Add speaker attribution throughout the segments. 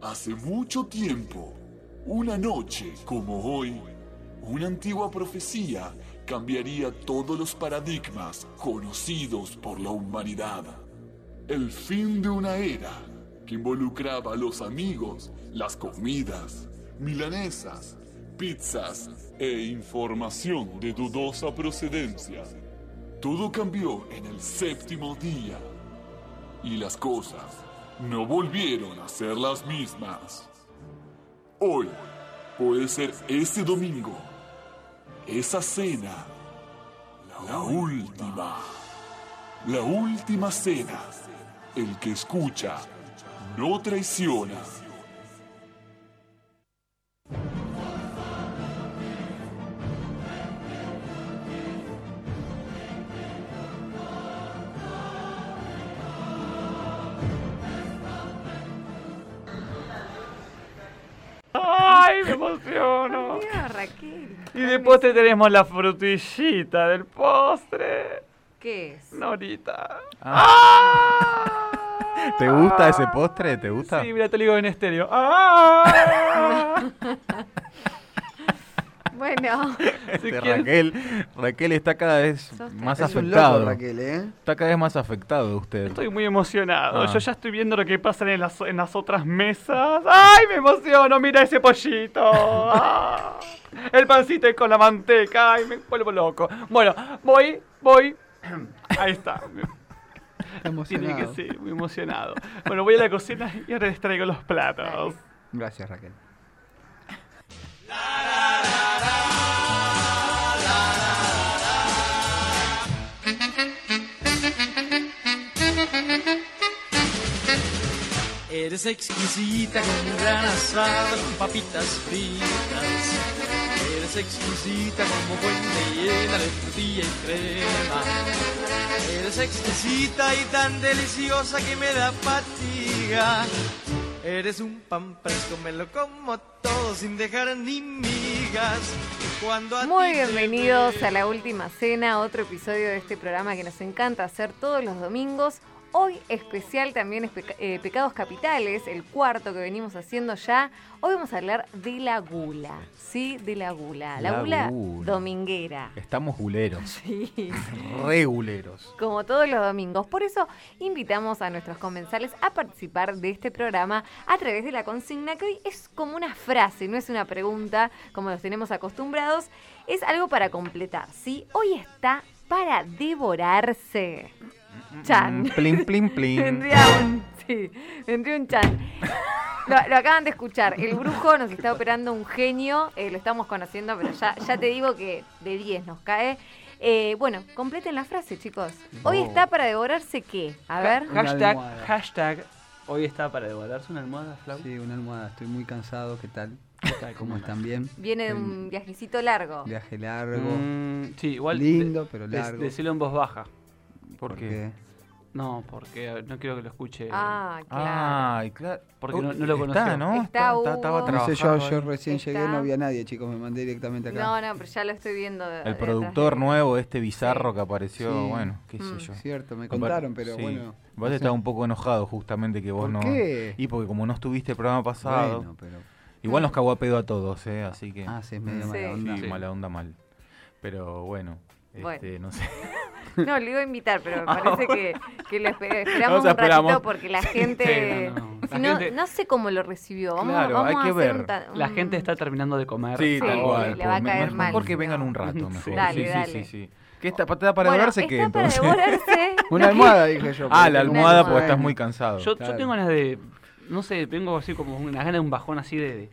Speaker 1: Hace mucho tiempo, una noche como hoy, una antigua profecía cambiaría todos los paradigmas conocidos por la humanidad. El fin de una era que involucraba a los amigos, las comidas, milanesas, pizzas e información de dudosa procedencia. Todo cambió en el séptimo día y las cosas no volvieron a ser las mismas. Hoy puede ser ese domingo, esa cena, la, última, la última cena. El que escucha no traiciona.
Speaker 2: ¡Ay, me emociono!
Speaker 3: Mira, Raquel.
Speaker 2: Y después te tenemos la frutillita del postre.
Speaker 3: ¿Qué es?
Speaker 2: Norita. ¡Ah!
Speaker 4: ¿Te gusta ese postre? ¿Te gusta?
Speaker 2: Sí, mira, te lo digo en este- estéreo. ¡Ah!
Speaker 3: Bueno,
Speaker 4: Este,
Speaker 2: Si quieres-
Speaker 4: Raquel, Raquel está cada vez
Speaker 3: Sos
Speaker 4: más
Speaker 5: Es un
Speaker 4: afectado.
Speaker 5: loco, Raquel, ¿eh?
Speaker 4: Está cada vez más afectado usted.
Speaker 2: Estoy muy emocionado.
Speaker 4: Ah.
Speaker 2: Yo ya estoy viendo lo que pasa en las, en las otras mesas. ¡Ay, me emociono! ¡Mira ese pollito! ¡Ah! El pancito es con la manteca. ¡Ay, me vuelvo loco! Bueno, voy, voy. Ahí está.
Speaker 5: Está
Speaker 2: Tiene que
Speaker 5: emocionado.
Speaker 2: ser muy emocionado. Bueno, voy a la cocina y ahora les traigo los platos.
Speaker 5: Gracias, Raquel.
Speaker 6: Eres exquisita con un gran asado, con papitas fritas. Eres exquisita como buena hiela de frutilla y crema. Eres exquisita y tan deliciosa que me da fatiga. Eres un pan fresco, me lo como todo sin dejar ni migas. Y Cuando a
Speaker 3: muy
Speaker 6: ti te
Speaker 3: bienvenidos
Speaker 6: veo-
Speaker 3: a La Última Cena, otro episodio de este programa que nos encanta hacer todos los domingos. Hoy especial también es peca- eh, Pecados Capitales, el cuarto que venimos haciendo ya. Hoy vamos a hablar de la gula, ¿sí? De la gula. La,
Speaker 4: La
Speaker 3: gula,
Speaker 4: gula.
Speaker 3: dominguera.
Speaker 4: Estamos guleros.
Speaker 3: Sí.
Speaker 4: Reguleros.
Speaker 3: como todos los domingos. Por eso invitamos a nuestros comensales a participar de este programa a través de la consigna que hoy es como una frase, no es una pregunta como los tenemos acostumbrados, es algo para completar, ¿sí? Hoy está para devorarse. Chan.
Speaker 4: Mm, Plin, plin, plin.
Speaker 3: Vendría un, sí, vendría un chan. Lo, lo acaban de escuchar. El brujo nos está operando un genio. eh, lo estamos conociendo, pero ya, ya te digo que de 10 nos cae. Eh, bueno, completen la frase, chicos. Hoy
Speaker 5: Oh.
Speaker 3: está para devorarse qué? A ver.
Speaker 5: Una
Speaker 7: Hashtag,
Speaker 5: almohada.
Speaker 7: hashtag, hoy está para devorarse una almohada, Flau.
Speaker 5: Sí, una almohada. Estoy muy cansado. ¿Qué tal?
Speaker 7: tal?
Speaker 5: ¿Cómo están? ¿Bien?
Speaker 3: Viene de un viajecito largo.
Speaker 5: Viaje largo.
Speaker 7: Mm, sí, igual.
Speaker 5: Lindo, pero
Speaker 7: de-
Speaker 5: largo.
Speaker 7: decilo en voz baja. ¿Por qué?
Speaker 5: Porque
Speaker 7: No, porque no quiero que lo escuche.
Speaker 3: Ah, claro.
Speaker 4: Ay, claro.
Speaker 7: Porque no- no lo
Speaker 4: Está,
Speaker 7: conoció.
Speaker 4: ¿no?
Speaker 3: Está uh,
Speaker 4: estaba
Speaker 3: Hugo.
Speaker 5: no sé, yo,
Speaker 4: trabajando
Speaker 5: yo
Speaker 4: ahí.
Speaker 5: recién
Speaker 3: Está-
Speaker 5: llegué, no había nadie, chicos. Me mandé directamente acá.
Speaker 3: No, no, pero ya lo estoy viendo. de- de
Speaker 4: El
Speaker 3: atrás.
Speaker 4: productor nuevo, este bizarro que apareció,
Speaker 5: Sí.
Speaker 4: bueno, qué sé
Speaker 3: Mm.
Speaker 4: yo.
Speaker 5: Cierto, me
Speaker 4: Apar-
Speaker 5: contaron, pero
Speaker 4: sí.
Speaker 5: bueno. no
Speaker 4: Vos
Speaker 5: sé.
Speaker 4: estabas un poco enojado justamente que vos
Speaker 5: ¿Por
Speaker 4: no.
Speaker 5: qué?
Speaker 4: Y porque como no estuviste el programa pasado,
Speaker 5: Bueno, pero.
Speaker 4: igual nos cagó a pedo a todos, ¿eh? Así que.
Speaker 5: Ah, sí, es medio
Speaker 3: Sí.
Speaker 5: mala onda.
Speaker 4: sí,
Speaker 7: sí.
Speaker 4: mala onda mal. Pero bueno, este,
Speaker 3: Bueno.
Speaker 4: no sé.
Speaker 3: No, lo iba a invitar, pero me parece que, que lo esper- esperamos
Speaker 4: Nos
Speaker 3: un
Speaker 4: esperamos.
Speaker 3: ratito porque la gente.
Speaker 7: no, no, no.
Speaker 3: si
Speaker 7: La
Speaker 3: no,
Speaker 7: gente-
Speaker 3: no sé cómo lo recibió. Vamos,
Speaker 4: Claro,
Speaker 3: vamos
Speaker 4: hay
Speaker 3: a
Speaker 4: que
Speaker 3: hacer
Speaker 4: ver.
Speaker 3: un ta-
Speaker 7: La
Speaker 3: un-
Speaker 7: gente está terminando de comer.
Speaker 4: Sí,
Speaker 3: Sí,
Speaker 4: tal cual.
Speaker 3: le va a
Speaker 4: po.
Speaker 3: caer mal,
Speaker 4: Mejor que vengan
Speaker 3: no.
Speaker 4: un rato,
Speaker 7: Sí.
Speaker 4: mejor.
Speaker 3: Dale,
Speaker 4: sí, sí, sí,
Speaker 3: dale.
Speaker 4: sí. ¿Qué está, pa- está para
Speaker 3: Bueno,
Speaker 4: devorarse qué
Speaker 3: está para
Speaker 4: entonces?
Speaker 3: devorarse.
Speaker 5: Una almohada, dije yo.
Speaker 4: ah,
Speaker 5: porque-
Speaker 4: la
Speaker 3: Una
Speaker 4: almohada porque
Speaker 3: almohada.
Speaker 4: estás muy cansado.
Speaker 7: Yo, yo
Speaker 5: Claro.
Speaker 7: tengo ganas de. No sé, tengo así como una gana de un bajón así de. de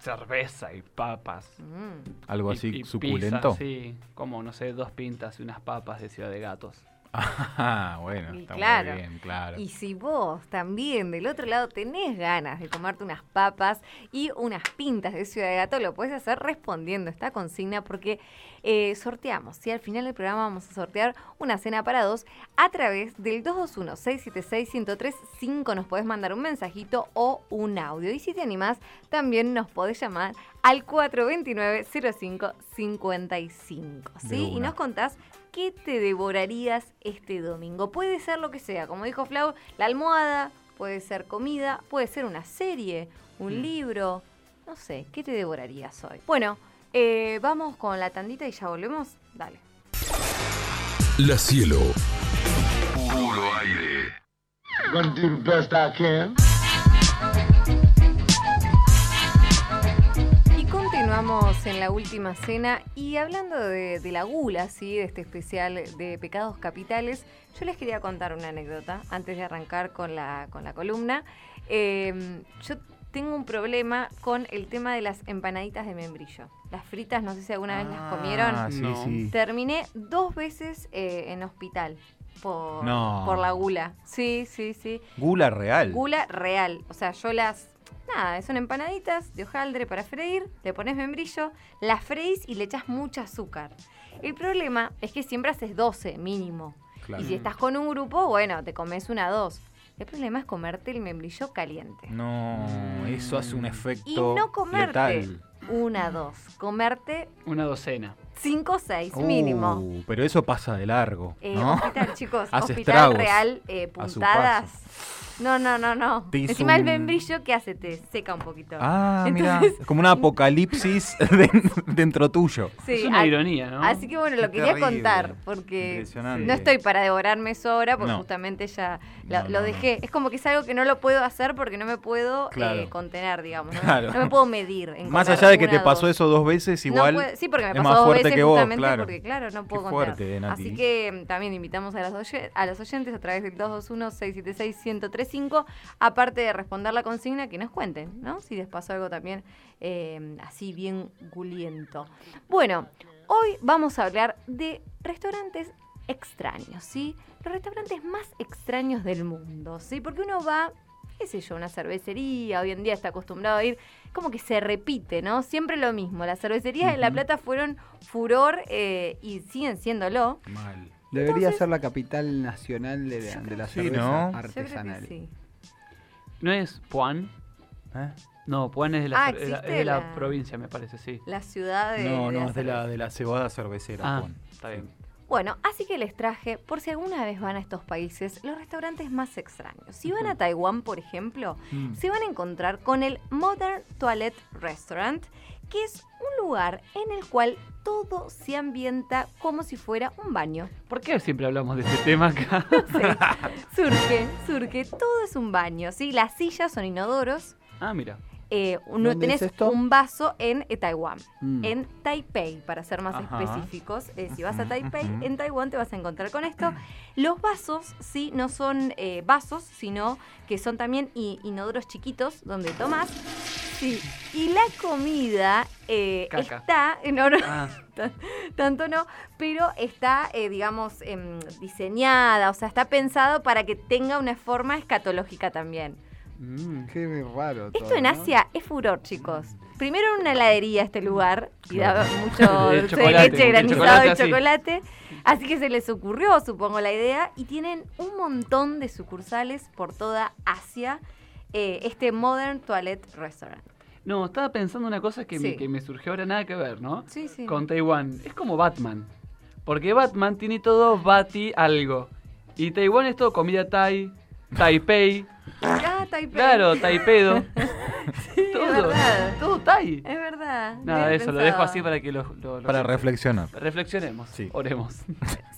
Speaker 7: cerveza y papas.
Speaker 3: Mm.
Speaker 4: Algo
Speaker 7: Y-
Speaker 4: así
Speaker 7: y pizza,
Speaker 4: suculento.
Speaker 7: sí, como, no sé, dos pintas y unas papas de Ciudad de Gatos.
Speaker 4: Ah, bueno,
Speaker 3: Y
Speaker 4: está
Speaker 3: claro.
Speaker 4: muy bien, claro.
Speaker 3: Y si vos también del otro lado tenés ganas de comerte unas papas y unas pintas de Ciudad de Gato, lo puedes hacer respondiendo esta consigna porque eh, sorteamos. ¿sí? Al final del programa vamos a sortear una cena para dos a través del 221-676-1035. Nos podés mandar un mensajito o un audio. Y si te animás, también nos podés llamar al
Speaker 4: De
Speaker 3: 429-0555. ¿sí? Y
Speaker 4: una.
Speaker 3: nos contás qué te devorarías este domingo. Puede ser lo que sea, como dijo Flau, la almohada, puede ser comida, puede ser una serie, un libro, no sé, ¿qué te devorarías hoy? Bueno, eh, vamos con la tandita y ya volvemos. Dale.
Speaker 8: La cielo.
Speaker 3: Y continuamos en la última cena y hablando de, de la gula, ¿sí? de este especial de pecados capitales, yo les quería contar una anécdota antes de arrancar con la, con la columna. Eh, yo tengo un problema con el tema de las empanaditas de membrillo. Las fritas, no sé si alguna vez las comieron.
Speaker 4: Ah, sí,
Speaker 7: No.
Speaker 4: sí.
Speaker 3: Terminé dos veces eh, en hospital por,
Speaker 4: No.
Speaker 3: por la gula. Sí, sí, sí.
Speaker 4: Gula real.
Speaker 3: Gula real. O sea, yo las. Nada, son empanaditas de hojaldre para freír, le pones membrillo, las freís y le echas mucho azúcar. El problema es que siempre haces 12 mínimo.
Speaker 4: Claro.
Speaker 3: Y si estás con un grupo, bueno, te comes una dos. El problema es comerte el membrillo caliente.
Speaker 4: No, eso hace un
Speaker 3: y
Speaker 4: efecto
Speaker 3: no comerte
Speaker 4: letal.
Speaker 3: una dos, comerte
Speaker 7: Una docena.
Speaker 3: cinco o seis mínimo.
Speaker 4: Uh, pero eso pasa de largo,
Speaker 3: Eh,
Speaker 4: ¿no?
Speaker 3: Hospital, chicos,
Speaker 4: Hace
Speaker 3: hospital
Speaker 4: estragos
Speaker 3: real, eh,
Speaker 4: a su
Speaker 3: puntadas. No, no, no, no.
Speaker 4: Te hizo
Speaker 3: Encima el
Speaker 4: un-
Speaker 3: membrillo, ¿qué hace? Te seca un poquito.
Speaker 4: Ah, mira,
Speaker 3: Entonces-
Speaker 4: es como una apocalipsis de- dentro tuyo.
Speaker 3: Sí,
Speaker 7: es una
Speaker 3: a-
Speaker 7: ironía, ¿no?
Speaker 3: Así que bueno, lo
Speaker 4: Qué
Speaker 3: quería
Speaker 4: terrible.
Speaker 3: contar, porque
Speaker 4: Impresionante.
Speaker 3: no estoy para devorarme eso ahora, porque
Speaker 4: No.
Speaker 3: justamente ya la-
Speaker 4: No,
Speaker 3: lo
Speaker 4: no,
Speaker 3: dejé. Es como que es algo que no lo puedo hacer porque no me puedo
Speaker 4: Claro.
Speaker 3: eh, contener, digamos. ¿no?
Speaker 4: Claro.
Speaker 3: No me puedo medir. en
Speaker 4: Más
Speaker 3: comer
Speaker 4: allá de que te
Speaker 3: una,
Speaker 4: pasó
Speaker 3: dos.
Speaker 4: eso dos veces,
Speaker 3: No
Speaker 4: igual
Speaker 3: puede- sí, porque me
Speaker 4: es
Speaker 3: pasó
Speaker 4: más
Speaker 3: dos
Speaker 4: fuerte
Speaker 3: veces
Speaker 4: que vos,
Speaker 3: justamente
Speaker 4: claro.
Speaker 3: porque, claro, no
Speaker 4: Qué
Speaker 3: puedo contar.
Speaker 4: fuerte, Nati.
Speaker 3: Así que mm, también invitamos a, las oye- a los oyentes a través del 221-676-1035, aparte de responder la consigna, que nos cuenten, ¿no? Si les pasó algo también eh, así bien guliento. Bueno, hoy vamos a hablar de restaurantes extraños, ¿sí? Los restaurantes más extraños del mundo, ¿sí? Porque uno va qué sé yo, una cervecería, hoy en día está acostumbrado a ir, como que se repite, ¿no? Siempre lo mismo. Las cervecerías de La Plata fueron furor eh, y siguen siéndolo.
Speaker 4: Mal.
Speaker 5: Debería ser la capital nacional de la, de la
Speaker 4: Sí,
Speaker 5: cerveza
Speaker 4: ¿no?
Speaker 3: Yo creo que
Speaker 5: artesanal.
Speaker 3: sí.
Speaker 7: ¿No es Puan?
Speaker 4: ¿Eh?
Speaker 7: No, Puan es de la,
Speaker 3: Ah,
Speaker 7: es de la-
Speaker 3: existe
Speaker 7: es de la
Speaker 3: la-
Speaker 7: provincia, me parece, sí.
Speaker 3: La ciudad de...
Speaker 4: No, no, es de
Speaker 3: cerveza.
Speaker 4: la, de la cebada cervecera.
Speaker 7: Ah,
Speaker 4: Juan.
Speaker 7: está bien.
Speaker 3: Bueno, así que les traje, por si alguna vez van a estos países, los restaurantes más extraños. Si van a Taiwán, por ejemplo,
Speaker 4: Mm.
Speaker 3: se van a encontrar con el Modern Toilet Restaurant, que es un lugar en el cual todo se ambienta como si fuera un baño.
Speaker 7: ¿Por qué siempre hablamos de este tema acá?
Speaker 3: Sí, surge, surge, todo es un baño, ¿sí? Las sillas son inodoros.
Speaker 7: ah, mira.
Speaker 3: Eh, uno
Speaker 5: ¿Dónde
Speaker 3: tenés
Speaker 5: es esto?
Speaker 3: un vaso en eh, Taiwán,
Speaker 5: Mm.
Speaker 3: en Taipei, para ser más
Speaker 4: Ajá.
Speaker 3: específicos. Eh, si vas a
Speaker 4: Ujú,
Speaker 3: Taipei,
Speaker 4: ujú.
Speaker 3: en Taiwán te vas a encontrar con esto. Los vasos, sí, no son eh, vasos, sino que son también i- inodoros chiquitos donde tomás. Sí, y la comida eh,
Speaker 7: Caca.
Speaker 3: está... No, no,
Speaker 7: Ah,
Speaker 3: Tan- tanto no, pero está, eh, digamos, em, diseñada, o sea, está pensado para que tenga una forma escatológica también.
Speaker 5: Mm, qué raro.
Speaker 3: Esto
Speaker 5: todo,
Speaker 3: en
Speaker 5: ¿no?
Speaker 3: Asia es furor, chicos. Primero en una heladería este lugar, y da mucho dulce
Speaker 7: De
Speaker 3: de
Speaker 7: chocolate,
Speaker 3: leche
Speaker 7: de
Speaker 3: granizado de
Speaker 7: chocolate, sí.
Speaker 3: chocolate. Así que se les ocurrió, supongo, la idea, y tienen un montón de sucursales por toda Asia, eh, este Modern Toilet Restaurant.
Speaker 7: no, estaba pensando una cosa que, me,
Speaker 3: Sí.
Speaker 7: que me surgió ahora nada que ver, ¿no?
Speaker 3: Sí, sí.
Speaker 7: Con Taiwán. Es como Batman. Porque Batman tiene todo Bati algo. Y Taiwán es todo comida Thai, Taipei.
Speaker 3: Ah, Taipei.
Speaker 7: Claro, Taipedo.
Speaker 3: es
Speaker 7: todo.
Speaker 3: verdad.
Speaker 7: Todo Thai.
Speaker 3: Es verdad. no
Speaker 7: Nada,
Speaker 3: había
Speaker 7: eso, lo
Speaker 3: pensado.
Speaker 7: dejo así para que los. los-
Speaker 4: Para
Speaker 7: los-
Speaker 4: reflexionar.
Speaker 7: reflexionemos.
Speaker 4: Sí.
Speaker 7: Oremos.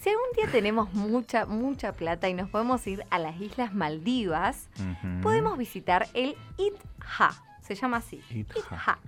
Speaker 3: Si algún día tenemos mucha, mucha plata y nos podemos ir a las Islas Maldivas,
Speaker 7: Mm.
Speaker 4: Ujú.
Speaker 3: podemos visitar el Itha. Se llama así.
Speaker 4: Itha.
Speaker 3: Itha.
Speaker 4: Ajá.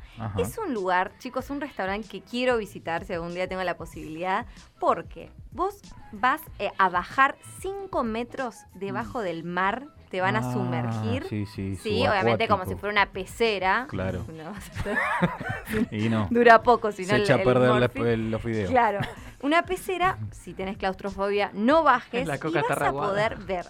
Speaker 3: Es un lugar, chicos, un restaurante que quiero visitar si algún día tengo la posibilidad, porque vos vas eh, a bajar 5 metros debajo del mar, te van a
Speaker 4: Mm. Ah,
Speaker 3: sumergir.
Speaker 4: Sí, sí.
Speaker 3: Sí, obviamente como si
Speaker 4: subacuático.
Speaker 3: fuera una pecera.
Speaker 4: Claro.
Speaker 3: No vas a estar-
Speaker 4: Y no.
Speaker 3: Dura poco, si no
Speaker 4: Se
Speaker 3: el-
Speaker 4: echa a
Speaker 3: el
Speaker 4: perder la-
Speaker 3: morfi-
Speaker 4: el- los videos.
Speaker 3: Claro. Una pecera, si tenés claustrofobia, no bajes
Speaker 7: La
Speaker 3: y
Speaker 7: coca
Speaker 3: vas
Speaker 7: está
Speaker 3: a
Speaker 7: reguada.
Speaker 3: poder ver.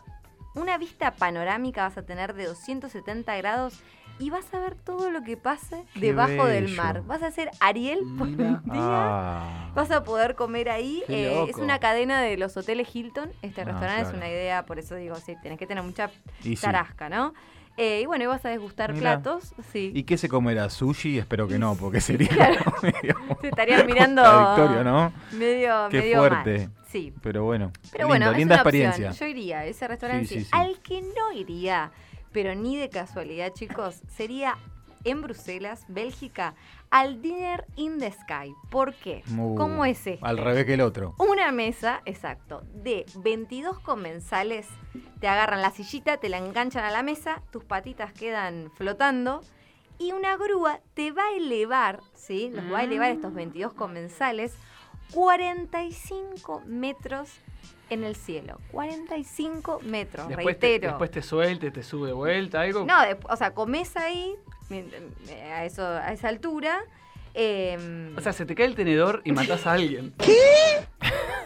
Speaker 3: Una vista panorámica vas a tener de 270 grados y vas a ver todo lo que pase
Speaker 4: Qué
Speaker 3: debajo del
Speaker 4: bello.
Speaker 3: mar. Vas a ser Ariel por un día.
Speaker 5: Mira.
Speaker 4: Ah.
Speaker 3: Vas a poder comer ahí.
Speaker 7: Qué
Speaker 3: Eh, es
Speaker 7: loco.
Speaker 3: una cadena de los hoteles Hilton. Este
Speaker 4: Ah,
Speaker 3: restaurante es
Speaker 4: claro.
Speaker 3: una idea, por eso digo, sí, tenés que tener mucha
Speaker 4: Y sí.
Speaker 3: tarasca, ¿no? Eh, y bueno, y vas a degustar
Speaker 4: Mira.
Speaker 3: platos. Sí.
Speaker 4: ¿Y qué se comerá? ¿Sushi? Espero que no, porque sería medio
Speaker 3: Te estarías mirando.
Speaker 4: contradictorio, ¿no?
Speaker 3: Medio,
Speaker 4: Qué
Speaker 3: medio
Speaker 4: fuerte.
Speaker 3: mal. Sí.
Speaker 4: Pero bueno,
Speaker 3: Pero
Speaker 4: linda,
Speaker 3: bueno, es
Speaker 4: linda
Speaker 3: una
Speaker 4: experiencia.
Speaker 3: Opción. Yo iría a ese restaurante.
Speaker 4: Sí,
Speaker 3: sí.
Speaker 4: sí, sí.
Speaker 3: Al que no iría, pero ni de casualidad, chicos, sería en Bruselas, Bélgica, al Dinner in the Sky. ¿Por qué?
Speaker 4: Uh,
Speaker 3: ¿Cómo es este?
Speaker 4: Al revés que el otro.
Speaker 3: Una mesa, exacto, de 22 comensales. Te agarran la sillita, te la enganchan a la mesa, tus patitas quedan flotando y una grúa te va a elevar, ¿sí? Los va a elevar estos 22 comensales 45 metros en el cielo. 45 metros,
Speaker 7: Después te,
Speaker 3: reitero.
Speaker 7: después te suelte, te sube de vuelta, algo.
Speaker 3: No, de- o sea, comes ahí, mien- eh, a, eso, a esa altura. em,
Speaker 7: O sea, se te cae el tenedor y matás a alguien.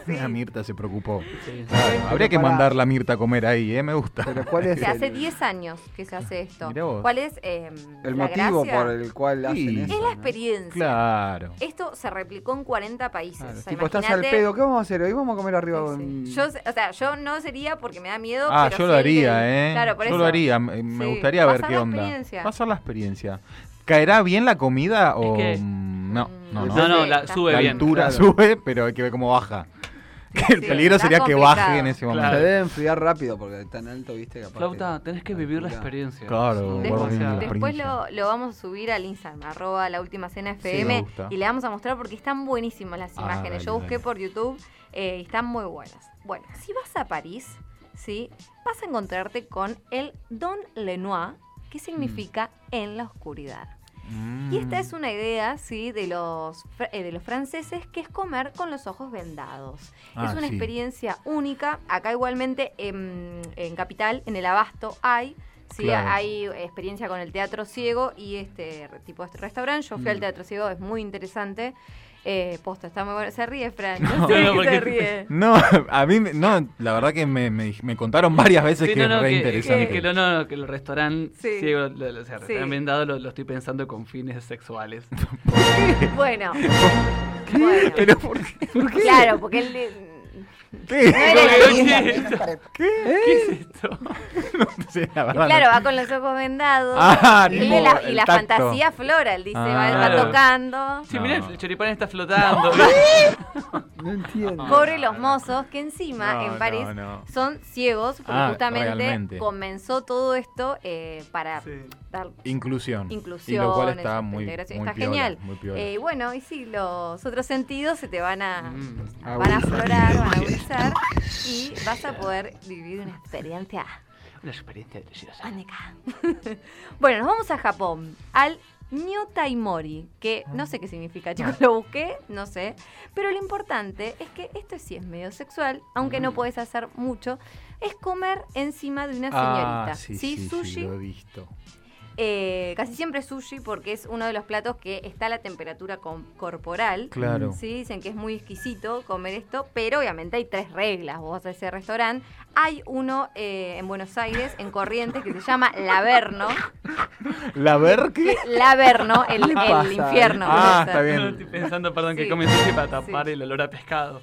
Speaker 4: La Mirta se preocupó.
Speaker 7: Sí.
Speaker 4: Habría que
Speaker 5: pará.
Speaker 4: mandar la Mirta a comer ahí, ¿eh? Me gusta.
Speaker 5: Pero ¿cuál es
Speaker 3: se hace
Speaker 5: el,
Speaker 3: 10 años que se hace esto.
Speaker 4: Mirá vos.
Speaker 3: ¿Cuál es em,
Speaker 5: el
Speaker 3: la
Speaker 5: motivo
Speaker 3: gracia?
Speaker 5: por el cual hacen
Speaker 4: Sí.
Speaker 5: eso?
Speaker 3: Es la
Speaker 5: ¿no?
Speaker 3: experiencia.
Speaker 4: Claro.
Speaker 3: Esto se replicó en 40 países.
Speaker 5: Claro,
Speaker 3: o sea,
Speaker 5: tipo, estás al
Speaker 3: imagínate-
Speaker 5: pedo, ¿qué vamos a hacer hoy? Vamos a comer arriba con...
Speaker 3: Sí. Yo, se- o sea, yo no sería porque me da miedo.
Speaker 4: Ah,
Speaker 3: pero
Speaker 4: yo lo
Speaker 3: sé que-
Speaker 4: haría, ¿eh?
Speaker 3: Claro, por
Speaker 4: yo
Speaker 3: eso.
Speaker 4: lo haría. Me me
Speaker 3: Sí.
Speaker 4: gustaría ver
Speaker 3: Pasar
Speaker 4: qué
Speaker 3: la
Speaker 4: onda.
Speaker 3: experiencia.
Speaker 4: Pasar la experiencia. ¿Caerá bien la comida o.?
Speaker 7: que-
Speaker 4: mm, No, no, no.
Speaker 7: No, no,
Speaker 3: Sí,
Speaker 7: la-
Speaker 3: está.
Speaker 7: sube
Speaker 4: La
Speaker 7: bien.
Speaker 4: altura
Speaker 5: claro.
Speaker 4: sube, pero hay que ver cómo baja. Que el
Speaker 3: Sí,
Speaker 4: peligro
Speaker 3: está
Speaker 4: sería que baje
Speaker 3: complicado.
Speaker 4: en ese
Speaker 7: Claro.
Speaker 4: momento.
Speaker 5: Se debe enfriar rápido porque tan alto, viste, capaz. que-
Speaker 7: Flauta, tenés que vivir la
Speaker 5: Mirá.
Speaker 7: experiencia.
Speaker 4: Claro,
Speaker 7: Sí,
Speaker 4: guarden
Speaker 3: Después-
Speaker 4: la
Speaker 7: demasiado.
Speaker 3: Después
Speaker 4: experiencia.
Speaker 3: lo, lo vamos a subir al Instagram, arroba la última cena
Speaker 4: me
Speaker 3: FM,
Speaker 4: gusta.
Speaker 3: y le vamos a mostrar porque están buenísimas las
Speaker 4: Ah,
Speaker 3: imágenes. Yo
Speaker 4: dale,
Speaker 3: busqué
Speaker 4: dale.
Speaker 3: por YouTube eh, y están muy buenas. Bueno, si vas a París, ¿sí? vas a encontrarte con el Don Lenoir,
Speaker 4: Mm.
Speaker 3: que significa en la oscuridad. Y esta es una idea, sí, de los, fr- eh, de los franceses, que es comer con los ojos vendados.
Speaker 4: Ah,
Speaker 3: es una
Speaker 4: sí.
Speaker 3: experiencia única. Acá igualmente en, en Capital, en el Abasto, hay. Sí,
Speaker 4: Claro.
Speaker 3: hay experiencia con el teatro ciego y este re- tipo de restaurante. Yo fui
Speaker 4: Mm.
Speaker 3: al teatro ciego, es muy interesante. Eh, posta, está muy bueno. Se ríe, Fran. No, sé
Speaker 7: no,
Speaker 3: que
Speaker 7: porque-
Speaker 3: se ríe.
Speaker 4: No, a mí, me- no, la verdad que me, me- me contaron varias veces
Speaker 7: Sí,
Speaker 4: que
Speaker 7: no, no,
Speaker 4: es re
Speaker 7: que,
Speaker 4: interesante.
Speaker 7: que- que no, no, no, que el restaurante
Speaker 3: Sí.
Speaker 7: ciego, lo, lo- o sea,
Speaker 3: Sí.
Speaker 7: restaurante vendado lo, lo estoy pensando con fines sexuales.
Speaker 3: Bueno. Bueno.
Speaker 4: Pero ¿por qué?
Speaker 3: Claro, porque él. eh, no
Speaker 4: ¿Qué?
Speaker 3: era la lista.
Speaker 7: ¿Qué es esto? ¿Qué es esto?
Speaker 4: Sí, la
Speaker 3: Y
Speaker 4: verdad, no.
Speaker 3: claro, va con los ojos vendados.
Speaker 4: Ah,
Speaker 3: y
Speaker 4: tipo
Speaker 3: él la, y
Speaker 4: el
Speaker 3: la
Speaker 4: tacto.
Speaker 3: fantasía flora, él dice,
Speaker 4: Ah.
Speaker 3: va, va
Speaker 7: Claro.
Speaker 3: tocando.
Speaker 7: Sí,
Speaker 4: No.
Speaker 7: mirá, el choripán está flotando.
Speaker 5: No entiendo.
Speaker 3: Pobre los mozos que encima
Speaker 4: No,
Speaker 3: en París
Speaker 4: no, no.
Speaker 3: son ciegos porque
Speaker 4: Ah,
Speaker 3: justamente
Speaker 4: realmente.
Speaker 3: comenzó todo esto eh, para
Speaker 7: Sí.
Speaker 3: dar
Speaker 4: Inclusión.
Speaker 3: inclusión.
Speaker 4: Y lo cual está
Speaker 3: exacto,
Speaker 4: muy,
Speaker 3: integración.
Speaker 4: muy
Speaker 3: Está
Speaker 4: piola,
Speaker 3: genial.
Speaker 4: muy piola.
Speaker 3: Eh, bueno, y sí, los otros sentidos se te van a,
Speaker 7: Mm.
Speaker 3: van a aflorar, van a agudizar y vas a poder vivir una experiencia
Speaker 7: Una experiencia deliciosa.
Speaker 3: Aneca. Ah, bueno, nos vamos a Japón, al New Taimori, que no sé qué significa,
Speaker 4: Ah.
Speaker 3: chicos, lo busqué, no sé. Pero lo importante es que esto sí es medio sexual, aunque
Speaker 4: Mm.
Speaker 3: no puedes hacer mucho, es comer encima de una señorita.
Speaker 4: Ah, sí, sí,
Speaker 3: sushi,
Speaker 4: sí, lo he visto.
Speaker 3: eh, casi siempre sushi porque es uno de los platos que está a la temperatura com- corporal.
Speaker 4: Claro.
Speaker 3: Sí, dicen que es muy exquisito comer esto, pero obviamente hay tres reglas. Vos vas a ese restaurante. Hay uno eh, en Buenos Aires, en Corrientes, que se llama Laverno.
Speaker 4: ¿La ver qué?
Speaker 3: Laverno, el, el
Speaker 5: pasa?
Speaker 3: infierno.
Speaker 4: Ah,
Speaker 3: Esa.
Speaker 4: está
Speaker 7: No,
Speaker 4: bien.
Speaker 7: estoy pensando, perdón,
Speaker 3: Sí.
Speaker 7: que comen sushi para tapar
Speaker 3: Sí.
Speaker 7: el olor a pescado.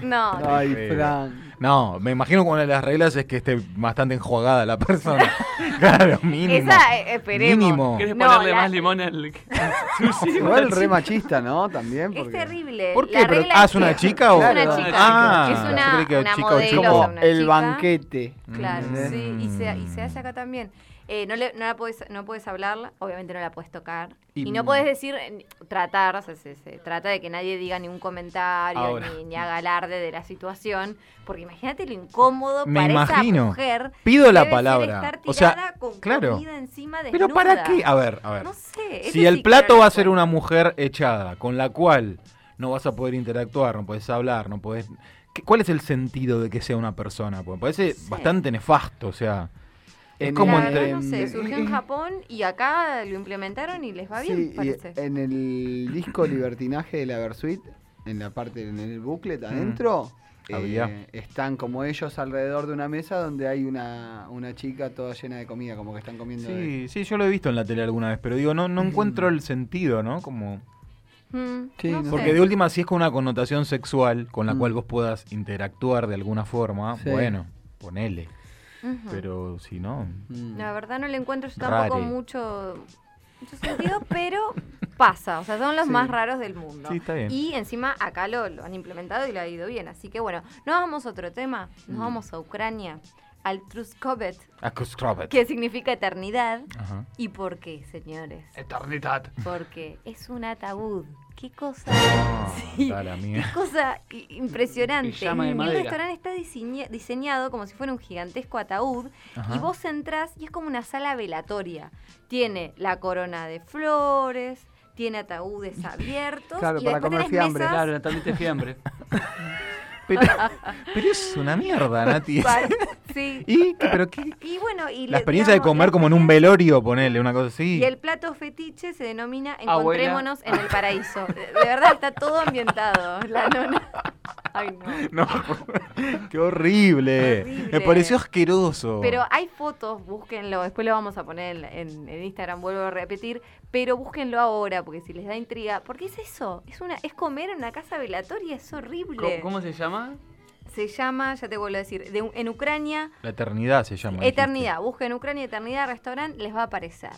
Speaker 3: No, no,
Speaker 5: Ay,
Speaker 4: Sí.
Speaker 5: Fran.
Speaker 4: No, me imagino que una de las reglas es que esté bastante enjuagada la persona. claro, mínimo.
Speaker 3: esa eh, esperemos.
Speaker 4: Mínimo.
Speaker 7: ¿Querés
Speaker 3: No,
Speaker 7: ponerle
Speaker 3: la-
Speaker 7: más limón al al sushi?
Speaker 5: Igual re machista, ¿no? También
Speaker 3: Es
Speaker 5: porque...
Speaker 3: terrible.
Speaker 4: ¿Por qué?
Speaker 3: La
Speaker 4: ¿Pero-
Speaker 3: regla
Speaker 4: ah,
Speaker 3: es
Speaker 4: es una
Speaker 3: que-
Speaker 4: chica o-
Speaker 3: Es una
Speaker 5: Claro.
Speaker 3: chica.
Speaker 4: Ah,
Speaker 3: es
Speaker 4: yo
Speaker 3: una,
Speaker 4: creí que
Speaker 3: una
Speaker 4: chica Mm. o
Speaker 3: modelo.
Speaker 4: chico.
Speaker 3: o sea, una
Speaker 5: el
Speaker 3: chica.
Speaker 5: banquete.
Speaker 3: Claro,
Speaker 5: ¿Entendés?
Speaker 3: sí, y se, y se hace acá también. Eh, no, le- no, la podés, no podés hablarla, obviamente no la podés tocar. Y,
Speaker 4: Y- mm.
Speaker 3: no podés decir, eh, ni- tratar, o sea, se, se trata de que nadie diga ningún comentario,
Speaker 4: Ahora.
Speaker 3: ni, ni haga alarde de la situación, porque imagínate lo incómodo
Speaker 4: Me
Speaker 3: para esa
Speaker 4: imagino.
Speaker 3: mujer.
Speaker 4: Pido la
Speaker 3: debe ser
Speaker 4: palabra.
Speaker 3: estar
Speaker 4: O sea,
Speaker 3: tirada con
Speaker 4: claro.
Speaker 3: comida encima
Speaker 4: Pero ¿para
Speaker 3: desnuda.
Speaker 4: qué? A ver, a ver.
Speaker 3: No sé. eso
Speaker 4: si el
Speaker 3: sí que no
Speaker 4: plato
Speaker 3: lo
Speaker 4: va a ser
Speaker 3: encuentro.
Speaker 4: una mujer echada, con la cual no vas a poder interactuar, no podés hablar, no podés... ¿Qué- ¿Cuál es el sentido de que sea una persona? Porque parece
Speaker 3: Sí.
Speaker 4: bastante nefasto, o sea... Es
Speaker 5: En
Speaker 4: como
Speaker 3: La verdad
Speaker 4: entre...
Speaker 3: no sé, surgió
Speaker 4: eh,
Speaker 3: en
Speaker 5: y-
Speaker 3: Japón y acá lo implementaron y les va bien,
Speaker 5: Sí, y
Speaker 3: parece.
Speaker 5: en el disco Libertinaje de la Versuit, en la parte, en el
Speaker 7: Mm.
Speaker 5: booklet adentro, eh,
Speaker 4: Había.
Speaker 5: están como ellos alrededor de una mesa donde hay una, una chica toda llena de comida, como que están comiendo. de-
Speaker 4: Sí, sí, yo lo he visto en la tele alguna vez, pero digo, no, no encuentro el sentido, ¿no? Como...
Speaker 3: Mm,
Speaker 5: Sí,
Speaker 3: no
Speaker 5: no sé.
Speaker 3: sé.
Speaker 4: Porque de última, si es con una connotación sexual con la
Speaker 5: Mm.
Speaker 4: cual vos puedas interactuar de alguna forma,
Speaker 5: Sí.
Speaker 4: bueno, ponele.
Speaker 3: Ujú.
Speaker 4: Pero si no...
Speaker 5: Mm.
Speaker 3: La verdad no le encuentro yo tampoco
Speaker 4: Rare.
Speaker 3: mucho, mucho sentido, pero pasa. O sea, son los
Speaker 5: Sí.
Speaker 3: más raros del mundo.
Speaker 4: Sí, está bien.
Speaker 3: Y encima acá
Speaker 4: Mm.
Speaker 3: lo, lo han implementado y lo ha ido bien. Así que bueno, nos vamos a otro tema. Nos vamos a Ucrania, al Truskobet,
Speaker 4: Acuscrobet.
Speaker 3: que significa eternidad.
Speaker 4: Ajá.
Speaker 3: ¿Y por qué, señores?
Speaker 7: Eternidad.
Speaker 3: Porque es un ataúd. Qué cosa.
Speaker 4: Ah,
Speaker 3: Sí,
Speaker 4: está la mía.
Speaker 3: Qué cosa i- impresionante.
Speaker 7: Y llama de
Speaker 3: el
Speaker 7: madera.
Speaker 3: restaurante está diseña- diseñado como si fuera un gigantesco ataúd
Speaker 4: Ajá.
Speaker 3: y vos entrás y es como una sala velatoria. Tiene la corona de flores, tiene ataúdes abiertos
Speaker 5: Claro,
Speaker 3: y
Speaker 5: para
Speaker 3: después
Speaker 5: comer
Speaker 3: tenés
Speaker 5: fiambre,
Speaker 3: mesas
Speaker 7: Claro, también te fiambre.
Speaker 4: Pero, pero es una mierda, Nati.
Speaker 3: para- sí.
Speaker 4: ¿Y? ¿Qué- ¿Pero qué?
Speaker 3: Y bueno, y
Speaker 4: La
Speaker 3: le-
Speaker 4: experiencia de
Speaker 3: digamos,
Speaker 4: comer
Speaker 3: la
Speaker 4: como en un
Speaker 3: experiencia-
Speaker 4: velorio, ponele, una cosa así.
Speaker 3: Y el plato fetiche se denomina
Speaker 7: Abuela.
Speaker 3: Encontrémonos en el paraíso. De de verdad está todo ambientado. La nona. Ay, no.
Speaker 4: No, qué horrible.
Speaker 3: Horrible.
Speaker 4: Me pareció asqueroso.
Speaker 3: Pero hay fotos, búsquenlo, después lo vamos a poner en, en- en Instagram, vuelvo a repetir, pero búsquenlo ahora, porque si les da intriga, porque es eso, es una, es comer en una casa velatoria, es horrible.
Speaker 7: ¿Cómo, cómo se llama?
Speaker 3: Se llama, ya te vuelvo a decir, de, un- en Ucrania,
Speaker 4: La eternidad se llama. dijiste.
Speaker 3: Eternidad, busquen Ucrania, Eternidad, restaurante, les va a aparecer.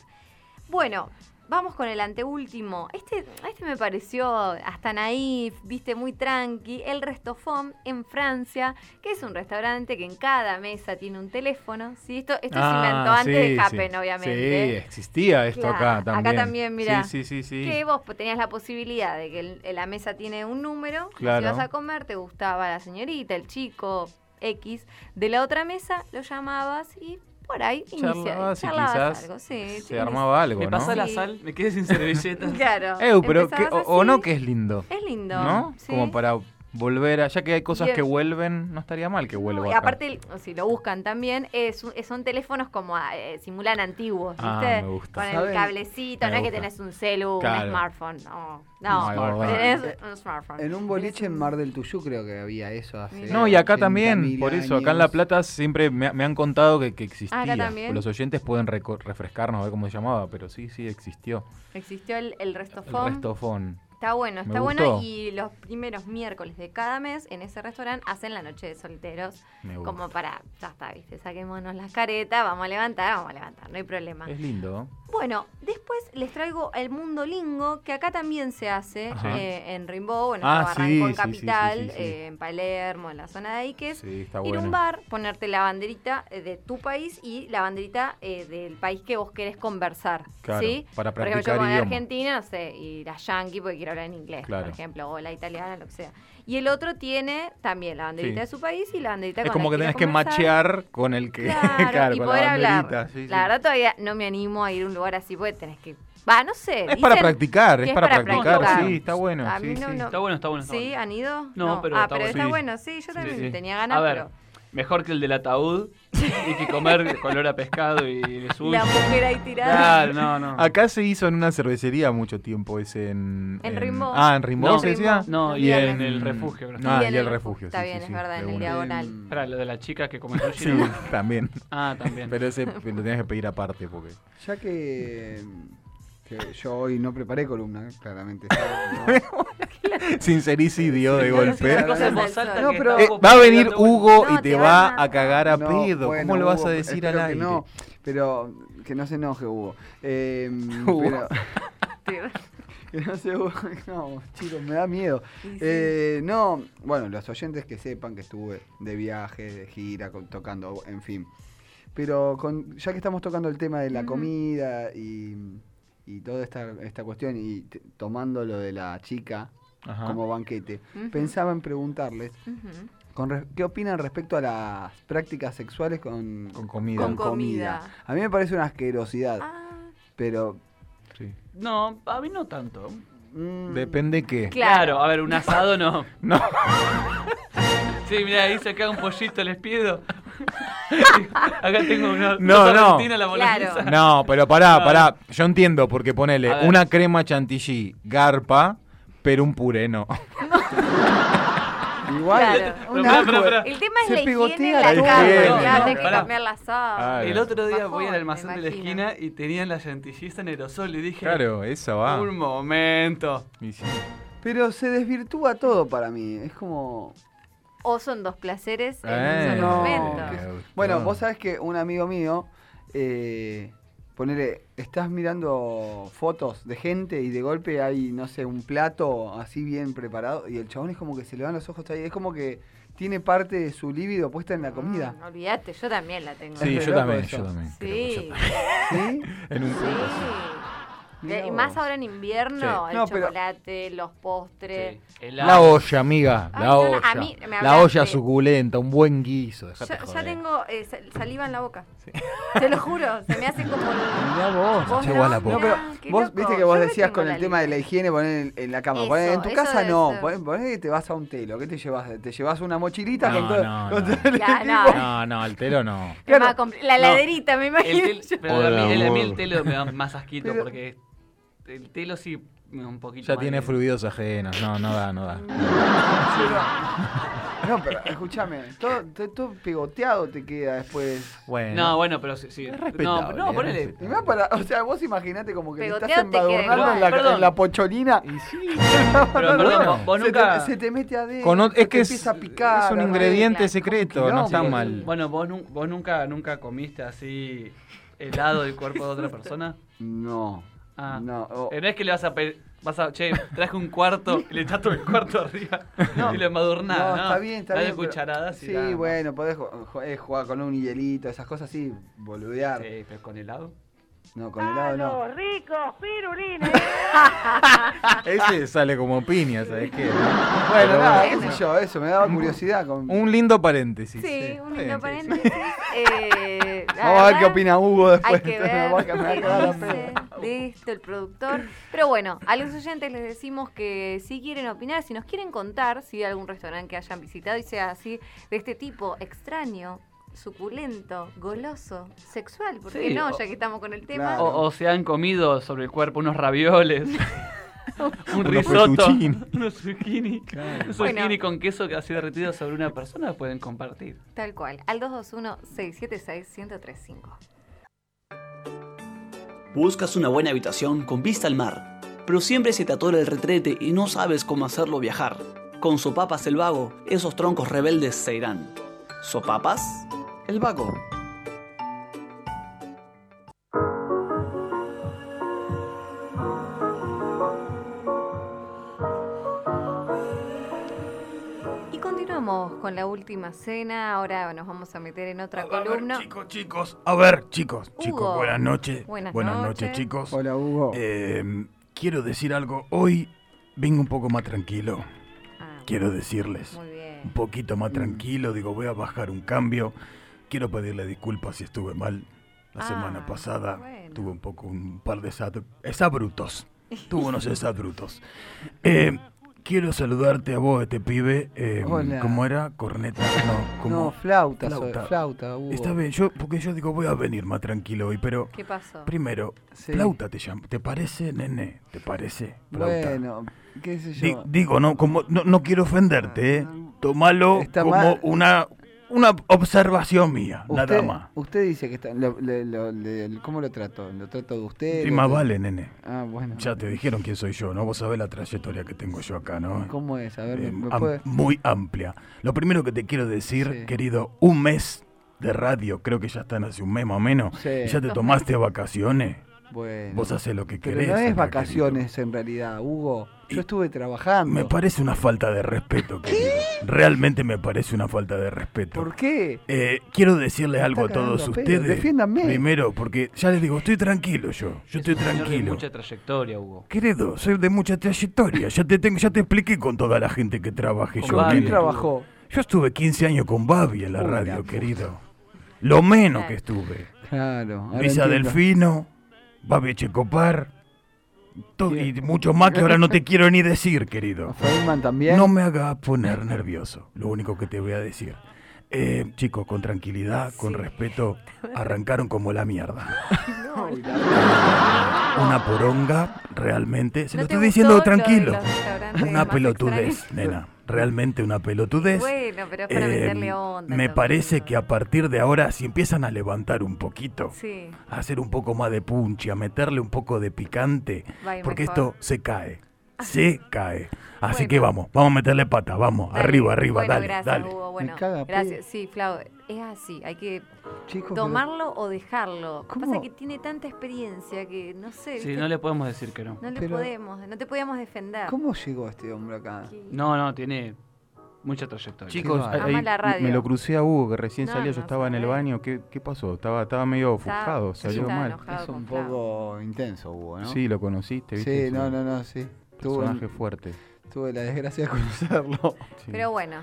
Speaker 3: Bueno, vamos con el anteúltimo. Este, este me pareció hasta naif, viste, muy tranqui. El Restofón en Francia, que es un restaurante que en cada mesa tiene un teléfono. ¿sí? Esto, esto se inventó
Speaker 4: Ah,
Speaker 3: este antes de
Speaker 4: sí,
Speaker 3: Capen,
Speaker 4: sí.
Speaker 3: obviamente.
Speaker 4: Sí, existía esto
Speaker 3: Claro,
Speaker 4: acá
Speaker 3: acá
Speaker 4: también.
Speaker 3: también, mirá.
Speaker 4: Sí, sí, sí. sí.
Speaker 3: Que vos pues, tenías la posibilidad de que el- la mesa tiene un número, y
Speaker 4: Claro.
Speaker 3: si vas a comer, te gustaba la señorita, el chico, X, de la otra mesa, lo llamabas y por ahí iniciabas
Speaker 4: Charlabas y quizás
Speaker 3: algo. Sí,
Speaker 4: se armaba algo,
Speaker 7: ¿Me
Speaker 4: ¿no?
Speaker 7: pasa la
Speaker 3: Sí.
Speaker 7: sal? ¿Me quedé sin servilleta?
Speaker 3: Claro.
Speaker 4: Ew, pero que-
Speaker 3: empezabas
Speaker 4: o, o
Speaker 3: así.
Speaker 4: no que es lindo,
Speaker 3: Es lindo.
Speaker 4: ¿no?
Speaker 3: sí.
Speaker 4: Como para volver a... Ya que hay cosas
Speaker 3: Bien.
Speaker 4: que vuelven, no estaría mal que vuelva
Speaker 3: No, y
Speaker 4: acá.
Speaker 3: aparte, el- o si lo buscan también, es, un- son teléfonos como ah, eh, simulan antiguos, ¿viste?
Speaker 4: Ah, me gusta.
Speaker 3: Con el
Speaker 5: ¿Saben?
Speaker 3: cablecito,
Speaker 4: Me
Speaker 3: no es que
Speaker 4: gusta.
Speaker 3: tenés un celu,
Speaker 4: Claro.
Speaker 3: un smartphone, no.
Speaker 4: Un
Speaker 3: No,
Speaker 4: smartphone.
Speaker 3: tenés un smartphone.
Speaker 5: En un boliche en Mar del Tuyú creo que había eso hace.
Speaker 4: No, y acá
Speaker 5: 80.000
Speaker 4: también, por eso, acá en La
Speaker 5: años.
Speaker 4: Plata siempre me, me han contado que, que existía.
Speaker 3: Ah, acá también.
Speaker 4: Los oyentes pueden reco- refrescarnos, a ver cómo se llamaba, pero sí, sí, existió.
Speaker 3: Existió el, el restofón.
Speaker 4: El restofón.
Speaker 3: Está bueno,
Speaker 4: Me
Speaker 3: está bueno.
Speaker 4: gustó.
Speaker 3: Y los primeros miércoles de cada mes en ese restaurante hacen la noche de solteros.
Speaker 4: Me gusta.
Speaker 3: Como para, ya está, viste, saquémonos las caretas, vamos a levantar, vamos a levantar, no hay problema.
Speaker 4: Es lindo.
Speaker 3: Bueno, después les traigo el mundo lingo, que acá también se hace
Speaker 4: Ajá.
Speaker 3: eh, en Rimbaud, bueno,
Speaker 4: Ah,
Speaker 3: esto arrancó
Speaker 4: sí,
Speaker 3: en
Speaker 4: sí, sí, sí,
Speaker 3: Capital,
Speaker 4: sí, sí.
Speaker 3: eh, en Palermo, en la zona de ahí, que es
Speaker 4: Sí, está
Speaker 3: ir
Speaker 4: bueno.
Speaker 3: a un bar, ponerte la banderita eh, de tu país y la banderita eh, del país que vos querés conversar.
Speaker 4: Claro,
Speaker 3: ¿sí?
Speaker 4: para
Speaker 3: Por ejemplo,
Speaker 4: practicar
Speaker 3: yo con
Speaker 4: idioma.
Speaker 3: Argentina, no sé, y la yankee porque quiero hablar en inglés,
Speaker 4: Claro.
Speaker 3: por ejemplo, o la italiana, lo que sea. Y el otro tiene también la banderita
Speaker 4: Sí.
Speaker 3: de su país y la banderita
Speaker 4: Es
Speaker 3: con
Speaker 4: como
Speaker 3: la
Speaker 4: que tenés que
Speaker 3: quiero conversar.
Speaker 4: machear con el que.
Speaker 3: Claro, y
Speaker 4: con
Speaker 3: poder
Speaker 4: la banderita,
Speaker 3: hablar.
Speaker 4: sí, sí.
Speaker 3: La verdad todavía no me animo a ir a un lugar así porque tenés que... Va, no sé.
Speaker 4: Es para
Speaker 3: dicen
Speaker 4: practicar,
Speaker 3: que
Speaker 4: es para practicar, sí, está bueno.
Speaker 3: A
Speaker 4: sí,
Speaker 3: mí no,
Speaker 4: sí.
Speaker 3: no.
Speaker 7: Está bueno, está bueno. está
Speaker 3: ¿Sí?
Speaker 7: bueno.
Speaker 3: ¿Han ido?
Speaker 7: No, pero
Speaker 3: ah,
Speaker 7: está
Speaker 3: pero
Speaker 7: bueno.
Speaker 3: está
Speaker 4: Sí.
Speaker 3: bueno. Sí, yo también
Speaker 4: sí.
Speaker 3: tenía ganas,
Speaker 7: a ver,
Speaker 3: pero...
Speaker 7: mejor que el del ataúd y que comer con olor a pescado y de sushi.
Speaker 3: La mujer ahí tirada.
Speaker 7: Claro, no, no.
Speaker 4: Acá se hizo en una cervecería mucho tiempo, es en.
Speaker 3: En Rimbaud.
Speaker 4: Ah, en Rimbaud
Speaker 7: No,
Speaker 4: se decía.
Speaker 7: No, y
Speaker 3: Bien.
Speaker 7: en el refugio. creo.
Speaker 4: Ah,
Speaker 3: Y
Speaker 4: y
Speaker 3: en
Speaker 4: el
Speaker 3: el
Speaker 4: refugio.
Speaker 3: Está
Speaker 4: sí, sí,
Speaker 3: bien, es
Speaker 4: sí,
Speaker 3: verdad,
Speaker 4: de
Speaker 3: en el
Speaker 4: una.
Speaker 3: día- Diagonal.
Speaker 5: Mm.
Speaker 7: Espera, lo de la chica que come sushi.
Speaker 4: Sí,
Speaker 7: ¿no?
Speaker 4: también.
Speaker 7: Ah, también.
Speaker 4: Pero ese lo tenías que pedir aparte porque.
Speaker 5: Ya que, que yo hoy no preparé columna, claramente.
Speaker 4: Sincericidio de
Speaker 5: Sí,
Speaker 4: golpe.
Speaker 5: sí,
Speaker 7: Una cosa en voz alta
Speaker 5: No,
Speaker 7: que
Speaker 5: pero-
Speaker 4: Eh,
Speaker 7: estaba
Speaker 4: va a venir
Speaker 7: dando vueltas.
Speaker 4: Hugo
Speaker 3: No,
Speaker 4: y te
Speaker 3: te
Speaker 4: va
Speaker 3: van a-
Speaker 4: a cagar a
Speaker 5: No,
Speaker 4: pedo.
Speaker 5: bueno,
Speaker 4: ¿Cómo lo vas
Speaker 5: Hugo,
Speaker 4: a decir al
Speaker 5: espero que
Speaker 4: aire?
Speaker 5: no, pero que no se enoje, Hugo. Eh,
Speaker 4: Hugo.
Speaker 5: pero-
Speaker 3: Te-
Speaker 5: que no se No, chicos, me da miedo.
Speaker 3: Y sí.
Speaker 5: Eh, no, bueno, los oyentes que sepan que estuve de viaje, de gira, con- tocando, en fin. Pero con, ya que estamos tocando el tema de la
Speaker 3: Ujú.
Speaker 5: comida y, y toda esta, esta cuestión y t- tomando lo de la chica
Speaker 4: Ajá.
Speaker 5: como banquete,
Speaker 3: Ujú.
Speaker 5: pensaba en preguntarles
Speaker 3: Ujú.
Speaker 5: con re- qué opinan respecto a las prácticas sexuales con,
Speaker 4: Con comida.
Speaker 3: Con comida.
Speaker 5: A mí me parece una asquerosidad,
Speaker 3: Ah,
Speaker 5: pero...
Speaker 4: Sí.
Speaker 7: No, a mí no tanto.
Speaker 5: mm,
Speaker 4: Depende qué.
Speaker 7: Claro,
Speaker 3: Claro.
Speaker 7: a ver, un asado no.
Speaker 4: No.
Speaker 7: Sí, mirá, dice acá un pollito, les pido. acá tengo una
Speaker 4: No,
Speaker 7: dos
Speaker 4: no.
Speaker 7: argentinas, la
Speaker 3: Claro.
Speaker 7: boloñesa.
Speaker 4: No, pero pará,
Speaker 7: No.
Speaker 4: pará. Yo entiendo, porque ponele
Speaker 7: A ver.
Speaker 4: una crema chantilly, garpa, pero un puré no.
Speaker 5: Igual,
Speaker 3: Claro.
Speaker 5: un
Speaker 7: Pero pará,
Speaker 5: asco.
Speaker 7: pará, pará.
Speaker 3: El tema es
Speaker 5: Se
Speaker 3: la higiene en
Speaker 5: pigotea
Speaker 3: la
Speaker 4: todo.
Speaker 3: casa,
Speaker 4: Higiene,
Speaker 3: claro,
Speaker 7: ¿no?
Speaker 3: hay que
Speaker 7: Pará.
Speaker 3: cambiar la
Speaker 4: Ah,
Speaker 3: sal.
Speaker 7: El otro día voy al
Speaker 3: Bajón,
Speaker 7: almacén
Speaker 3: me
Speaker 7: de la
Speaker 3: imagino.
Speaker 7: esquina y tenían la yantilliza en aerosol y dije,
Speaker 4: Claro, esa va.
Speaker 7: un momento.
Speaker 4: Y sí.
Speaker 5: Pero se desvirtúa todo para mí. Es como.
Speaker 3: O son dos placeres en
Speaker 4: Eh,
Speaker 3: un solo
Speaker 5: no.
Speaker 3: momento.
Speaker 4: me gustó.
Speaker 5: Bueno, vos sabés que un amigo mío. Eh, ponele. Estás mirando fotos de gente y de golpe hay, no sé, un plato así bien preparado. Y el chabón es como que se le van los ojos ahí. Es como que tiene parte de su líbido puesta en la comida.
Speaker 3: Mm, olvídate, yo también la tengo.
Speaker 4: Sí,
Speaker 5: Es re
Speaker 4: yo
Speaker 5: loco
Speaker 4: también,
Speaker 5: eso.
Speaker 4: yo también. creo que yo
Speaker 3: Sí.
Speaker 4: también.
Speaker 5: ¿Sí?
Speaker 4: En un
Speaker 3: Sí.
Speaker 4: punto,
Speaker 5: Mirá
Speaker 3: Eh, Y
Speaker 5: vos.
Speaker 3: más ahora en invierno,
Speaker 4: Sí.
Speaker 3: el
Speaker 5: No, pero-
Speaker 3: chocolate, los postres.
Speaker 4: La olla, amiga,
Speaker 3: Ay,
Speaker 4: la
Speaker 3: no, no,
Speaker 4: olla.
Speaker 3: a mí me
Speaker 4: la
Speaker 3: hablaste.
Speaker 4: olla suculenta, un buen guiso.
Speaker 3: Yo,
Speaker 4: dejate
Speaker 3: ya
Speaker 4: joder.
Speaker 3: tengo eh, sal- saliva en la boca. Te lo juro, se me hace como.
Speaker 5: Mirá vos.
Speaker 4: Che, Wallapop.
Speaker 5: No,
Speaker 3: mirá,
Speaker 5: pero
Speaker 3: Ah, qué
Speaker 5: vos
Speaker 3: loco.
Speaker 5: viste que
Speaker 3: Yo
Speaker 5: vos
Speaker 3: no
Speaker 5: decías
Speaker 3: tengo
Speaker 5: con el tema de la
Speaker 3: libre.
Speaker 5: higiene poner en, en la cama.
Speaker 3: Eso,
Speaker 5: Poné en tu
Speaker 3: eso
Speaker 5: casa
Speaker 3: debe
Speaker 5: no,
Speaker 3: ser.
Speaker 5: poné, poné que te vas a un telo, ¿qué te llevas? Te llevas una mochilita
Speaker 4: No,
Speaker 5: con todo,
Speaker 4: no,
Speaker 5: con
Speaker 4: no.
Speaker 5: todo el
Speaker 3: Ya,
Speaker 5: equipo.
Speaker 3: no.
Speaker 4: No, no, al telo no.
Speaker 3: Es más
Speaker 5: Claro.
Speaker 3: compli- La heladerita, me
Speaker 7: El
Speaker 3: imagino.
Speaker 7: tel-
Speaker 3: yo.
Speaker 7: pero
Speaker 9: Hola,
Speaker 7: a, mí, el, a
Speaker 9: amor.
Speaker 7: mí el telo me da más asquito
Speaker 5: Pero-
Speaker 7: porque el telo sí me da un poquito.
Speaker 4: Ya
Speaker 7: más
Speaker 4: tiene
Speaker 7: de-
Speaker 4: fluidos ajenos. No, no da, no da.
Speaker 5: No, pero escúchame, todo, todo- todo pegoteado te queda después.
Speaker 4: Bueno.
Speaker 7: No, bueno, pero sí. sí.
Speaker 4: Es
Speaker 7: no,
Speaker 4: respetable, eh.
Speaker 7: no,
Speaker 4: es
Speaker 7: ponele.
Speaker 5: Y
Speaker 4: respetable.
Speaker 5: más para, o sea, vos imaginate como que te estás
Speaker 3: Pegoteado te queda
Speaker 5: embadurnando en la,
Speaker 7: igual. Perdón.
Speaker 5: en la pocholina.
Speaker 4: Y sí.
Speaker 7: Pero perdón,
Speaker 4: bueno.
Speaker 7: vos, vos
Speaker 5: se,
Speaker 7: nunca.
Speaker 5: te, se te mete adentro.
Speaker 4: Con o-
Speaker 5: te
Speaker 4: es que es,
Speaker 5: empieza a picar,
Speaker 4: es un
Speaker 5: ¿no?
Speaker 4: ingrediente
Speaker 3: claro.
Speaker 4: secreto,
Speaker 5: Quilombo.
Speaker 4: no está
Speaker 5: Sí.
Speaker 4: mal.
Speaker 7: Bueno, vos, nun- vos nunca, nunca comiste así helado del cuerpo de otra persona.
Speaker 5: No.
Speaker 7: Ah.
Speaker 5: No, o-
Speaker 7: Eh, No es que le vas a pedir. Vas a, che, traje un cuarto, le echas todo el cuarto arriba y lo embadurnás. No,
Speaker 5: no, está bien, está
Speaker 7: Dale
Speaker 5: bien. pero-
Speaker 7: cucharadas y
Speaker 5: Sí,
Speaker 7: nada más.
Speaker 5: bueno, podés ju- ju- eh, jugar con un hielito, esas cosas así, boludear.
Speaker 7: Sí, pero con helado.
Speaker 5: No, con
Speaker 3: Ah,
Speaker 5: helado no.
Speaker 4: Ese sale como piña, ¿sabes qué?
Speaker 5: Ah. Bueno, nada, qué
Speaker 3: bueno.
Speaker 5: sé yo, eso, me daba curiosidad. Con...
Speaker 4: Un lindo paréntesis.
Speaker 3: Sí, un lindo
Speaker 4: Paréntesis.
Speaker 3: paréntesis. Eh, la
Speaker 5: Vamos a ver qué
Speaker 3: verdad,
Speaker 5: opina Hugo después.
Speaker 3: Hay que
Speaker 5: Me va a cagar- me va a cagar la
Speaker 3: ver qué
Speaker 5: pena.
Speaker 3: dice de esto el productor. Pero bueno, a los oyentes les decimos que si quieren opinar, si nos quieren contar si hay algún restaurante que hayan visitado y sea así, de este tipo, extraño, suculento, goloso, sexual, ¿por qué
Speaker 7: Sí,
Speaker 3: no?
Speaker 7: o-
Speaker 3: Ya que estamos con el tema.
Speaker 5: Claro.
Speaker 7: O, o se han comido sobre el cuerpo unos ravioles. un
Speaker 4: Unos
Speaker 7: risotto.
Speaker 4: fettuccini.
Speaker 7: Unos zucchini. Un
Speaker 3: Bueno.
Speaker 7: zucchini con queso que ha sido derretido sobre una persona lo pueden compartir.
Speaker 3: Tal cual, al 221-676-1035.
Speaker 10: Buscas una buena habitación con vista al mar, pero siempre se te atora el retrete y no sabes cómo hacerlo viajar. Con Sopapas el Vago, esos troncos rebeldes se irán. ¿Sopapas? El Vago.
Speaker 3: Y continuamos con la última cena. Ahora nos vamos a meter en otra columna.
Speaker 11: chicos, chicos. A ver, chicos,
Speaker 3: Hugo.
Speaker 11: chicos, buenas noches.
Speaker 3: Buenas
Speaker 11: noches,
Speaker 3: noches.
Speaker 11: chicos.
Speaker 5: Hola, Hugo.
Speaker 11: Eh, quiero decir algo. Hoy vengo un poco más tranquilo.
Speaker 3: Ah,
Speaker 11: Quiero decirles.
Speaker 3: muy
Speaker 11: Un
Speaker 3: bien. Mm.
Speaker 11: poquito más tranquilo. Digo, voy a bajar un cambio. Quiero pedirle disculpas si estuve mal. La
Speaker 3: Ah,
Speaker 11: semana pasada
Speaker 3: bueno.
Speaker 11: tuve un poco un par de esab- esabrutos. Tuve unos esabrutos. Eh, quiero saludarte a vos, este pibe. eh,
Speaker 5: Hola.
Speaker 11: ¿Cómo era? Corneta. No, ¿cómo?
Speaker 5: No, flauta, soy,
Speaker 11: Flauta.
Speaker 5: flauta, Hugo.
Speaker 11: Está bien, yo, porque yo digo, voy a venir más tranquilo hoy, pero
Speaker 3: ¿Qué pasó?
Speaker 11: primero,
Speaker 5: Sí.
Speaker 11: flauta te llamo. ¿Te parece, nene? ¿Te parece? Flauta.
Speaker 5: Bueno, qué sé
Speaker 11: Di-
Speaker 5: yo.
Speaker 11: digo, no, como, no, no quiero ofenderte, ¿eh? Tómalo
Speaker 5: Está
Speaker 11: como
Speaker 5: mal.
Speaker 11: una, una observación mía, nada
Speaker 5: usted,
Speaker 11: más.
Speaker 5: usted dice que está. lo- le- lo- le- ¿Cómo lo trato? ¿Lo trato de usted?
Speaker 11: Sí,
Speaker 5: ¿Lo
Speaker 11: más
Speaker 5: trato-
Speaker 11: vale, nene.
Speaker 5: Ah, bueno.
Speaker 11: Ya te dijeron quién soy yo, ¿no? Vos sabés la trayectoria que tengo yo acá, ¿no?
Speaker 5: ¿Cómo es? A ver,
Speaker 11: Eh,
Speaker 5: ¿me, me
Speaker 11: am-
Speaker 5: puede.?
Speaker 11: Muy amplia. Lo primero que te quiero decir,
Speaker 5: Sí.
Speaker 11: querido, un mes de radio, creo que ya están hace un mes más o menos.
Speaker 5: Sí.
Speaker 11: ¿Ya te tomaste vacaciones?
Speaker 5: Bueno.
Speaker 11: Vos haces lo que
Speaker 5: Pero
Speaker 11: querés.
Speaker 5: no es
Speaker 11: acá,
Speaker 5: vacaciones en realidad, Hugo. Yo
Speaker 11: Y-
Speaker 5: estuve
Speaker 11: querido.
Speaker 5: trabajando.
Speaker 11: Me parece una falta de respeto, querido. Realmente me parece una falta de respeto.
Speaker 5: ¿Por qué?
Speaker 11: Eh, quiero decirles
Speaker 5: Me
Speaker 11: algo a
Speaker 5: está
Speaker 11: todos
Speaker 5: cagando a pedo.
Speaker 11: ustedes.
Speaker 5: Defiéndanme.
Speaker 11: Primero, porque ya les digo, estoy tranquilo yo. Yo estoy
Speaker 7: Es un señor de
Speaker 11: tranquilo.
Speaker 7: mucha trayectoria, Hugo.
Speaker 11: Querido, soy de mucha trayectoria. Ya te tengo, ya te expliqué con toda la gente que trabajé
Speaker 7: Con
Speaker 11: yo.
Speaker 7: Babi.
Speaker 11: nene.
Speaker 5: ¿Quién trabajó?
Speaker 11: Yo estuve 15 años con Babi en la
Speaker 5: Uy, la
Speaker 11: radio,
Speaker 5: puta.
Speaker 11: querido. Lo menos
Speaker 3: Claro.
Speaker 11: que estuve.
Speaker 5: Claro. ahora
Speaker 11: Luisa
Speaker 5: entiendo.
Speaker 11: Delfino, Babi Checopar, to- y
Speaker 5: Bien.
Speaker 11: muchos más que ahora no te quiero ni decir, querido.
Speaker 5: Feynman también.
Speaker 11: No me hagas poner nervioso, lo único que te voy a decir. Eh, chicos, con tranquilidad, con respeto, arrancaron como la mierda.
Speaker 5: Uy, la-
Speaker 11: Una poronga, realmente, se
Speaker 3: ¿No
Speaker 11: lo
Speaker 3: te
Speaker 11: estoy diciendo
Speaker 3: gustó lo de
Speaker 11: tranquilo.
Speaker 3: los restaurantes
Speaker 11: Una
Speaker 3: más
Speaker 11: pelotudez,
Speaker 3: extraños?
Speaker 11: nena, realmente una pelotudez.
Speaker 3: Bueno, pero es para
Speaker 11: Eh,
Speaker 3: meterle onda.
Speaker 11: me
Speaker 3: también,
Speaker 11: parece
Speaker 3: ¿no?
Speaker 11: que a partir de ahora, si empiezan a levantar un poquito,
Speaker 3: Sí,
Speaker 11: a hacer un poco más de punche, a meterle un poco de picante,
Speaker 3: Va a ir
Speaker 11: porque
Speaker 3: mejor. Ah.
Speaker 11: esto se cae, se cae. Así
Speaker 3: Bueno.
Speaker 11: que vamos, vamos a meterle pata, vamos,
Speaker 3: dale.
Speaker 11: arriba, arriba,
Speaker 3: Bueno,
Speaker 11: dale,
Speaker 3: gracias,
Speaker 11: dale.
Speaker 3: Hugo, bueno,
Speaker 5: caga a
Speaker 3: gracias. Sí, Flau, es así, hay que
Speaker 5: Chicos, pero-
Speaker 3: tomarlo o dejarlo.
Speaker 5: ¿Cómo?
Speaker 3: Pasa que tiene tanta experiencia que no sé,
Speaker 7: Sí,
Speaker 3: ¿viste?
Speaker 7: no le podemos decir que no.
Speaker 3: No le
Speaker 5: Pero-
Speaker 3: podemos, no te podíamos defender.
Speaker 5: ¿Cómo llegó este hombre acá?
Speaker 3: Que-
Speaker 7: No, no, tiene Mucha trayectoria.
Speaker 4: Chicos,
Speaker 7: Qué
Speaker 4: ahí-
Speaker 7: bárbaro.
Speaker 4: ahí me lo crucé a Hugo que recién
Speaker 3: No,
Speaker 4: salía, yo
Speaker 3: no,
Speaker 4: estaba en el baño. ¿Qué, qué pasó? Estaba, estaba medio
Speaker 3: Estaba-
Speaker 4: ofuscado, salió
Speaker 3: estaba
Speaker 4: mal.
Speaker 3: enojado
Speaker 5: es
Speaker 3: con
Speaker 5: un
Speaker 3: Flavio.
Speaker 5: poco intenso, Hugo, ¿no?
Speaker 4: Sí, lo conociste, ¿viste?
Speaker 5: Sí, no, no, no, sí. Tuve,
Speaker 4: Personaje fuerte.
Speaker 5: tuve la desgracia de conocerlo.
Speaker 3: Pero bueno,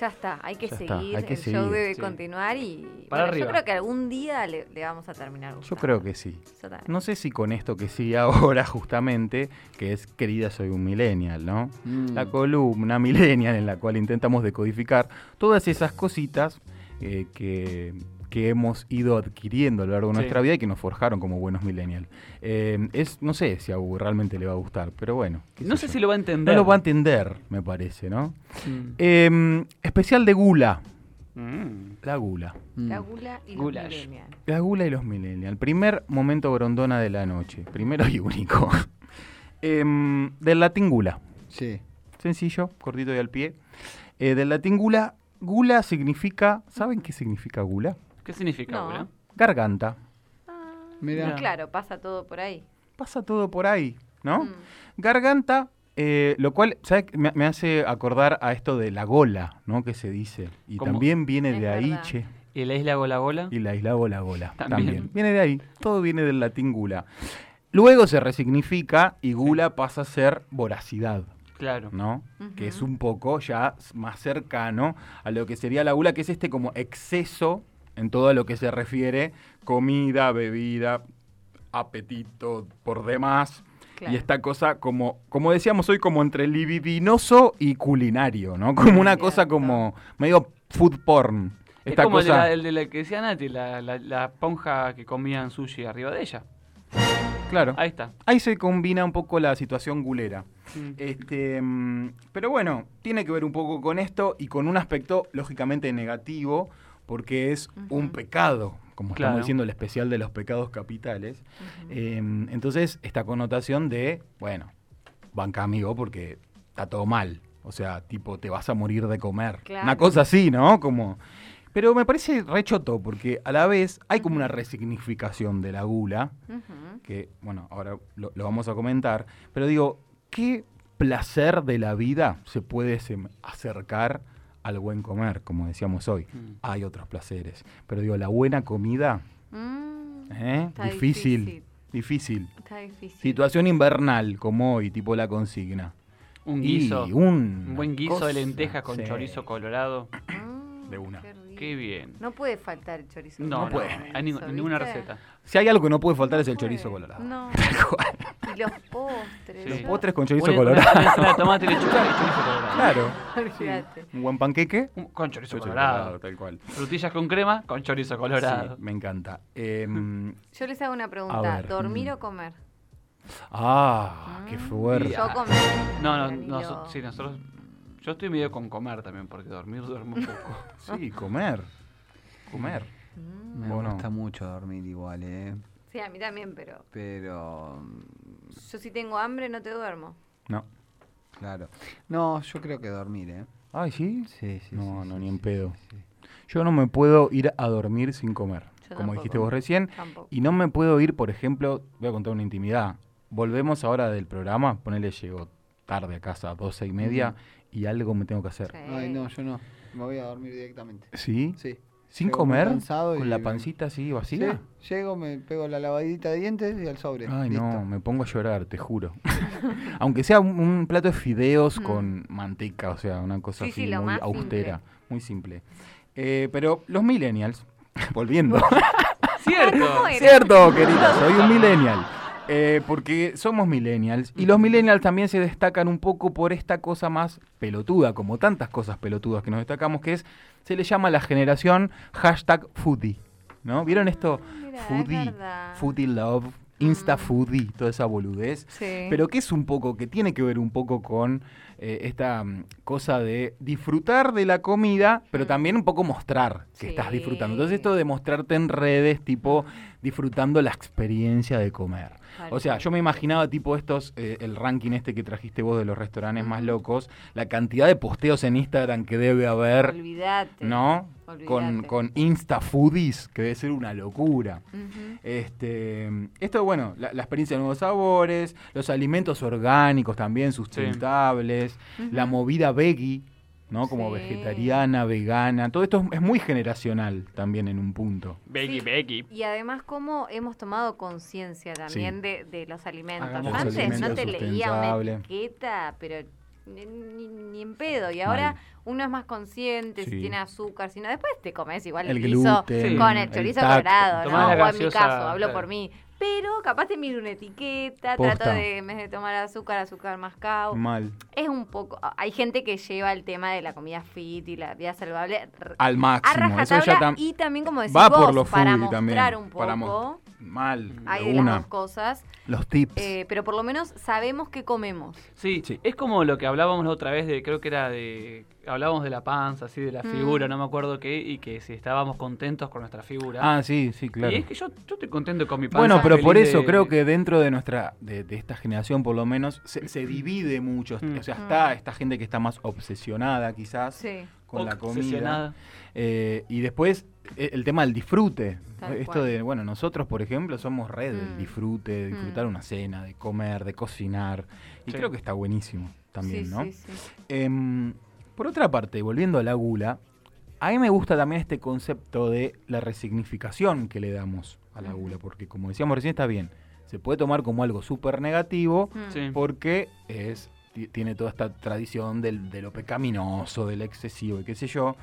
Speaker 3: ya está, hay que
Speaker 4: Ya está,
Speaker 3: seguir,
Speaker 4: hay que
Speaker 3: el show
Speaker 4: seguir,
Speaker 3: debe
Speaker 4: sí.
Speaker 3: continuar y
Speaker 7: Para
Speaker 3: bueno, yo
Speaker 7: arriba.
Speaker 3: creo que algún día le, le vamos a terminar.
Speaker 4: Yo
Speaker 3: gustando.
Speaker 4: creo que sí.
Speaker 3: Yo también.
Speaker 4: No sé si con esto que sigue ahora, justamente, que es Querida Soy un Millennial, ¿no?
Speaker 5: Mm.
Speaker 4: La columna Millennial en la cual intentamos decodificar todas esas cositas eh, que, que hemos ido adquiriendo a lo largo de
Speaker 7: Sí.
Speaker 4: nuestra vida y que nos forjaron como buenos Millennial. Eh, es, no sé si a Hugo realmente le va a gustar, pero bueno. qué
Speaker 7: No
Speaker 4: sé
Speaker 7: sé
Speaker 4: yo.
Speaker 7: si lo va a entender.
Speaker 4: No lo va a entender, me parece, ¿no?
Speaker 7: Mm.
Speaker 4: Eh, especial de gula.
Speaker 7: Mm.
Speaker 4: La gula.
Speaker 3: La gula y
Speaker 7: Goulash.
Speaker 3: los millennials.
Speaker 4: La gula y los millennials. Primer momento grondona de la noche. Primero y único. Em, del latín gula.
Speaker 5: Sí.
Speaker 4: Sencillo, cortito y al pie. Eh, del latín gula. Gula significa. ¿Saben qué significa gula?
Speaker 7: ¿Qué significa,
Speaker 3: No.
Speaker 7: Gula?
Speaker 4: Garganta.
Speaker 5: Mira.
Speaker 3: Y Claro, pasa todo por ahí.
Speaker 4: Pasa todo por ahí, ¿no?
Speaker 3: Mm.
Speaker 4: Garganta. eh, lo cual ¿sabe qué? me, me hace acordar a esto de la gola, ¿no? Que se dice. Y
Speaker 7: ¿Cómo?
Speaker 4: también viene
Speaker 3: Es
Speaker 4: de ahí,
Speaker 3: verdad.
Speaker 4: che.
Speaker 7: ¿Y la isla Gola Gola?
Speaker 4: Y la isla Gola Gola. También.
Speaker 7: También.
Speaker 4: Viene de ahí. Todo viene del latín gula. Luego se resignifica y gula pasa a ser voracidad,
Speaker 7: Claro.
Speaker 4: ¿no? Que es
Speaker 3: Ujú.
Speaker 4: un poco ya s- más cercano a lo que sería la gula, que es este como exceso en todo lo que se refiere comida, bebida, apetito por demás.
Speaker 3: Claro.
Speaker 4: Y esta cosa como, como decíamos hoy, como entre libidinoso y culinario, ¿no? Como una cosa
Speaker 3: Cierto.
Speaker 4: como medio food porn. Esta
Speaker 7: es como el de
Speaker 4: cosa...
Speaker 7: la- el, de la, que decía Nati, la, la, la ponja que comían sushi arriba de ella.
Speaker 4: Claro.
Speaker 7: Ahí está.
Speaker 4: Ahí se combina un poco la situación gulera.
Speaker 7: Mm.
Speaker 4: Este, mm, pero bueno, tiene que ver un poco con esto y con un aspecto lógicamente negativo, porque es un
Speaker 3: Ujú.
Speaker 4: pecado, como
Speaker 7: Claro.
Speaker 4: estamos diciendo, el especial de los pecados capitales. Eh, entonces, esta connotación de, bueno, banca amigo porque está todo mal. O sea, tipo, te vas a morir de comer.
Speaker 3: Claro.
Speaker 4: Una cosa así, ¿no? Como... Pero me parece rechoto, porque a la vez hay como una resignificación de la gula,
Speaker 3: Ujú.
Speaker 4: que, bueno, ahora lo, lo vamos a comentar, pero digo, ¿qué placer de la vida se puede sem- acercar al buen comer, como decíamos hoy?
Speaker 7: Mm.
Speaker 4: Hay otros placeres, pero digo, la buena comida,
Speaker 3: Mm,
Speaker 4: ¿eh?
Speaker 3: Está
Speaker 4: difícil,
Speaker 3: difícil.
Speaker 4: difícil,
Speaker 3: Está difícil.
Speaker 4: Situación invernal, como hoy, tipo la consigna.
Speaker 7: Un
Speaker 4: Y
Speaker 7: guiso.
Speaker 4: un-
Speaker 7: Un, buen guiso
Speaker 4: cosa,
Speaker 7: de lentejas con
Speaker 4: sí.
Speaker 7: chorizo colorado.
Speaker 3: Mm,
Speaker 4: de una.
Speaker 3: qué rico.
Speaker 7: Qué bien.
Speaker 3: No puede faltar el chorizo.
Speaker 7: No, no,
Speaker 4: puede.
Speaker 7: hay ningún-
Speaker 3: ¿viste?
Speaker 7: ninguna receta.
Speaker 4: Si hay algo que no puede faltar es
Speaker 3: No
Speaker 4: el chorizo
Speaker 3: puede.
Speaker 4: colorado.
Speaker 3: No.
Speaker 4: Tal cual.
Speaker 3: Y los postres.
Speaker 7: Sí.
Speaker 4: Los
Speaker 3: yo-
Speaker 4: postres con chorizo
Speaker 7: Una- una-
Speaker 4: colorado.
Speaker 7: una ensalada de tomate, lechuga y chorizo colorado.
Speaker 4: Claro.
Speaker 3: Olvídate.
Speaker 4: Un buen panqueque.
Speaker 7: Un- Con chorizo,
Speaker 4: chorizo
Speaker 7: colorado.
Speaker 4: tal cual.
Speaker 7: Frutillas con crema con chorizo colorado.
Speaker 4: Sí, me encanta.
Speaker 7: Mm.
Speaker 4: Em,
Speaker 3: Yo les hago una pregunta.
Speaker 4: ver,
Speaker 3: ¿Dormir
Speaker 4: mm.
Speaker 3: o comer?
Speaker 4: Ah, qué
Speaker 3: Mm.
Speaker 4: fuerte.
Speaker 3: Yo comer.
Speaker 7: No, no,
Speaker 3: Danilo.
Speaker 7: noso- sí, nosotros. Yo estoy medio con comer también, porque dormir duermo un poco.
Speaker 4: Sí, comer. Comer.
Speaker 3: Mm.
Speaker 5: Me
Speaker 4: Bueno.
Speaker 5: gusta mucho dormir igual, ¿eh?
Speaker 3: Sí, a mí también, pero
Speaker 5: Pero. mm,
Speaker 3: yo si tengo hambre no te duermo.
Speaker 4: No.
Speaker 5: Claro. No, yo creo que dormir, ¿eh?
Speaker 4: Ay, ¿sí?
Speaker 5: Sí, sí.
Speaker 4: No,
Speaker 5: sí,
Speaker 4: no,
Speaker 5: sí,
Speaker 4: ni
Speaker 5: sí,
Speaker 4: en pedo.
Speaker 5: sí, sí.
Speaker 4: Yo no me puedo ir a dormir sin comer,
Speaker 3: Yo
Speaker 4: como dijiste
Speaker 3: tampoco.
Speaker 4: vos recién.
Speaker 3: Tampoco.
Speaker 4: Y no me puedo ir, por ejemplo, voy a contar una intimidad. Volvemos ahora del programa, ponele llego tarde a casa, doce y media, y algo me tengo que hacer.
Speaker 3: Sí.
Speaker 5: Ay, no, yo no. Me voy a dormir directamente.
Speaker 4: ¿Sí?
Speaker 5: Sí.
Speaker 4: ¿Sin
Speaker 5: Llego muy
Speaker 4: comer?
Speaker 5: cansado
Speaker 4: ¿Con
Speaker 5: y-
Speaker 4: la pancita así
Speaker 5: Sí,
Speaker 4: vacía?
Speaker 5: llego, me pego la lavadita de dientes y al sobre.
Speaker 4: Ay,
Speaker 5: Listo.
Speaker 4: no, me pongo a llorar, te juro. Aunque sea un, un plato de fideos con manteca, o sea, una cosa
Speaker 3: Sí,
Speaker 4: así
Speaker 3: sí, lo
Speaker 4: muy
Speaker 3: más
Speaker 4: austera, muy simple. Eh, pero los millennials, volviendo,
Speaker 7: ¡Cierto!
Speaker 3: ¿Cómo era?
Speaker 4: cierto, querido, soy un millennial. Eh, porque somos millennials y los millennials también se destacan un poco por esta cosa más pelotuda, como tantas cosas pelotudas que nos destacamos, que es, se le llama a la generación hashtag foodie, ¿no? ¿Vieron esto?
Speaker 3: Ah, mira, es
Speaker 4: foodie,
Speaker 3: verdad. Mm.
Speaker 4: foodie love, insta foodie, toda esa boludez.
Speaker 3: Sí.
Speaker 4: Pero que es un poco, que tiene que ver un poco con eh, esta mm, cosa de disfrutar de la comida, pero también un poco mostrar que estás
Speaker 3: Mm. Sí.
Speaker 4: disfrutando. Entonces esto de mostrarte en redes, tipo disfrutando la experiencia de comer.
Speaker 3: Tal
Speaker 4: O sea,
Speaker 3: cual.
Speaker 4: yo me imaginaba tipo estos, eh, el ranking este que trajiste vos de los restaurantes más locos, la cantidad de posteos en Instagram que debe haber,
Speaker 3: Olvídate.
Speaker 4: ¿no? Con,
Speaker 3: Este, Olvídate.
Speaker 4: con Insta Foodies, que debe ser una locura.
Speaker 3: Ujú.
Speaker 4: Este, esto, bueno, la, la experiencia de nuevos sabores, los alimentos orgánicos también sustentables, la movida veggie, ¿no? Como
Speaker 3: Sí.
Speaker 4: vegetariana, vegana. Todo esto es- es muy generacional también en un punto.
Speaker 7: Becky, Becky.
Speaker 3: Y además cómo hemos tomado conciencia también
Speaker 4: Sí.
Speaker 3: de, de los alimentos.
Speaker 4: Hagamos
Speaker 3: Antes no
Speaker 4: alimentos
Speaker 3: te leía una
Speaker 4: sustentable.
Speaker 3: etiqueta, pero ni, ni- ni en pedo. Y ahora
Speaker 4: Mal.
Speaker 3: uno es más consciente, si
Speaker 4: Sí.
Speaker 3: tiene azúcar, si no, después te comes igual el,
Speaker 4: El
Speaker 3: guiso
Speaker 4: gluten,
Speaker 3: con el
Speaker 4: el
Speaker 3: chorizo
Speaker 4: tac.
Speaker 3: colorado,
Speaker 7: Tomás
Speaker 3: ¿no?
Speaker 7: la
Speaker 3: O en mi
Speaker 7: gaseosa,
Speaker 3: caso, hablo
Speaker 7: claro.
Speaker 3: por mí. Pero capaz te miro una etiqueta, trato
Speaker 4: Posta.
Speaker 3: de, en vez de tomar azúcar, azúcar mascabo.
Speaker 4: Mal.
Speaker 3: Es un poco. Hay gente que lleva el tema de la comida fit y la vida saludable
Speaker 4: Al
Speaker 3: a
Speaker 4: máximo. Eso
Speaker 3: rajatabla
Speaker 4: ya tam-
Speaker 3: y también como decís
Speaker 4: va
Speaker 3: vos,
Speaker 4: por lo
Speaker 3: para
Speaker 4: foodie también.
Speaker 3: mostrar un poco
Speaker 4: para mos- Mal.
Speaker 3: hay
Speaker 4: de
Speaker 3: de las
Speaker 4: una.
Speaker 3: dos cosas
Speaker 4: Los tips.
Speaker 3: eh, pero por lo menos sabemos qué comemos
Speaker 7: Sí,
Speaker 4: Sí.
Speaker 7: es como lo que hablábamos la otra vez de, creo que era de, hablábamos de la panza, así, de la
Speaker 3: Mm.
Speaker 7: figura, no me acuerdo qué, y que si estábamos contentos con nuestra figura.
Speaker 4: ah, sí, sí, claro.
Speaker 7: Y es que yo, yo estoy contento con mi panza.
Speaker 4: Bueno, pero
Speaker 7: feliz
Speaker 4: por eso
Speaker 7: de-
Speaker 4: creo que dentro de nuestra, de, de esta generación por lo menos, se, se divide mucho.
Speaker 7: Mm.
Speaker 4: O sea, está esta gente que está más obsesionada quizás
Speaker 3: sí
Speaker 4: con la comida.
Speaker 7: obsesionada.
Speaker 4: Eh, y después eh, el tema del disfrute.
Speaker 3: Tal
Speaker 4: Esto
Speaker 3: cual.
Speaker 4: de, bueno, nosotros por ejemplo somos red del
Speaker 3: Mm.
Speaker 4: disfrute, de disfrutar una cena, de comer, de cocinar. Y
Speaker 7: Sí.
Speaker 4: creo que está buenísimo también,
Speaker 3: sí,
Speaker 4: ¿no?
Speaker 3: sí, sí.
Speaker 4: Em, por otra parte, volviendo a la gula, a mí me gusta también este concepto de la resignificación que le damos a la gula, porque como decíamos recién, está bien, se puede tomar como algo súper negativo
Speaker 3: Mm.
Speaker 7: Sí.
Speaker 4: porque es, ti- tiene toda esta tradición del- de lo pecaminoso, del excesivo y qué sé yo,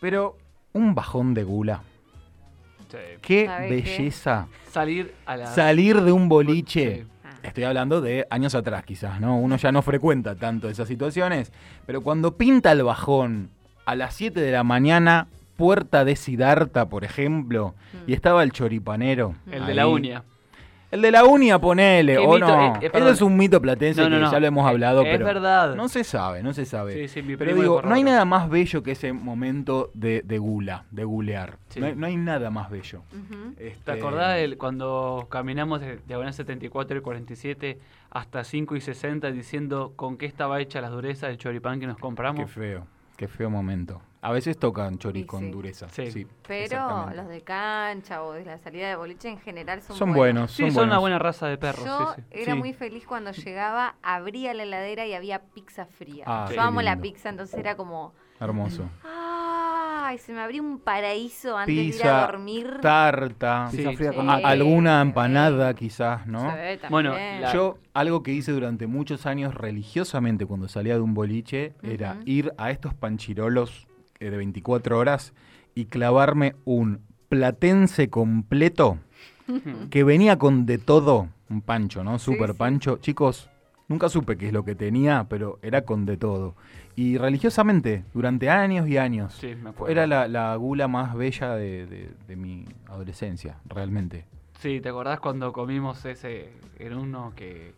Speaker 4: pero un bajón de gula,
Speaker 7: Sí.
Speaker 4: qué
Speaker 3: ¿Sabe qué?
Speaker 4: belleza
Speaker 7: Salir a la...
Speaker 4: salir de un boliche.
Speaker 7: Sí.
Speaker 3: Ah.
Speaker 4: Estoy hablando de años atrás quizás, ¿no? Uno ya no frecuenta tanto esas situaciones, pero cuando pinta el bajón a las 7 de la mañana, puerta de Sidarta, por ejemplo,
Speaker 3: Mm.
Speaker 4: y estaba el choripanero.
Speaker 7: El de
Speaker 4: ahí.
Speaker 7: la uña.
Speaker 4: El de la uña, ponele,
Speaker 7: Qué
Speaker 4: o
Speaker 7: mito,
Speaker 4: no.
Speaker 7: eh, eh,
Speaker 4: Eso
Speaker 7: perdón.
Speaker 4: es un mito platense
Speaker 7: No, no,
Speaker 4: que
Speaker 7: no.
Speaker 4: ya lo hemos
Speaker 7: Es-
Speaker 4: hablado,
Speaker 7: es
Speaker 4: pero
Speaker 7: verdad.
Speaker 4: no se sabe, no se sabe.
Speaker 7: Sí, sí, mi
Speaker 4: Pero
Speaker 7: primo
Speaker 4: digo,
Speaker 7: lo
Speaker 4: no hay
Speaker 7: corroboró.
Speaker 4: nada más bello que ese momento de, de gula, de gulear.
Speaker 7: Sí.
Speaker 4: No, hay, no hay nada más bello.
Speaker 3: Ujú.
Speaker 4: Este,
Speaker 11: Eh,
Speaker 7: ¿Te acordás del- cuando caminamos de diagonal 74 y 47 hasta 5 y 60 diciendo con qué estaba hecha las durezas del choripán que nos
Speaker 4: Qué
Speaker 7: compramos?
Speaker 4: feo, qué feo momento. A veces tocan chori
Speaker 3: Y
Speaker 4: con
Speaker 3: sí.
Speaker 4: dureza.
Speaker 7: Sí.
Speaker 3: pero
Speaker 4: exactamente.
Speaker 3: los de cancha o de la salida de boliche en general son,
Speaker 4: son buenos,
Speaker 7: Sí,
Speaker 4: son
Speaker 7: son
Speaker 4: buenos.
Speaker 7: una buena raza de perros.
Speaker 3: yo
Speaker 7: sí, sí.
Speaker 3: era
Speaker 4: Sí.
Speaker 3: muy feliz cuando llegaba abría la heladera y había pizza fría
Speaker 4: Ah,
Speaker 3: yo
Speaker 4: qué
Speaker 3: amo la
Speaker 4: lindo.
Speaker 3: pizza entonces era como
Speaker 4: Hermoso.
Speaker 3: ay se me abrió un paraíso antes de ir a
Speaker 4: Pizza,
Speaker 3: dormir
Speaker 4: tarta,
Speaker 7: Sí,
Speaker 5: Pizza fría
Speaker 3: sí.
Speaker 5: con
Speaker 4: a-
Speaker 3: Eh,
Speaker 4: alguna
Speaker 3: eh.
Speaker 4: empanada quizás, ¿no?
Speaker 3: Sí,
Speaker 7: Bueno,
Speaker 3: también.
Speaker 7: la-
Speaker 4: Yo, algo que hice durante muchos años religiosamente cuando salía de un boliche, era
Speaker 3: Ujú.
Speaker 4: ir a estos panchirolos eh, de 24 horas y clavarme un platense completo que venía con de todo, un pancho, ¿no? Super
Speaker 3: sí.
Speaker 4: pancho. Chicos, nunca supe qué es lo que tenía, pero era con de todo. Y religiosamente, durante años y años.
Speaker 7: Sí, me acuerdo.
Speaker 4: Era la, la gula más bella de, de- de mi adolescencia, realmente.
Speaker 7: Sí, ¿te acordás cuando comimos ese? Era uno que.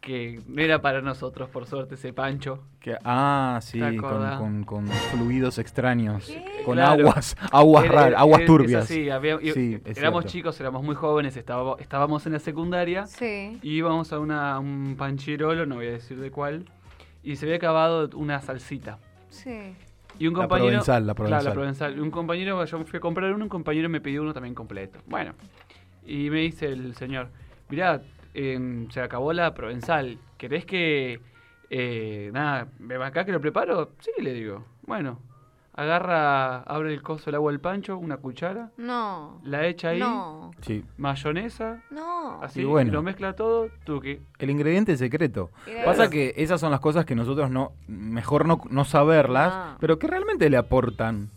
Speaker 7: que no era para nosotros, por suerte, ese pancho.
Speaker 4: Que- ah, sí,
Speaker 7: ¿Te
Speaker 4: con,
Speaker 7: acordás?
Speaker 4: con- con fluidos extraños,
Speaker 3: ¿Qué?
Speaker 4: con
Speaker 7: Claro.
Speaker 4: aguas, aguas
Speaker 7: Era-
Speaker 4: raras,
Speaker 7: era-
Speaker 4: aguas
Speaker 7: era-
Speaker 4: turbias.
Speaker 7: eso sí, había- y-
Speaker 4: Sí, es
Speaker 7: éramos
Speaker 4: cierto.
Speaker 7: chicos, éramos muy jóvenes, estábamos, estábamos en la secundaria.
Speaker 3: sí
Speaker 7: Y íbamos a una, un panchirolo, no voy a decir de cuál. Y se había acabado una salsita.
Speaker 3: sí
Speaker 7: Y un
Speaker 4: La
Speaker 7: compañero.
Speaker 4: provenzal, la
Speaker 7: Claro,
Speaker 4: provenzal.
Speaker 7: provenzal. Y Un compañero, yo fui a comprar uno, un compañero me pidió uno también completo. Bueno, y me dice el señor: Mirá, em, se acabó la provenzal. ¿Querés que. eh, nada, me va acá que lo preparo? Sí, le digo. Bueno, agarra, abre el coso, el agua del pancho, una cuchara,
Speaker 3: no
Speaker 7: la echa ahí,
Speaker 3: no
Speaker 4: Sí.
Speaker 7: mayonesa,
Speaker 3: no
Speaker 7: así,
Speaker 4: Y bueno.
Speaker 7: lo mezcla todo, tuque.
Speaker 4: El ingrediente secreto.
Speaker 3: Era
Speaker 4: Pasa
Speaker 3: eso.
Speaker 4: que esas son las cosas que nosotros no, mejor no, no saberlas,
Speaker 3: Ah.
Speaker 4: pero que realmente le aportan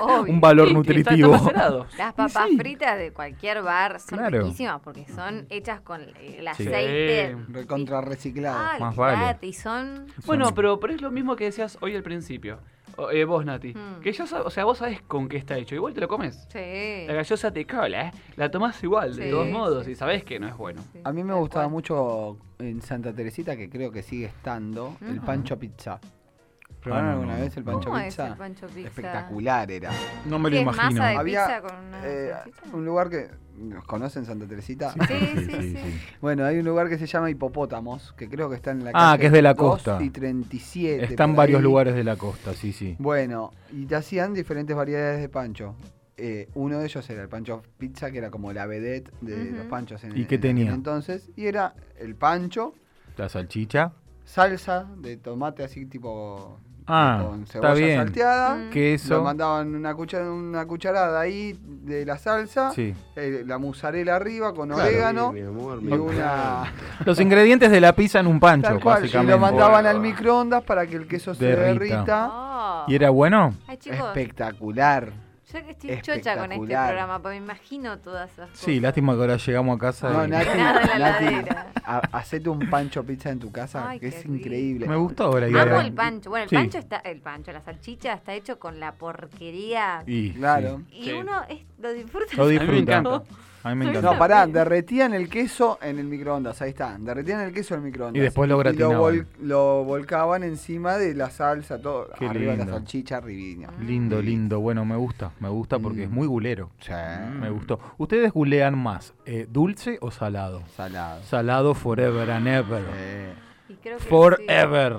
Speaker 3: Obvio.
Speaker 4: un valor
Speaker 7: Sí, está- está
Speaker 4: nutritivo.
Speaker 7: macerado.
Speaker 3: Las papas
Speaker 4: sí.
Speaker 3: fritas de cualquier bar son
Speaker 4: Claro.
Speaker 3: riquísimas porque son hechas con el
Speaker 4: Sí.
Speaker 3: aceite.
Speaker 7: Sí.
Speaker 5: Recontra reciclado.
Speaker 3: Ah,
Speaker 4: Más
Speaker 3: olvidate,
Speaker 4: vale.
Speaker 3: Y son.
Speaker 7: Bueno, pero, pero es lo mismo que decías hoy al principio. O, eh, vos, Nati.
Speaker 3: Mm.
Speaker 7: Que ya sab- o sea, vos sabés con qué está hecho. Igual te lo comes.
Speaker 3: Sí.
Speaker 7: La gallosa te cola, ¿eh? La tomás igual,
Speaker 3: Sí,
Speaker 7: de todos
Speaker 3: sí,
Speaker 7: modos,
Speaker 3: sí.
Speaker 7: y sabés que no es bueno.
Speaker 3: Sí,
Speaker 5: A mí me
Speaker 3: tal
Speaker 5: gustaba
Speaker 3: cual.
Speaker 5: mucho en Santa Teresita, que creo que sigue estando, el
Speaker 3: Ujú.
Speaker 5: pancho pizza.
Speaker 4: Ah,
Speaker 5: ¿Probaron
Speaker 4: no,
Speaker 5: alguna
Speaker 4: no,
Speaker 5: vez el
Speaker 4: no.
Speaker 5: pancho
Speaker 3: ¿Cómo es
Speaker 5: pizza?
Speaker 3: el pancho pizza?
Speaker 5: Espectacular era.
Speaker 4: No me lo
Speaker 3: ¿Qué es
Speaker 4: imagino.
Speaker 3: masa de
Speaker 5: Había,
Speaker 3: pizza con una
Speaker 5: Eh,
Speaker 3: salchicha?
Speaker 5: un lugar que. ¿Nos conocen Santa Teresita?
Speaker 3: Sí, sí, sí.
Speaker 5: Bueno, hay un lugar que se llama Hipopótamos, que creo que está en la
Speaker 4: Ah,
Speaker 5: calle
Speaker 4: que es de la
Speaker 5: 2
Speaker 4: costa.
Speaker 5: y 37.
Speaker 4: Están
Speaker 5: Este, por
Speaker 4: varios
Speaker 5: ahí.
Speaker 4: lugares de la costa, sí, sí.
Speaker 5: Bueno, y te hacían diferentes variedades de pancho. Eh, uno de ellos era el pancho pizza, que era como la vedette de
Speaker 3: Ujú.
Speaker 5: los panchos en
Speaker 4: ¿Y qué
Speaker 5: en aquel
Speaker 4: tenía?
Speaker 5: Entonces, y era el pancho,
Speaker 4: La salchicha.
Speaker 5: salsa de tomate así tipo eh,
Speaker 4: Ah,
Speaker 5: con
Speaker 4: está
Speaker 5: cebolla
Speaker 4: bien.
Speaker 5: salteada.
Speaker 3: Mm.
Speaker 4: Queso.
Speaker 5: Lo mandaban una, cuchara- una cucharada ahí de la salsa,
Speaker 4: Sí.
Speaker 5: eh, la mozzarella arriba con
Speaker 9: Claro,
Speaker 5: orégano
Speaker 9: mi- mi amor,
Speaker 5: y
Speaker 9: mi
Speaker 5: una...
Speaker 4: Los ingredientes de la pizza en un pancho,
Speaker 5: Tal cual, y
Speaker 4: básicamente.
Speaker 5: lo mandaban al microondas para que el queso se
Speaker 4: Derrita.
Speaker 5: derrita.
Speaker 3: Oh.
Speaker 4: ¿Y era bueno?
Speaker 3: Ay, chicos,
Speaker 5: Espectacular.
Speaker 3: yo que estoy chocha con este
Speaker 5: espectacular.
Speaker 3: programa, pues me imagino todas esas cosas.
Speaker 4: Sí, lástima que ahora llegamos a casa.
Speaker 5: No,
Speaker 4: y-
Speaker 5: Nati,
Speaker 3: Nada en la
Speaker 5: Nati,
Speaker 3: heladera.
Speaker 5: ha- hacete un pancho pizza en tu casa,
Speaker 3: Ay,
Speaker 5: que
Speaker 3: qué
Speaker 5: es
Speaker 3: rico.
Speaker 5: increíble.
Speaker 4: Me gustó ahora.
Speaker 3: Amo el pancho. Bueno, el
Speaker 4: Sí.
Speaker 3: pancho está, el pancho, la salchicha está hecho con la porquería.
Speaker 4: Y,
Speaker 5: Claro.
Speaker 4: sí.
Speaker 3: Y
Speaker 7: Sí.
Speaker 3: uno es- lo disfruta.
Speaker 4: Lo
Speaker 7: me
Speaker 4: disfruta.
Speaker 7: encanta.
Speaker 4: A mí me
Speaker 3: No,
Speaker 4: encanta.
Speaker 5: No, pará, derretían el queso en el microondas, ahí está, derretían el queso en el microondas.
Speaker 4: Y después lo gratinaban.
Speaker 5: vol- lo volcaban encima de la salsa, todo,
Speaker 4: Qué
Speaker 5: arriba la
Speaker 4: lindo.
Speaker 5: salchicha, arribiña.
Speaker 3: Ah.
Speaker 4: Lindo, lindo. Bueno, me gusta. Me gusta porque
Speaker 5: Mm.
Speaker 4: es muy gulero.
Speaker 5: Sí.
Speaker 4: Me gustó. ¿Ustedes gulean más? eh, ¿Dulce o salado?
Speaker 5: Salado.
Speaker 4: Salado forever and ever.
Speaker 5: Eh,
Speaker 3: Y creo que
Speaker 4: Forever.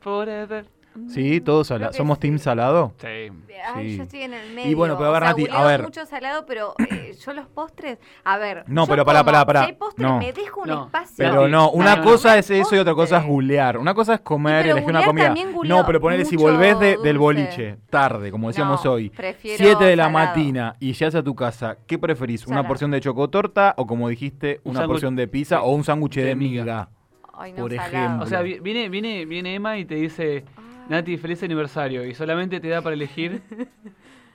Speaker 7: Forever.
Speaker 4: Sí, todos
Speaker 3: Creo
Speaker 4: salado.
Speaker 3: que
Speaker 4: ¿Somos
Speaker 3: sí.
Speaker 4: team salado?
Speaker 7: Sí.
Speaker 3: sí. Ay,
Speaker 4: Sí.
Speaker 3: yo estoy en el medio.
Speaker 4: Y bueno, pero a ver,
Speaker 3: O sea,
Speaker 4: Nati, a
Speaker 3: guleo
Speaker 4: ver.
Speaker 3: mucho salado, pero eh, yo los postres. A ver.
Speaker 4: No,
Speaker 3: yo
Speaker 4: pero pará,
Speaker 3: como,
Speaker 4: pará, pará.
Speaker 3: si hay postre,
Speaker 4: No.
Speaker 3: me dejo un
Speaker 7: No,
Speaker 3: espacio.
Speaker 4: Pero
Speaker 7: Sí.
Speaker 4: no, una
Speaker 7: Ah,
Speaker 4: cosa
Speaker 3: no.
Speaker 4: es eso y otra cosa es
Speaker 3: Postre.
Speaker 4: gulear. Una cosa es comer y
Speaker 3: pero
Speaker 4: elegir una
Speaker 3: gulear
Speaker 4: comida.
Speaker 3: también guleó
Speaker 4: No, pero ponele si
Speaker 3: mucho
Speaker 4: volvés de- del
Speaker 3: dulce.
Speaker 4: boliche, tarde, como decíamos
Speaker 3: No,
Speaker 4: hoy,
Speaker 3: prefiero
Speaker 4: 7 de la
Speaker 3: salado.
Speaker 4: matina y llegas a tu casa, ¿qué preferís? ¿Una
Speaker 3: Salado.
Speaker 4: porción de chocotorta o como dijiste,
Speaker 7: Un
Speaker 4: una
Speaker 7: sándwich-
Speaker 4: porción de pizza o un sándwich de,
Speaker 7: de
Speaker 4: miga?
Speaker 7: miga.
Speaker 3: Ay, no,
Speaker 4: por
Speaker 3: salado. Ah.
Speaker 4: ejemplo.
Speaker 7: O sea, vi- viene, viene, viene Emma y te dice, Nati, feliz aniversario. Y solamente te da para elegir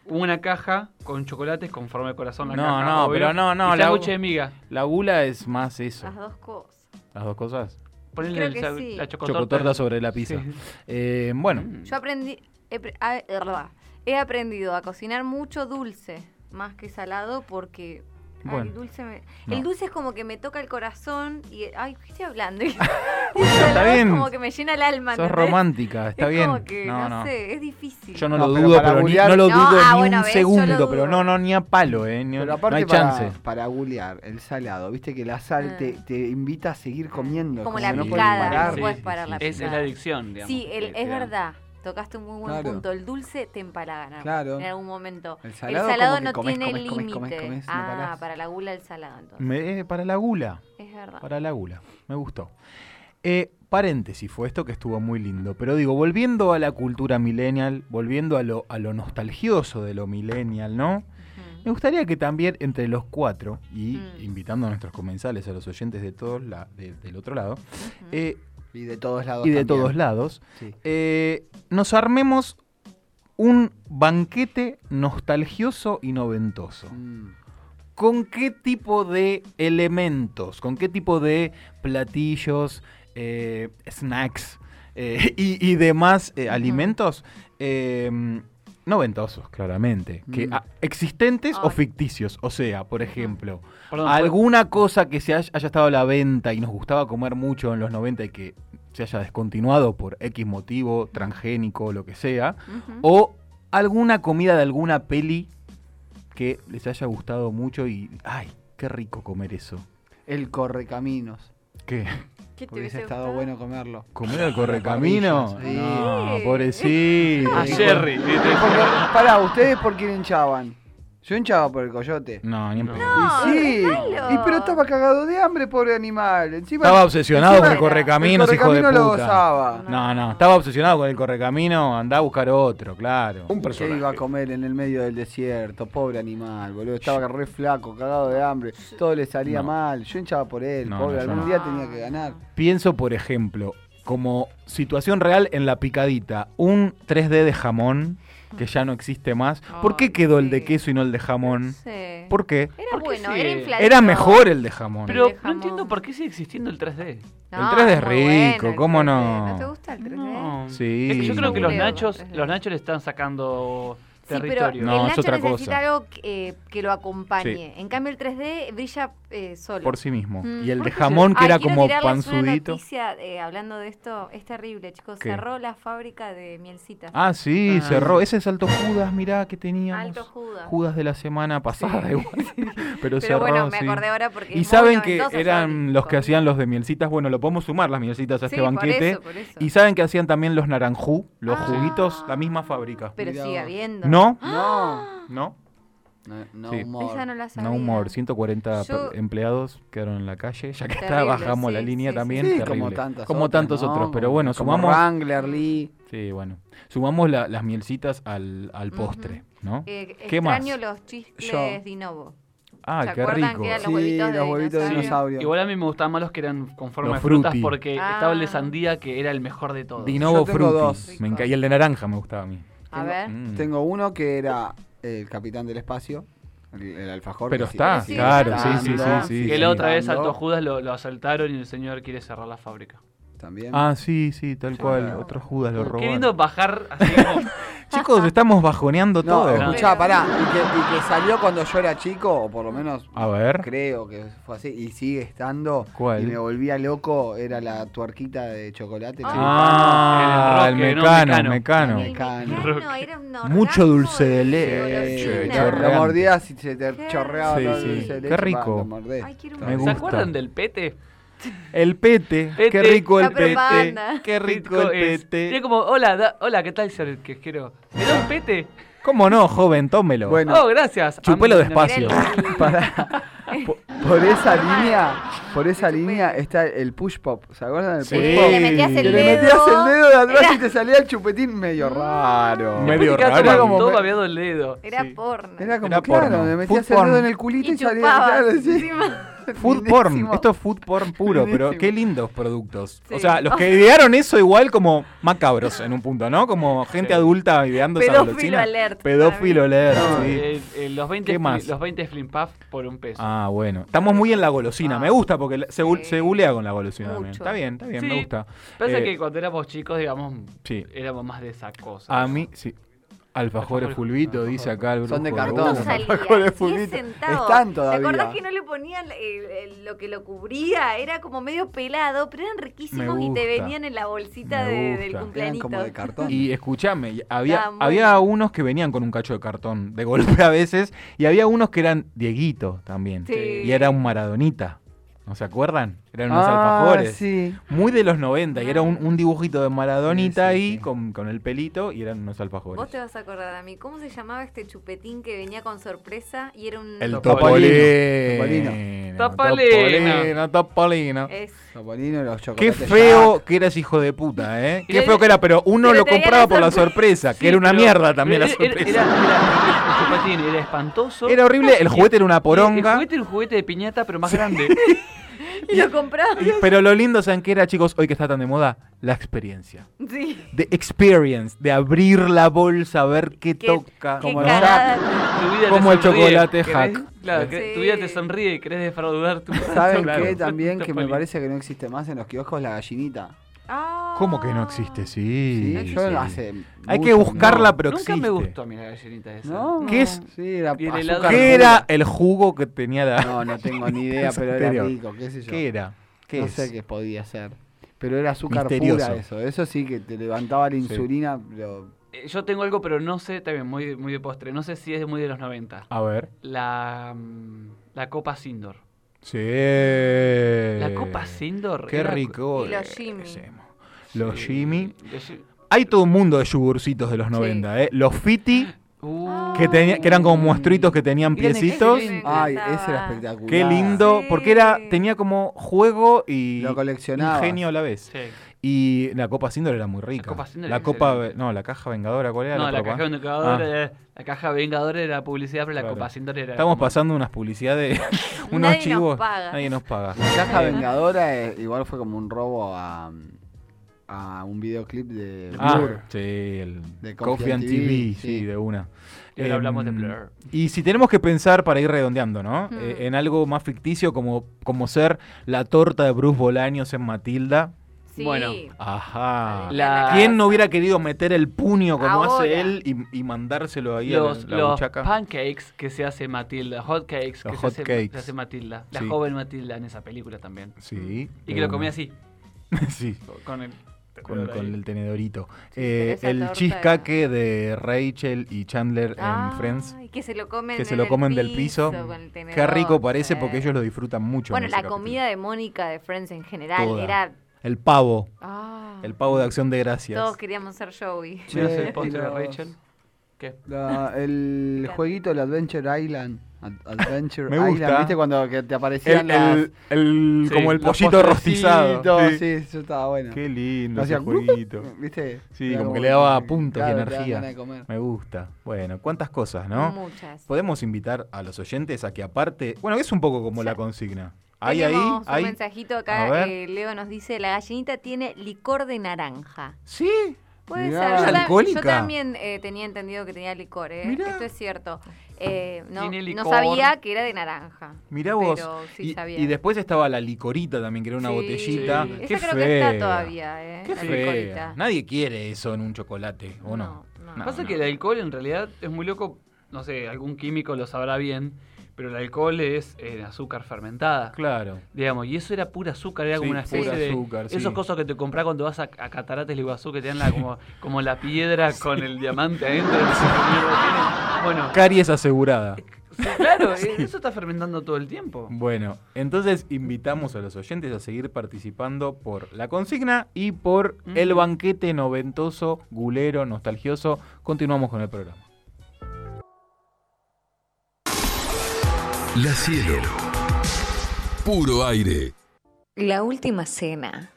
Speaker 7: una caja con chocolates conforme al corazón la
Speaker 4: No,
Speaker 7: caja.
Speaker 4: no,
Speaker 7: obvio,
Speaker 4: pero no, no,
Speaker 7: Y
Speaker 4: la-
Speaker 7: sándwich de miga.
Speaker 4: La gula es más eso.
Speaker 3: Las dos cosas.
Speaker 4: Las dos cosas.
Speaker 7: Ponle
Speaker 3: Creo
Speaker 7: el
Speaker 3: que
Speaker 7: sa-
Speaker 3: sí. Mm.
Speaker 7: la chocotorta.
Speaker 4: Chocotorta sobre la pizza.
Speaker 7: Sí.
Speaker 4: Eh, bueno,
Speaker 3: Yo aprendí. He, pre- a- erra. He aprendido a cocinar mucho dulce, más que salado, porque. ay,
Speaker 4: Bueno.
Speaker 3: dulce me-
Speaker 4: No.
Speaker 3: El dulce es como que me toca el corazón y. Ay, ¿qué estoy hablando? Y-
Speaker 4: está bien.
Speaker 3: Es como que me llena el alma.
Speaker 4: sos
Speaker 3: ¿entendés?
Speaker 4: romántica, está
Speaker 3: es
Speaker 4: bien.
Speaker 3: Como que, no, sé, es difícil.
Speaker 4: Yo no,
Speaker 5: No,
Speaker 4: lo
Speaker 5: pero
Speaker 4: dudo,
Speaker 5: para
Speaker 4: pero ni,
Speaker 5: googlear-
Speaker 4: no lo
Speaker 3: No,
Speaker 4: dudo
Speaker 3: ah,
Speaker 4: ni
Speaker 3: bueno,
Speaker 4: un
Speaker 3: ves, yo lo
Speaker 4: segundo,
Speaker 3: dudo.
Speaker 4: pero no, no, ni a palo, eh. ni-
Speaker 5: Pero
Speaker 4: no
Speaker 5: aparte
Speaker 4: hay
Speaker 5: para,
Speaker 4: chance.
Speaker 5: para googlear el salado, viste que la sal te, te invita a seguir comiendo.
Speaker 3: Ah. Como
Speaker 5: que
Speaker 3: la
Speaker 5: no puedes
Speaker 3: picada,
Speaker 5: parar.
Speaker 3: no puedes parar la
Speaker 7: Es, es la
Speaker 3: picada.
Speaker 7: adicción, digamos.
Speaker 3: Sí, el-
Speaker 7: que te
Speaker 3: es
Speaker 7: da.
Speaker 3: verdad. Tocaste un muy buen
Speaker 5: Claro.
Speaker 3: punto. El dulce te empalaga ¿no?
Speaker 5: Claro.
Speaker 3: en algún momento.
Speaker 5: El
Speaker 3: El
Speaker 5: salado
Speaker 3: salado,
Speaker 5: como que
Speaker 3: no
Speaker 5: comes,
Speaker 3: tiene
Speaker 5: comes, comes,
Speaker 3: límite.
Speaker 5: comes, comes, no
Speaker 3: ah,
Speaker 5: parás.
Speaker 3: para la gula el salado, entonces.
Speaker 4: Me- eh, para la gula.
Speaker 3: Es verdad.
Speaker 4: Para la gula. Me gustó. Eh, paréntesis, fue esto que estuvo muy lindo. Pero digo, volviendo a la cultura millennial, volviendo a lo, a lo nostalgioso de lo millennial, ¿no?
Speaker 3: Ujú.
Speaker 4: Me gustaría que también entre los cuatro, y
Speaker 3: Mm.
Speaker 4: invitando a nuestros comensales, a los oyentes de todos la- de- del otro lado, eh,
Speaker 5: Y de todos lados.
Speaker 4: y de
Speaker 5: también.
Speaker 4: todos lados,
Speaker 5: Sí.
Speaker 4: eh, nos armemos un banquete nostalgioso y noventoso.
Speaker 5: Mm.
Speaker 4: ¿Con qué tipo de elementos, con qué tipo de platillos, eh, snacks eh, y, y demás eh, alimentos eh, noventosos, claramente, que,
Speaker 5: Mm.
Speaker 4: ah, existentes o
Speaker 3: Ay.
Speaker 4: ficticios? O sea, por ejemplo,
Speaker 7: Perdón,
Speaker 4: alguna cosa que se haya, haya estado a la venta y nos gustaba comer mucho en los 90 y que se haya descontinuado por X motivo, transgénico, lo que sea,
Speaker 3: Ujú.
Speaker 4: o alguna comida de alguna peli que les haya gustado mucho y. ¡Ay! ¡Qué rico comer eso!
Speaker 5: El correcaminos.
Speaker 4: ¿Qué?
Speaker 3: ¿Qué
Speaker 5: Hubiese
Speaker 3: te hubiese
Speaker 5: estado
Speaker 3: gustado?
Speaker 5: bueno comerlo.
Speaker 4: ¿Comer al correcamino? Ah,
Speaker 5: Sí.
Speaker 4: No, pobrecito.
Speaker 7: A Jerry.
Speaker 5: Porque, pará, ¿ustedes por quién hinchaban? Yo hinchaba por el coyote.
Speaker 4: No, ni en
Speaker 7: No.
Speaker 4: pedo.
Speaker 3: No,
Speaker 5: y sí.
Speaker 3: regalo.
Speaker 5: Y pero estaba cagado de hambre, pobre animal. Encima,
Speaker 4: Estaba obsesionado con
Speaker 5: encima
Speaker 4: el correcaminos,
Speaker 5: el
Speaker 4: hijo de
Speaker 5: correcamino lo
Speaker 4: puta.
Speaker 5: gozaba.
Speaker 4: No, no, estaba obsesionado con el correcamino, andá a buscar otro, claro.
Speaker 9: Un
Speaker 5: ¿Qué
Speaker 9: personaje.
Speaker 5: iba a comer en el medio del desierto? Pobre animal, boludo. Estaba re flaco, cagado de hambre. Todo le salía
Speaker 4: No.
Speaker 5: mal. Yo hinchaba por él,
Speaker 4: No,
Speaker 5: pobre.
Speaker 4: no, yo
Speaker 5: Algún
Speaker 4: no.
Speaker 5: día tenía que ganar.
Speaker 4: Pienso, por ejemplo, como situación real en la picadita, un 3D de jamón que ya no existe más. ¿Por
Speaker 3: Ay,
Speaker 4: qué quedó el de
Speaker 3: sí.
Speaker 4: queso y no el de
Speaker 3: No
Speaker 4: jamón?
Speaker 3: sé.
Speaker 4: ¿Por qué?
Speaker 3: Era
Speaker 7: ¿Por qué
Speaker 3: bueno,
Speaker 7: sí?
Speaker 3: era infladito.
Speaker 4: Era mejor el de jamón.
Speaker 7: Pero
Speaker 3: de
Speaker 7: no
Speaker 3: jamón.
Speaker 7: entiendo por qué sigue existiendo el 3D.
Speaker 4: el 3D es
Speaker 3: muy bueno
Speaker 4: rico,
Speaker 3: el
Speaker 4: ¿cómo no?
Speaker 3: 3D. ¿No te gusta el 3D?
Speaker 7: No.
Speaker 4: Sí.
Speaker 7: Es que yo creo que los
Speaker 3: Creo,
Speaker 7: nachos,
Speaker 3: desde-
Speaker 7: los nachos le están sacando
Speaker 3: Sí, pero
Speaker 7: territorio.
Speaker 3: el
Speaker 4: No, es
Speaker 3: Nacho
Speaker 4: otra
Speaker 3: necesita
Speaker 4: cosa.
Speaker 3: algo que, eh, que lo acompañe.
Speaker 4: Sí.
Speaker 3: En cambio, el 3D brilla eh, solo.
Speaker 4: Por sí mismo.
Speaker 3: Mm.
Speaker 4: Y el de
Speaker 7: qué
Speaker 4: jamón, que
Speaker 3: Ay,
Speaker 4: era
Speaker 3: quiero
Speaker 4: como
Speaker 3: tirarles una
Speaker 4: panzudito.
Speaker 3: noticia, eh, hablando de esto, es terrible, chicos.
Speaker 4: ¿Qué?
Speaker 3: Cerró la fábrica de mielcitas.
Speaker 4: Ah, sí,
Speaker 7: Ah.
Speaker 4: cerró. Ese es Alto Judas, mirá, que teníamos.
Speaker 3: Alto Judas.
Speaker 4: Judas de la semana pasada, igual. Pero,
Speaker 3: Pero
Speaker 4: cerró,
Speaker 3: bueno, me
Speaker 4: sí.
Speaker 3: acordé ahora porque. es
Speaker 4: Y
Speaker 3: muy
Speaker 4: saben que
Speaker 3: noventoso,
Speaker 4: eran
Speaker 3: ¿sabes?
Speaker 4: los que hacían los de mielcitas. Bueno, lo podemos sumar las mielcitas a
Speaker 3: Sí,
Speaker 4: este banquete.
Speaker 3: Por eso, por
Speaker 4: Y
Speaker 3: eso.
Speaker 4: saben que hacían también los naranjú, los
Speaker 3: Ah.
Speaker 4: juguitos, la misma fábrica.
Speaker 3: Pero
Speaker 5: Mirá
Speaker 3: sigue
Speaker 5: vos.
Speaker 3: habiendo.
Speaker 4: ¿No?
Speaker 5: No.
Speaker 4: ¿No?
Speaker 5: No, no
Speaker 4: Sí.
Speaker 5: humor.
Speaker 3: Esa no la sabía.
Speaker 4: No humor, 140
Speaker 3: Yo-
Speaker 4: per- empleados quedaron en la calle. Ya que está,
Speaker 3: Terrible,
Speaker 4: bajamos la
Speaker 3: sí,
Speaker 4: línea
Speaker 3: sí,
Speaker 4: también.
Speaker 5: Sí,
Speaker 4: terrible.
Speaker 5: como tantas
Speaker 4: Como
Speaker 5: otras,
Speaker 4: tantos
Speaker 5: ¿no?
Speaker 4: otros, pero bueno,
Speaker 5: Como
Speaker 4: sumamos.
Speaker 5: Wrangler, Lee.
Speaker 4: Sí, bueno. Sumamos la- las mielcitas al, al postre, ¿no?
Speaker 3: Eh,
Speaker 4: ¿Qué
Speaker 3: extraño
Speaker 4: más?
Speaker 3: los chicles
Speaker 5: Yo.
Speaker 3: Dinovo.
Speaker 4: Ah,
Speaker 3: ¿Se
Speaker 4: qué
Speaker 3: acuerdan
Speaker 4: rico.
Speaker 3: que eran
Speaker 5: sí,
Speaker 3: los huevitos de
Speaker 5: los huevitos de
Speaker 3: dinosaurio?
Speaker 5: dinosaurio.
Speaker 7: Igual a mí me gustaban más los que eran con forma
Speaker 4: Los
Speaker 7: de frutas
Speaker 4: frutti.
Speaker 7: porque
Speaker 3: Ah.
Speaker 7: estaba el de sandía que era el mejor de todos.
Speaker 4: Dinovo
Speaker 5: Yo tengo
Speaker 4: Frutti.
Speaker 5: dos.
Speaker 4: Me encanta. Y el de naranja me gustaba a mí.
Speaker 3: A ver.
Speaker 4: Mm.
Speaker 5: Tengo uno que era el capitán del espacio, el, el alfajor.
Speaker 4: Pero
Speaker 5: que
Speaker 4: está,
Speaker 3: sí,
Speaker 4: claro,
Speaker 3: está.
Speaker 4: sí, sí,
Speaker 5: Ah,
Speaker 4: sí, sí.
Speaker 7: que
Speaker 4: sí.
Speaker 7: la otra vez
Speaker 5: Dando.
Speaker 7: Alto Judas lo, lo asaltaron y el señor quiere cerrar la fábrica.
Speaker 5: También.
Speaker 4: Ah, sí, sí, tal cual.
Speaker 3: no.
Speaker 4: Otro Judas lo robó.
Speaker 7: Qué lindo bajar así como...
Speaker 4: Chicos, estamos bajoneando
Speaker 5: no,
Speaker 4: todo.
Speaker 5: escuchá, pará. Y que, y que salió cuando yo era chico, o por lo menos
Speaker 4: A ver.
Speaker 5: creo que fue así, y sigue estando.
Speaker 4: ¿Cuál?
Speaker 5: Y me volvía loco, era la tuerquita de chocolate.
Speaker 4: Ah, el
Speaker 7: El roque, ¿no?
Speaker 4: mecano,
Speaker 7: Mecano.
Speaker 4: mecano.
Speaker 5: Me Mecano.
Speaker 3: Mecano, era un
Speaker 4: Mucho
Speaker 3: hornazo
Speaker 4: dulce de
Speaker 5: Sí,
Speaker 4: leche,
Speaker 3: golosina.
Speaker 5: lo- lo
Speaker 4: chorreante.
Speaker 5: mordías y se te
Speaker 3: Qué
Speaker 5: chorreaba
Speaker 4: rico.
Speaker 5: todo
Speaker 4: Sí,
Speaker 5: el dulce
Speaker 4: sí.
Speaker 5: de
Speaker 4: Qué
Speaker 5: leche, pa,
Speaker 4: rico.
Speaker 5: lo mordés.
Speaker 3: Ay, quiero un
Speaker 4: Me
Speaker 7: ¿Se
Speaker 4: gusta.
Speaker 7: acuerdan del pete?
Speaker 4: El pete,
Speaker 7: Pete.
Speaker 4: qué rico el
Speaker 3: La
Speaker 4: pete,
Speaker 3: propaganda.
Speaker 4: qué rico el
Speaker 7: es- Y es
Speaker 4: pete.
Speaker 7: como, hola, da- hola, ¿qué tal, señor quiero ¿Me da un pete?
Speaker 4: ¿Cómo no, joven? Tómelo.
Speaker 5: Bueno,
Speaker 7: oh, gracias.
Speaker 4: Chupelo
Speaker 7: Am-
Speaker 4: despacio.
Speaker 5: por esa
Speaker 3: Ah, normal.
Speaker 5: línea, por esa
Speaker 3: Te chupé.
Speaker 5: línea está el push pop. ¿Se acuerdan del
Speaker 4: Sí.
Speaker 5: push
Speaker 3: Que
Speaker 5: pop?
Speaker 3: le metías
Speaker 4: Que
Speaker 3: el
Speaker 5: Que le
Speaker 3: dedo.
Speaker 5: metías el dedo de atrás
Speaker 3: Era,
Speaker 5: y te salía el chupetín medio raro.
Speaker 4: Medio-
Speaker 7: Te quedas
Speaker 4: raro.
Speaker 7: todo-
Speaker 5: Como
Speaker 7: todo
Speaker 5: me-
Speaker 7: babeado el dedo.
Speaker 3: era
Speaker 4: Sí.
Speaker 3: porno.
Speaker 5: Era como,
Speaker 4: Era
Speaker 5: claro,
Speaker 4: porno.
Speaker 5: le metías
Speaker 4: Food
Speaker 5: el dedo
Speaker 4: porn.
Speaker 5: en el culito y,
Speaker 3: y
Speaker 5: salía.
Speaker 3: chupabas
Speaker 5: claro, sí.
Speaker 3: encima.
Speaker 4: Food
Speaker 5: Lindísimo.
Speaker 4: porn, esto es food porn puro, pero
Speaker 5: Lindísimo.
Speaker 4: qué lindos productos. O
Speaker 3: Sí.
Speaker 4: sea, los que idearon eso igual como macabros en un punto, ¿no? Como gente adulta ideando esa
Speaker 3: Pedófilo
Speaker 4: golosina.
Speaker 3: alert,
Speaker 4: Pedófilo alert,
Speaker 7: No,
Speaker 4: sí.
Speaker 7: eh, eh, los 20
Speaker 4: ¿Qué más?
Speaker 7: fli- los 20 flim puff por un peso.
Speaker 4: Ah, bueno. Estamos muy en la golosina.
Speaker 7: Ah.
Speaker 4: me gusta porque la- se, gu-
Speaker 3: Sí.
Speaker 4: se gulea con la golosina también.
Speaker 3: Mucho.
Speaker 4: Está bien, está bien, me
Speaker 7: Sí.
Speaker 4: gusta.
Speaker 7: Pasa
Speaker 4: Eh,
Speaker 7: que cuando éramos chicos, digamos,
Speaker 4: Sí.
Speaker 7: éramos más de esa cosa.
Speaker 4: A mí, sí. Alfajores
Speaker 7: Alfajores
Speaker 4: Fulvito, dice acá el
Speaker 5: Son de
Speaker 4: brujo
Speaker 5: cartón.
Speaker 3: No
Speaker 4: Bruno.
Speaker 3: salía.
Speaker 5: alfajores
Speaker 3: 10
Speaker 5: fulbitos.
Speaker 3: centavos.
Speaker 5: Están
Speaker 3: ¿Te
Speaker 5: todavía.
Speaker 3: acordás que no le ponían el- el- lo que lo cubría? Era como medio pelado, pero eran riquísimos
Speaker 4: Me
Speaker 3: y te
Speaker 4: gusta.
Speaker 3: venían en la
Speaker 4: Me
Speaker 3: bolsita de- del
Speaker 4: gusta.
Speaker 5: Eran
Speaker 3: cumpleañito.
Speaker 5: como de cartón.
Speaker 4: Y escúchame, y había,
Speaker 3: Estaban
Speaker 4: había
Speaker 3: buenos.
Speaker 4: unos que venían con un cacho de cartón de golpe a veces, y había unos que eran Dieguito también.
Speaker 3: Sí.
Speaker 4: Y era un Maradonita. ¿No se acuerdan? Eran unos
Speaker 5: Ah,
Speaker 4: alfajores.
Speaker 5: sí.
Speaker 4: Muy de los 90, y era un, un dibujito de Maradonita
Speaker 5: Sí, sí,
Speaker 4: ahí
Speaker 5: sí.
Speaker 4: Con, con el pelito, y eran unos alfajores.
Speaker 3: Vos te vas a acordar a mí. ¿Cómo se llamaba este chupetín que venía con sorpresa y era un.
Speaker 4: El
Speaker 5: Topolino.
Speaker 4: Topolino.
Speaker 7: Topolino.
Speaker 4: Topolino, Topolino.
Speaker 3: Es-
Speaker 5: Topolino, los
Speaker 4: Qué
Speaker 5: chocolates
Speaker 4: feo
Speaker 5: Jack.
Speaker 4: que eras hijo de puta, ¿eh? Qué
Speaker 7: Pero
Speaker 4: feo que era, pero uno
Speaker 3: pero
Speaker 4: lo
Speaker 3: tenía la
Speaker 4: compraba por la sorpresa,
Speaker 7: Sí,
Speaker 4: que era una
Speaker 7: pero-
Speaker 4: mierda también la
Speaker 7: era- era-
Speaker 4: sorpresa.
Speaker 7: Era, era- el chupetín, era espantoso.
Speaker 4: Era horrible, el juguete era una
Speaker 7: El
Speaker 4: poronga.
Speaker 7: juguete era un juguete de piñata, pero más grande.
Speaker 3: Y lo compraba.
Speaker 4: y- Pero lo lindo, ¿saben qué era, chicos? Hoy que está tan de moda, la experiencia.
Speaker 3: Sí.
Speaker 4: The experience, de abrir la bolsa, ver qué,
Speaker 3: Qué-
Speaker 4: toca.
Speaker 3: Qué
Speaker 5: Como el
Speaker 3: cagada.
Speaker 7: Tu vida te
Speaker 4: Como el
Speaker 7: sonríe,
Speaker 4: chocolate
Speaker 7: querés-
Speaker 4: hack.
Speaker 7: Claro, que-
Speaker 3: Sí.
Speaker 7: tu vida te sonríe y querés defraudar tu
Speaker 5: ¿Saben
Speaker 4: Claro.
Speaker 5: qué también? Que me
Speaker 7: Topolino.
Speaker 5: parece que no existe más en los kioscos la gallinita.
Speaker 3: Ah.
Speaker 4: ¿Cómo que no existe? Sí.
Speaker 5: Sí, yo hace
Speaker 4: Hay
Speaker 5: mucho
Speaker 4: que buscarla, pero
Speaker 7: Nunca
Speaker 4: existe.
Speaker 7: me gustó a mí la gallinita esa.
Speaker 5: No,
Speaker 4: ¿Qué es?
Speaker 5: Sí, era
Speaker 7: Y el
Speaker 5: azúcar
Speaker 7: helado-
Speaker 4: ¿Qué
Speaker 5: pura.
Speaker 4: era el jugo que tenía la...
Speaker 5: No, no tengo ni idea, pero era
Speaker 4: Anterior.
Speaker 5: rico, qué sé yo.
Speaker 4: ¿Qué era? ¿Qué
Speaker 5: no
Speaker 4: es?
Speaker 5: sé qué podía ser. Pero era azúcar
Speaker 4: Misterioso.
Speaker 5: pura eso. Eso sí que te levantaba la insulina. pero-
Speaker 7: Eh, Yo tengo algo, pero no sé, también muy, de- muy de postre. No sé si es muy de los 90.
Speaker 4: A ver.
Speaker 7: La, mm, la Copa Sindor.
Speaker 4: Sí.
Speaker 7: La Copa Sindor.
Speaker 4: Eh, Qué
Speaker 7: era-
Speaker 4: rico.
Speaker 3: Y los
Speaker 4: eh,
Speaker 3: Jimmy.
Speaker 4: hacemos. Los
Speaker 7: Sí,
Speaker 4: Jimmy.
Speaker 7: de Jim-
Speaker 4: Hay todo un mundo de yogurcitos de los 90, ¿eh? Los Fiti,
Speaker 7: Uh,
Speaker 4: que, tenía- que eran como muestruitos que tenían
Speaker 7: Eran
Speaker 4: piecitos.
Speaker 7: excelentes.
Speaker 5: Ay,
Speaker 3: encantaba.
Speaker 5: ese era espectacular.
Speaker 4: Qué lindo,
Speaker 3: Sí.
Speaker 4: porque era tenía como juego y
Speaker 5: Lo coleccionabas.
Speaker 4: ingenio a la vez.
Speaker 7: sí.
Speaker 4: Y la Copa Síndor era muy rica. La
Speaker 7: Copa
Speaker 4: Copa,
Speaker 7: Síndor era excelente.
Speaker 4: no, la caja vengadora, ¿cuál era?
Speaker 7: No, la
Speaker 4: propa-
Speaker 7: caja,
Speaker 4: Ah.
Speaker 7: vengadora, era- la caja vengadora era publicidad, pero la
Speaker 4: Claro.
Speaker 7: Copa Sindor era.
Speaker 4: Estamos
Speaker 7: como-
Speaker 4: pasando unas publicidades, unos
Speaker 3: Nadie nos
Speaker 4: chivos.
Speaker 3: paga.
Speaker 4: Nadie nos paga.
Speaker 5: La caja vengadora eh, igual fue como un robo a, a un videoclip de
Speaker 4: Ah,
Speaker 5: Blur.
Speaker 4: sí, el
Speaker 5: De
Speaker 4: Coffee and TV, sí, de una.
Speaker 7: Y ahora
Speaker 4: Em,
Speaker 7: hablamos de Blur.
Speaker 4: Y si tenemos que pensar para ir redondeando, ¿no?
Speaker 3: Hmm.
Speaker 4: Eh, en algo más ficticio como, como ser la torta de Bruce Bolaños en Matilda.
Speaker 3: Sí.
Speaker 7: Bueno.
Speaker 4: Ajá.
Speaker 7: La-
Speaker 4: ¿Quién no hubiera querido meter el puño como
Speaker 3: Ahora.
Speaker 4: hace él y, y mandárselo ahí
Speaker 7: Los,
Speaker 4: a la, la
Speaker 7: los
Speaker 4: buchaca?
Speaker 7: pancakes que se hace Matilda, hot cakes que
Speaker 4: Los
Speaker 7: se,
Speaker 4: hot
Speaker 7: hace,
Speaker 4: cakes.
Speaker 7: se hace Matilda, la
Speaker 4: Sí.
Speaker 7: joven Matilda en esa película también.
Speaker 4: Sí.
Speaker 7: Y
Speaker 4: de
Speaker 7: que
Speaker 4: una.
Speaker 7: lo comía así,
Speaker 4: sí,
Speaker 7: con el.
Speaker 4: con,
Speaker 7: ahí.
Speaker 4: con el tenedorito.
Speaker 3: pero
Speaker 4: Eh,
Speaker 3: esa
Speaker 4: el
Speaker 3: torta
Speaker 4: cheesecake de Rachel y Chandler
Speaker 3: Ah,
Speaker 4: en Friends.
Speaker 3: y que se lo comen,
Speaker 4: que se
Speaker 3: en
Speaker 4: lo
Speaker 3: el
Speaker 4: comen del piso.
Speaker 3: con el
Speaker 4: Qué
Speaker 3: tenedor, Eh.
Speaker 4: rico parece
Speaker 3: sí.
Speaker 4: porque ellos lo disfrutan mucho.
Speaker 3: Bueno,
Speaker 4: en
Speaker 3: la
Speaker 4: ese capítulo.
Speaker 3: comida de Mónica de Friends en general
Speaker 4: Toda.
Speaker 3: era.
Speaker 4: El pavo.
Speaker 3: ah,
Speaker 4: El pavo de acción de gracias.
Speaker 3: todos queríamos ser Joey.
Speaker 7: ¿Menos el
Speaker 5: Che,
Speaker 7: postre de
Speaker 5: los-
Speaker 7: Rachel? ¿Qué?
Speaker 5: La- el jueguito, el Adventure Island. Ad- Adventure
Speaker 4: Me gusta.
Speaker 5: Island, ¿viste cuando que te aparecían
Speaker 4: El-
Speaker 5: las-
Speaker 4: el- el-
Speaker 7: Sí,
Speaker 4: como el
Speaker 5: los
Speaker 4: pollito rostizado.
Speaker 5: postrecitos? Sí, eso estaba bueno.
Speaker 4: Qué lindo
Speaker 5: Lo
Speaker 4: ese
Speaker 5: hacía
Speaker 4: jueguito.
Speaker 5: ¿Viste?
Speaker 4: Sí,
Speaker 5: Era
Speaker 4: como que le daba puntos
Speaker 5: claro,
Speaker 4: y
Speaker 5: te dan ganas
Speaker 4: energía.
Speaker 5: de comer.
Speaker 4: Me gusta. Bueno, cuántas cosas, ¿no?
Speaker 3: Muchas.
Speaker 4: Podemos invitar a los oyentes a que aparte, bueno, es un poco como la consigna. Hay ahí,
Speaker 3: Tenemos un
Speaker 4: hay.
Speaker 3: mensajito
Speaker 4: A
Speaker 3: acá.
Speaker 4: ver.
Speaker 3: eh, Leo nos dice: La gallinita tiene licor de naranja.
Speaker 4: Sí.
Speaker 3: Puede
Speaker 5: Mirá.
Speaker 3: ser.
Speaker 4: ¿Es
Speaker 3: Yo, tam- yo
Speaker 4: alcohólica?
Speaker 3: también eh, tenía entendido que tenía licor, ¿eh?
Speaker 4: Mirá.
Speaker 3: Esto es cierto. Eh, no,
Speaker 7: Tiene
Speaker 3: no
Speaker 7: licor.
Speaker 3: sabía que era de naranja.
Speaker 4: Mirá vos.
Speaker 3: Pero sí
Speaker 4: y,
Speaker 3: sabía.
Speaker 4: y después estaba la licorita también, que era una
Speaker 3: Sí,
Speaker 4: botellita.
Speaker 7: sí.
Speaker 3: Esa
Speaker 4: Qué
Speaker 3: creo que
Speaker 4: fea.
Speaker 3: está todavía, ¿eh?
Speaker 4: Qué
Speaker 3: la
Speaker 4: fea.
Speaker 3: licorita.
Speaker 4: Nadie quiere eso en un chocolate, ¿o no?
Speaker 3: No, no.
Speaker 4: No,
Speaker 7: Pasa
Speaker 4: no.
Speaker 7: que el alcohol en realidad es muy loco, no sé, algún químico lo sabrá bien, pero el alcohol es eh, azúcar fermentada.
Speaker 4: Claro.
Speaker 7: Digamos, y eso era pura azúcar, era
Speaker 4: Sí,
Speaker 7: como una especie
Speaker 4: pura
Speaker 7: de
Speaker 4: azúcar, sí.
Speaker 7: esos cosas que te compras cuando vas a, a Cataratas del Iguazú que te dan la, como, como la piedra con el diamante adentro. no sé qué mierda tiene. Bueno,
Speaker 4: Caries asegurada.
Speaker 7: sí, claro, eh, eso está fermentando todo el tiempo.
Speaker 4: Bueno, entonces invitamos a los oyentes a seguir participando por la consigna y por el banquete noventoso, gulero, nostalgioso. Continuamos con el programa.
Speaker 8: La cielo. Puro aire.
Speaker 3: La última cena.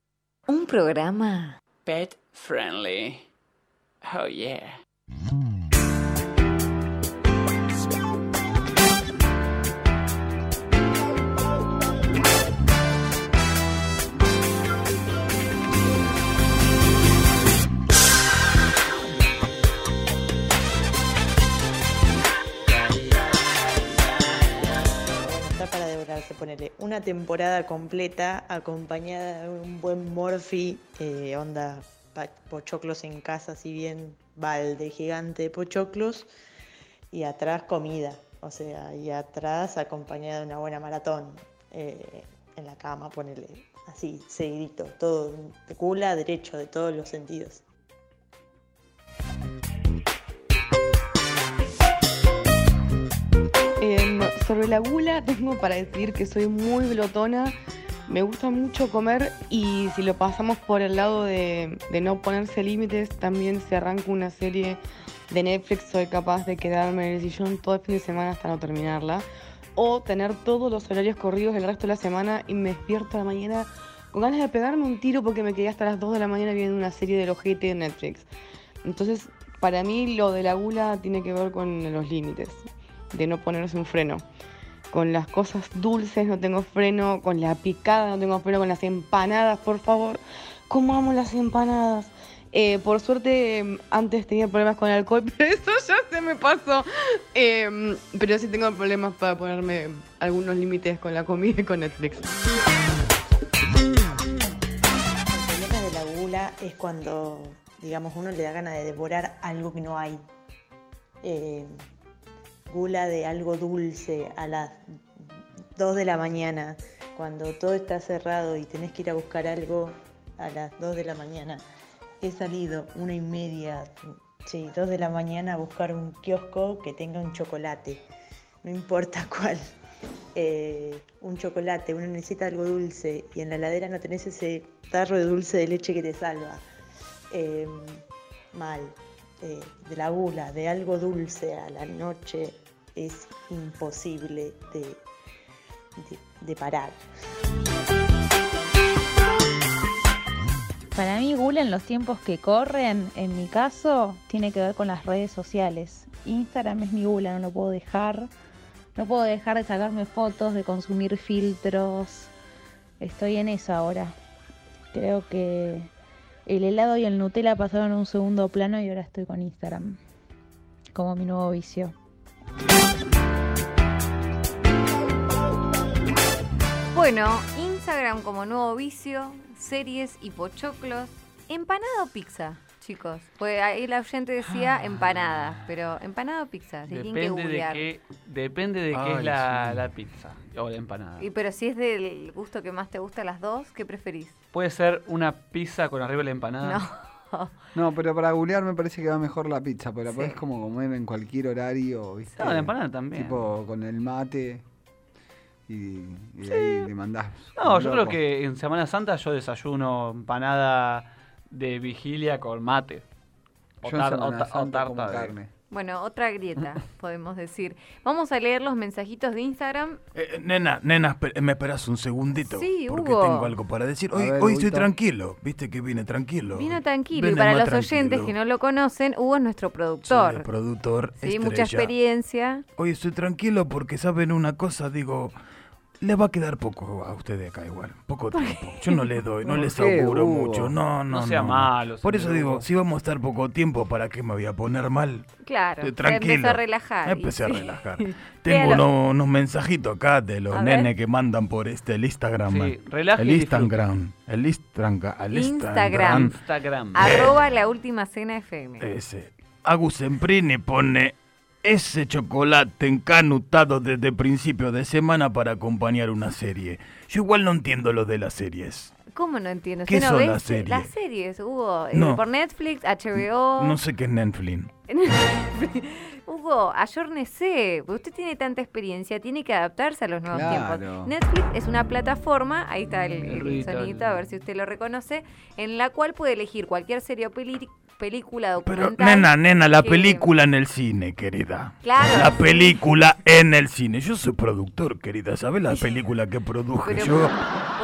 Speaker 3: Un programa.
Speaker 10: Pet friendly. Oh yeah.
Speaker 9: Está para devorarse, ponele una temporada completa acompañada de un buen Morphy, eh, onda pa- pochoclos en casa, si bien balde gigante de pochoclos, y atrás comida, o sea, y atrás acompañada de una buena maratón eh, en la cama, ponele así, seguidito, todo de cula derecho, de todos los sentidos.
Speaker 12: Em, sobre la gula tengo para decir que soy muy glotona, me gusta mucho comer y si lo pasamos por el lado de, de no ponerse límites, también se arranca una serie de Netflix, soy capaz de quedarme en el sillón todo el fin de semana hasta no terminarla, o tener todos los horarios corridos el resto de la semana y me despierto a la mañana con ganas de pegarme un tiro porque me quedé hasta las 2 de la mañana viendo una serie del ojete de Netflix. Entonces, para mí lo de la gula tiene que ver con los límites de no ponerse un freno. Con las cosas dulces no tengo freno, con la picada no tengo freno, con las empanadas, por favor. ¿Cómo amo las empanadas? Eh, por suerte em, antes tenía problemas con el alcohol, pero eso ya se me pasó. Em, pero sí tengo problemas para ponerme algunos límites con la comida y con Netflix.
Speaker 9: El problema de la gula es cuando, digamos, uno le da ganas de devorar algo que no hay. Eh, gula de algo dulce a las 2 de la mañana, cuando todo está cerrado y tenés que ir a buscar algo a las 2 de la mañana. He salido una y media, sí, 2 de la mañana a buscar un kiosco que tenga un chocolate, no importa cuál eh, un chocolate, uno necesita algo dulce y en la heladera no tenés ese tarro de dulce de leche que te salva. Eh, mal, eh, de la gula, de algo dulce a la noche es imposible de, de- de parar.
Speaker 13: Para mí, Google en los tiempos que corren, en mi caso, tiene que ver con las redes sociales. Instagram es mi Google, no lo puedo dejar. No puedo dejar de sacarme fotos, de consumir filtros. Estoy en eso ahora. Creo que el helado y el Nutella pasaron a un segundo plano y ahora estoy con Instagram. Como mi nuevo vicio.
Speaker 3: Bueno, Instagram como nuevo vicio, series y pochoclos. ¿Empanada o pizza, chicos? Pues ahí la oyente decía empanadas, pero empanada o pizza, si tienen que
Speaker 7: Ah. Depende de
Speaker 3: googlear.
Speaker 7: qué, depende de qué
Speaker 4: Ay,
Speaker 7: es la,
Speaker 4: sí.
Speaker 7: la pizza o la empanada.
Speaker 3: Y pero si es del gusto que más te gusta las dos, ¿qué preferís?
Speaker 7: ¿Puede ser una pizza con arriba la empanada?
Speaker 3: No.
Speaker 5: No, pero para googlear me parece que va mejor la pizza, pero la
Speaker 3: Sí.
Speaker 5: podés como comer en cualquier horario, ¿viste?
Speaker 7: No, la empanada también.
Speaker 5: Tipo con el mate y, y ahí le mandás.
Speaker 7: No,
Speaker 5: un
Speaker 7: yo creo
Speaker 5: loco.
Speaker 7: que en Semana Santa yo desayuno empanada de vigilia con mate. O,
Speaker 5: Yo en
Speaker 7: tar- o
Speaker 5: Semana
Speaker 7: ta- o
Speaker 5: Santa como
Speaker 7: tarta de-
Speaker 5: carne.
Speaker 3: Bueno, otra grieta, podemos decir. Vamos a leer los mensajitos de Instagram.
Speaker 11: Eh, nena, nena, esper- me esperas un segundito.
Speaker 3: Sí,
Speaker 11: porque
Speaker 3: Hugo.
Speaker 11: tengo algo para decir.
Speaker 3: A
Speaker 11: Hoy,
Speaker 3: ver,
Speaker 11: hoy estoy
Speaker 3: Huguito.
Speaker 11: tranquilo. Viste que vine tranquilo.
Speaker 3: Vino tranquilo.
Speaker 11: Vine
Speaker 3: y para
Speaker 11: más
Speaker 3: los oyentes
Speaker 11: tranquilo.
Speaker 3: que no lo conocen, Hugo es nuestro
Speaker 11: Soy el
Speaker 3: productor.
Speaker 11: productor.
Speaker 3: Sí, mucha
Speaker 11: estrella.
Speaker 3: experiencia.
Speaker 11: Hoy estoy tranquilo porque saben una cosa, digo, le va a quedar poco a ustedes acá igual, poco tiempo. Yo no les doy, no
Speaker 7: ¿Por
Speaker 11: les
Speaker 7: qué,
Speaker 11: auguro
Speaker 7: Hugo?
Speaker 11: mucho. No, no,
Speaker 7: No sea malo,
Speaker 11: Por eso
Speaker 7: señor
Speaker 11: digo,
Speaker 7: Hugo.
Speaker 11: si vamos a estar poco tiempo, ¿para qué me voy a poner mal?
Speaker 3: Claro,
Speaker 11: Eh,
Speaker 3: se
Speaker 11: tranquilo.
Speaker 3: empezó a relajar,
Speaker 11: Me Empecé
Speaker 3: y
Speaker 11: a
Speaker 3: sí.
Speaker 11: relajar.
Speaker 3: Pero-
Speaker 11: Tengo uno- unos mensajitos acá de los
Speaker 3: A ver.
Speaker 11: nenes que mandan por este el Instagram.
Speaker 7: Sí,
Speaker 11: man.
Speaker 7: relaje
Speaker 11: el
Speaker 7: y
Speaker 11: Instagram, el Instagram, el
Speaker 3: Instagram.
Speaker 7: Instagram.
Speaker 3: Arroba la última cena FM.
Speaker 11: Ese. Agus Semprini pone ese chocolate encanutado desde principio de semana para acompañar una serie. Yo igual no entiendo lo de las series.
Speaker 3: ¿Cómo no entiendo?
Speaker 11: ¿Qué
Speaker 3: ¿Usted no
Speaker 11: son
Speaker 3: ve
Speaker 11: las series?
Speaker 3: Las series, Hugo. eh,
Speaker 11: No.
Speaker 3: Por Netflix, HBO.
Speaker 11: No sé qué es Netflix.
Speaker 3: Hugo, ayornese. Usted tiene tanta experiencia, tiene que adaptarse a los nuevos
Speaker 11: Claro.
Speaker 3: tiempos. Netflix es una plataforma, ahí está el, el
Speaker 11: ruidito,
Speaker 3: sonidito, a ver si usted lo reconoce, en la cual puede elegir cualquier serie o peli- película
Speaker 11: Pero,
Speaker 3: documental.
Speaker 11: nena, nena, la
Speaker 3: que-
Speaker 11: película en el cine, querida.
Speaker 3: Claro.
Speaker 11: La película en el cine. Yo soy productor, querida. ¿Sabes la película que produje
Speaker 3: Pero
Speaker 11: yo?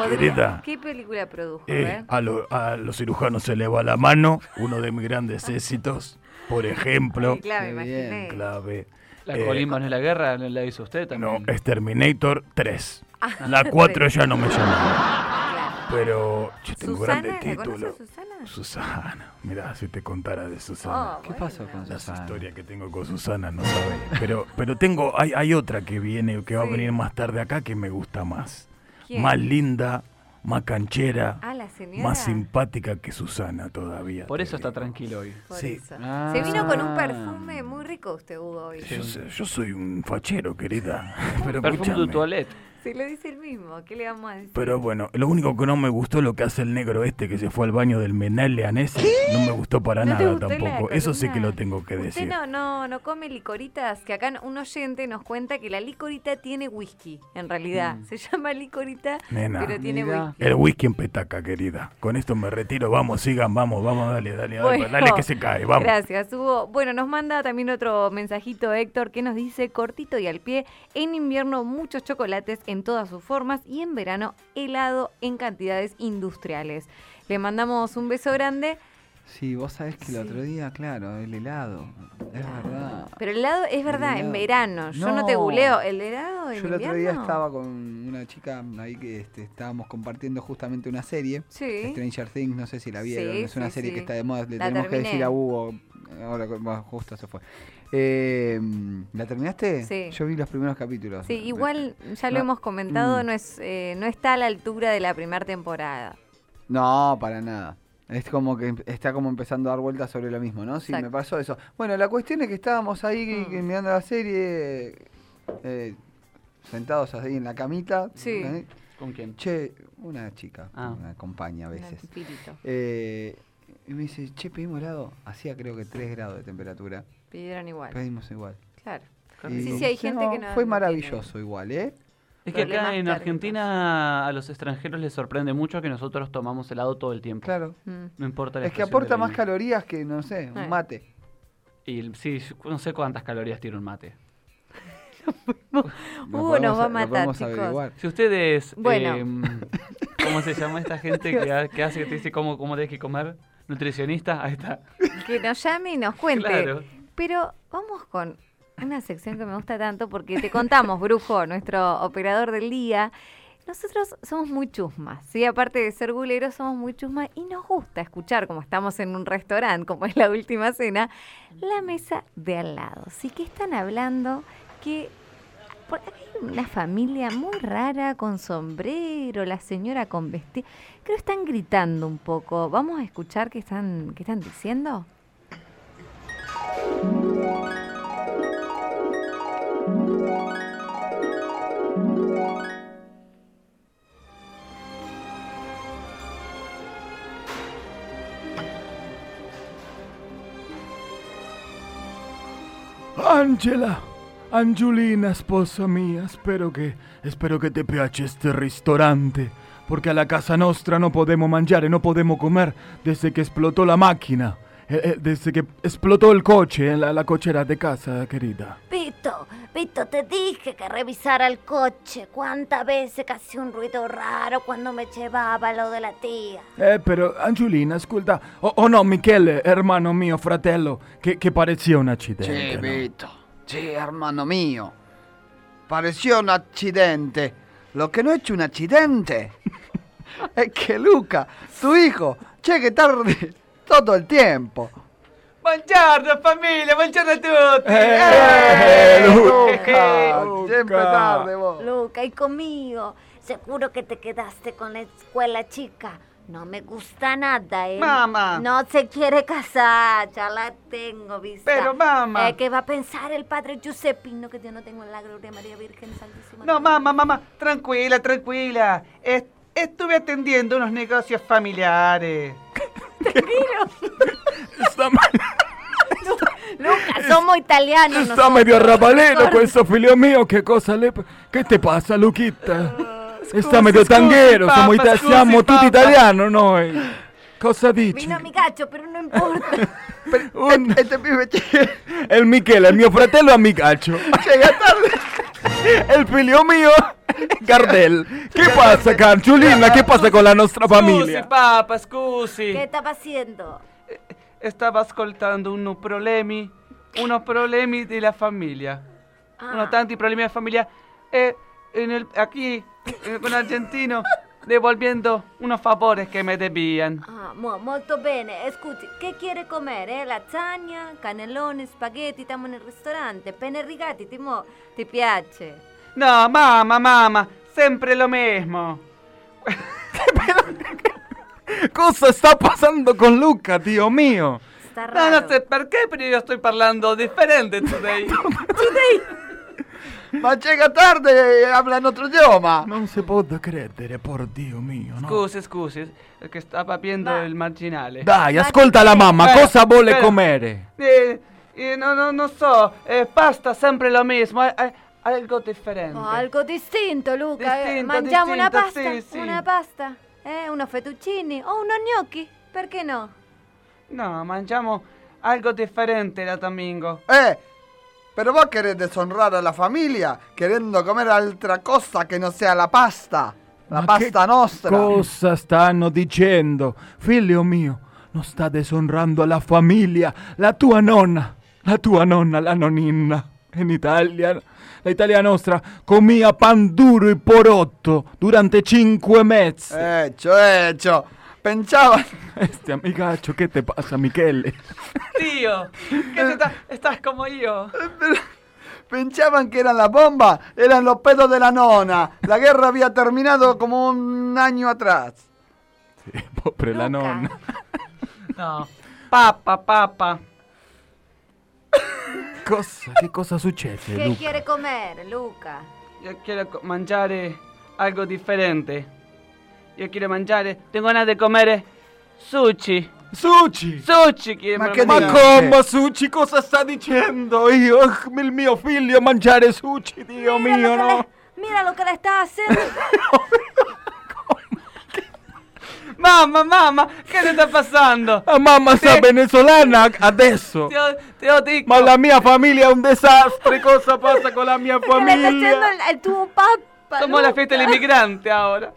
Speaker 3: podría-
Speaker 11: Querida.
Speaker 3: ¿Qué película produjo?
Speaker 11: Eh,
Speaker 3: eh?
Speaker 11: a, lo- a los cirujanos se le va la mano, uno de mis grandes éxitos, por ejemplo.
Speaker 3: Ay, claro, me Qué bien. imaginé.
Speaker 11: Clave.
Speaker 7: La
Speaker 11: Eh,
Speaker 7: Colimbas no es la guerra, no la hizo usted también.
Speaker 11: Exterminator 3.
Speaker 7: Ah,
Speaker 11: La 4
Speaker 7: sí.
Speaker 11: ya no me llama. Pero yo tengo
Speaker 7: Susana,
Speaker 11: grandes
Speaker 7: ¿la conoces,
Speaker 11: títulos.
Speaker 3: Susana?
Speaker 11: Susana. Mirá, si te contara de Susana.
Speaker 7: ¿Qué pasó con
Speaker 11: Las historias que tengo con Susana, no sabes. Pero, pero tengo, hay, hay otra que viene, que va a venir más tarde acá, que me gusta más.
Speaker 3: ¿Quién?
Speaker 11: Más linda, más canchera,
Speaker 3: Ah, la señora.
Speaker 11: más simpática que Susana todavía.
Speaker 7: Por eso está tranquilo hoy. Ah.
Speaker 3: Por
Speaker 11: Sí.
Speaker 3: eso. Se vino con un perfume muy rico usted, Hugo, hoy.
Speaker 11: Yo, sé- yo soy un fachero, querida. Pero
Speaker 7: Perfume de
Speaker 11: escúchame.
Speaker 7: toilet.
Speaker 3: Se lo dice el mismo, ¿qué le vamos a decir?
Speaker 11: Pero bueno, lo único que no me gustó es lo que hace el negro este que se fue al baño del Menal Leanés. No me gustó para
Speaker 3: ¿No te
Speaker 11: nada
Speaker 3: gustó la
Speaker 11: tampoco. Eso sí que
Speaker 3: columna?
Speaker 11: lo tengo que
Speaker 3: Usted
Speaker 11: decir.
Speaker 3: no, no, no come licoritas, que acá un oyente nos cuenta que la licorita tiene whisky, en realidad. Se llama licorita,
Speaker 11: Mm. Nena,
Speaker 3: pero tiene whisky.
Speaker 11: el whisky en petaca, querida. Con esto me retiro. Vamos, sigan, vamos, vamos, dale, dale, dale,
Speaker 3: Bueno,
Speaker 11: dale que se cae, vamos.
Speaker 3: Gracias, Hugo. Bueno, nos manda también otro mensajito Héctor que nos dice, cortito y al pie, en invierno muchos chocolates en todas sus formas y en verano helado en cantidades industriales. Le mandamos un beso grande,
Speaker 5: Sí, vos sabés que el otro día, claro, el helado. Es verdad.
Speaker 3: pero el helado es verdad, en
Speaker 5: helado.
Speaker 3: verano. Yo no, te
Speaker 5: No.
Speaker 3: buleo, el helado en
Speaker 5: Yo el otro día
Speaker 3: invierno?
Speaker 5: estaba con una chica ahí que este, estábamos compartiendo justamente una serie.
Speaker 3: Sí.
Speaker 5: Stranger Things, no sé si la vieron.
Speaker 3: Sí,
Speaker 5: es una
Speaker 3: sí,
Speaker 5: serie
Speaker 3: sí.
Speaker 5: que está de moda. Le
Speaker 3: La
Speaker 5: tenemos que
Speaker 3: terminé.
Speaker 5: decir a Hugo. Ahora que- bueno, justo se fue. Eh, ¿La terminaste?
Speaker 3: Sí.
Speaker 5: Yo vi los primeros capítulos.
Speaker 3: Sí, igual ya lo
Speaker 5: No,
Speaker 3: hemos comentado,
Speaker 5: mm.
Speaker 3: no es eh, no está a la altura de la primera temporada.
Speaker 5: No, para nada. Es como que em, está como empezando a dar vueltas sobre lo mismo, ¿no? Sí, me
Speaker 3: Exacto. Mm.
Speaker 5: pasó eso. Bueno, la cuestión es que estábamos ahí que- que mirando la serie, eh, sentados así en la camita.
Speaker 3: Sí.
Speaker 5: ¿eh?
Speaker 7: ¿Con quién?
Speaker 5: Che, una chica,
Speaker 7: Ah.
Speaker 5: me acompaña a veces.
Speaker 3: tipirito.
Speaker 5: Eh, y me dice, che, pedimos helado. Hacía creo que 3 grados de temperatura.
Speaker 3: Pidieron igual.
Speaker 5: Pedimos igual.
Speaker 3: Claro.
Speaker 5: Y
Speaker 3: Sí, sí, hay gente que no.
Speaker 5: Fue
Speaker 3: no tiene-
Speaker 5: maravilloso igual, ¿eh?
Speaker 7: Es que acá
Speaker 3: Problemas
Speaker 7: en
Speaker 3: térmicos.
Speaker 7: Argentina a los extranjeros les sorprende mucho que nosotros tomamos helado todo el tiempo.
Speaker 5: Claro.
Speaker 3: Mm.
Speaker 7: No importa la
Speaker 5: Es que
Speaker 7: estación
Speaker 5: aporta
Speaker 7: del
Speaker 5: más
Speaker 7: año.
Speaker 5: calorías que, no sé, un
Speaker 3: Eh.
Speaker 5: mate.
Speaker 7: Y el- sí, yo no sé cuántas calorías tiene un mate.
Speaker 3: Hugo podemos- nos va a lo matar, podemos chicos. averiguar.
Speaker 7: Si ustedes.
Speaker 3: Bueno.
Speaker 7: em, ¿Cómo se llama esta gente que, ha- que hace que te dice cómo, cómo tenés que comer? ¿Nutricionista? Ahí está.
Speaker 3: Que nos llame y nos cuente.
Speaker 7: Claro.
Speaker 3: Pero vamos con una sección que me gusta tanto porque te contamos, Brujo, nuestro operador del día. Nosotros somos muy chusmas, ¿sí? Aparte de ser guleros, somos muy chusmas y nos gusta escuchar, como estamos en un restaurante, como es la última cena, la mesa de al lado. ¿Sí? ¿Qué están hablando? Que por acá hay una familia muy rara con sombrero, la señora con vestido. Creo que están gritando un poco. Vamos a escuchar qué están, qué están diciendo.
Speaker 11: Angela, Angelina, esposa mía, espero que, espero che te piace este ristorante, perché alla casa nostra non podemos mangiare, non podemos comer desde che esplotò la macchina.
Speaker 14: eh, eh, desde que explotó el coche en la, la cochera de casa, querida.
Speaker 3: Pito, Pito, te dije que revisara el coche. ¿Cuántas veces que hacía un ruido raro cuando me llevaba lo de la tía?
Speaker 14: Eh, pero Angelina, ascolta. Oh, oh no, Michele, hermano mio, fratello, che, che parecía un accidente.
Speaker 5: Che, Vito. Che, hermano mío. Pareció un accidente. Lo que no es un accidente es que Luca, tu hijo, llegue tarde todo el tiempo.
Speaker 15: Buongiorno famiglia, buongiorno a tutti!
Speaker 5: Eh, Luca,
Speaker 3: siempre tarde vos. Luca, y conmigo. Seguro que te quedaste con la escuela chica. No me gusta nada, ¿eh?
Speaker 15: Mamá.
Speaker 3: No se quiere casar, ya la tengo vista.
Speaker 15: Pero, mamá.
Speaker 3: Eh, ¿Qué va a pensar el padre Giuseppino que yo no tengo la gloria María Virgen Santísima?
Speaker 15: No, mamá, mamá, tranquila, tranquila. Es- estuve atendiendo unos negocios familiares.
Speaker 3: Luca, somos italianos
Speaker 14: Sta medio
Speaker 3: nosotros.
Speaker 14: arrabaleno
Speaker 3: Sorry.
Speaker 14: questo figlio mio, che cosa le... Che te passa,
Speaker 5: Ah,
Speaker 14: Luchita? Sta medio
Speaker 3: scusi,
Speaker 14: tanghero,
Speaker 3: papà,
Speaker 14: siamo, ita-
Speaker 3: scusi,
Speaker 14: siamo tutti
Speaker 3: papà.
Speaker 14: italiani noi. Cosa dici?
Speaker 3: Vino mi cacho, pero no em-, importa.
Speaker 5: Este pibe
Speaker 14: È il Michele, è mio fratello amicaccio.
Speaker 5: llega tarde.
Speaker 14: È il figlio mio, Gardel. Che passa, Carciolina? Che passa con la nostra famiglia?
Speaker 15: papà, scusi.
Speaker 3: ¿Qué estaba haciendo?
Speaker 16: Stavo ascoltando unos problemi, unos problemi della famiglia.
Speaker 3: Ah.
Speaker 16: Uno tanti problemi della famiglia. E in el- aquí, eh, con argentino, devolviendo unos favores che me debían.
Speaker 3: Ah, mo- molto bene. Escuchi, ¿qué quiere comer? Eh? Lasagna, cannelloni, spaghetti, estamos en el restaurante. Penne rigati, ti, mo- ti piace?
Speaker 16: No, mamma, mamma, sempre lo mesmo.
Speaker 14: Cosa sta passando con Luca, Dio mio?
Speaker 16: No, no sé por qué, pero yo estoy parlando diferente today.
Speaker 5: Ma llega tarde e habla en otro idioma.
Speaker 14: Non si può credere, por Dio mio, no?
Speaker 16: Scusi, scusi, è che stava viendo il marginale.
Speaker 14: Dai, ascolta la mamma,
Speaker 16: Però,
Speaker 14: cosa vuole
Speaker 16: però,
Speaker 14: comere?
Speaker 16: Eh, eh, no, no, non so, eh, pasta sempre lo mismo, eh, eh, algo
Speaker 14: Mm.
Speaker 16: differente.
Speaker 3: Oh, algo distinto, Luca. eh.
Speaker 16: Distinto,
Speaker 3: Mangiamo una
Speaker 16: distinto,
Speaker 3: pasta,
Speaker 16: sì, sì.
Speaker 3: una pasta, eh? unos fettuccini o unos gnocchi, perché no?
Speaker 16: No, mangiamo algo differente da domingo.
Speaker 5: Eh, pero vos querés deshonrar a la familia queriendo comer otra cosa que no sea la pasta. La pasta nostra.
Speaker 14: Cosa stanno dicendo? Figlio mio, non sta deshonrando la famiglia, la tua nonna, la tua nonna, la nonnina. In Italia, la Italia nostra comia pan duro e porotto durante cinque mesi.
Speaker 5: Hecho, hecho. Pensaba.
Speaker 14: Este amigaccio, che te passa, Michele?
Speaker 16: Tío, ¿qué te ta- estás como yo?
Speaker 5: Pensaban que eran las bombas, eran los pedos de la nona. La guerra había terminado como un año atrás.
Speaker 14: Pobre la nonna.
Speaker 16: No. Papa, papa.
Speaker 14: Cosa, che cosa succede,
Speaker 3: ¿Qué
Speaker 14: Eh, Luca?
Speaker 3: quiere comer, Luca?
Speaker 16: Yo quiero co- mangiar eh, algo diferente. Yo quiero mangiar, eh, tengo ganas de comer eh, sushi.
Speaker 14: Sushi!
Speaker 16: Sushi quiero
Speaker 14: Ma, Eh. come, Suci, cosa sta dicendo? Io, ah, il mio figlio, a mangiare sushi, Dio mio, no?
Speaker 3: Mira lo que le está haciendo.
Speaker 16: Mamma, mamma, che ti sta passando?
Speaker 14: La mamma sta venezuelana adesso.
Speaker 16: Te lo, te lo dico.
Speaker 14: Ma la mia famiglia è un desastre. Cosa passa con la mia
Speaker 3: que le está haciendo
Speaker 14: famiglia?
Speaker 3: el, el tubo papa.
Speaker 16: Somos la fiesta del inmigrante ahora.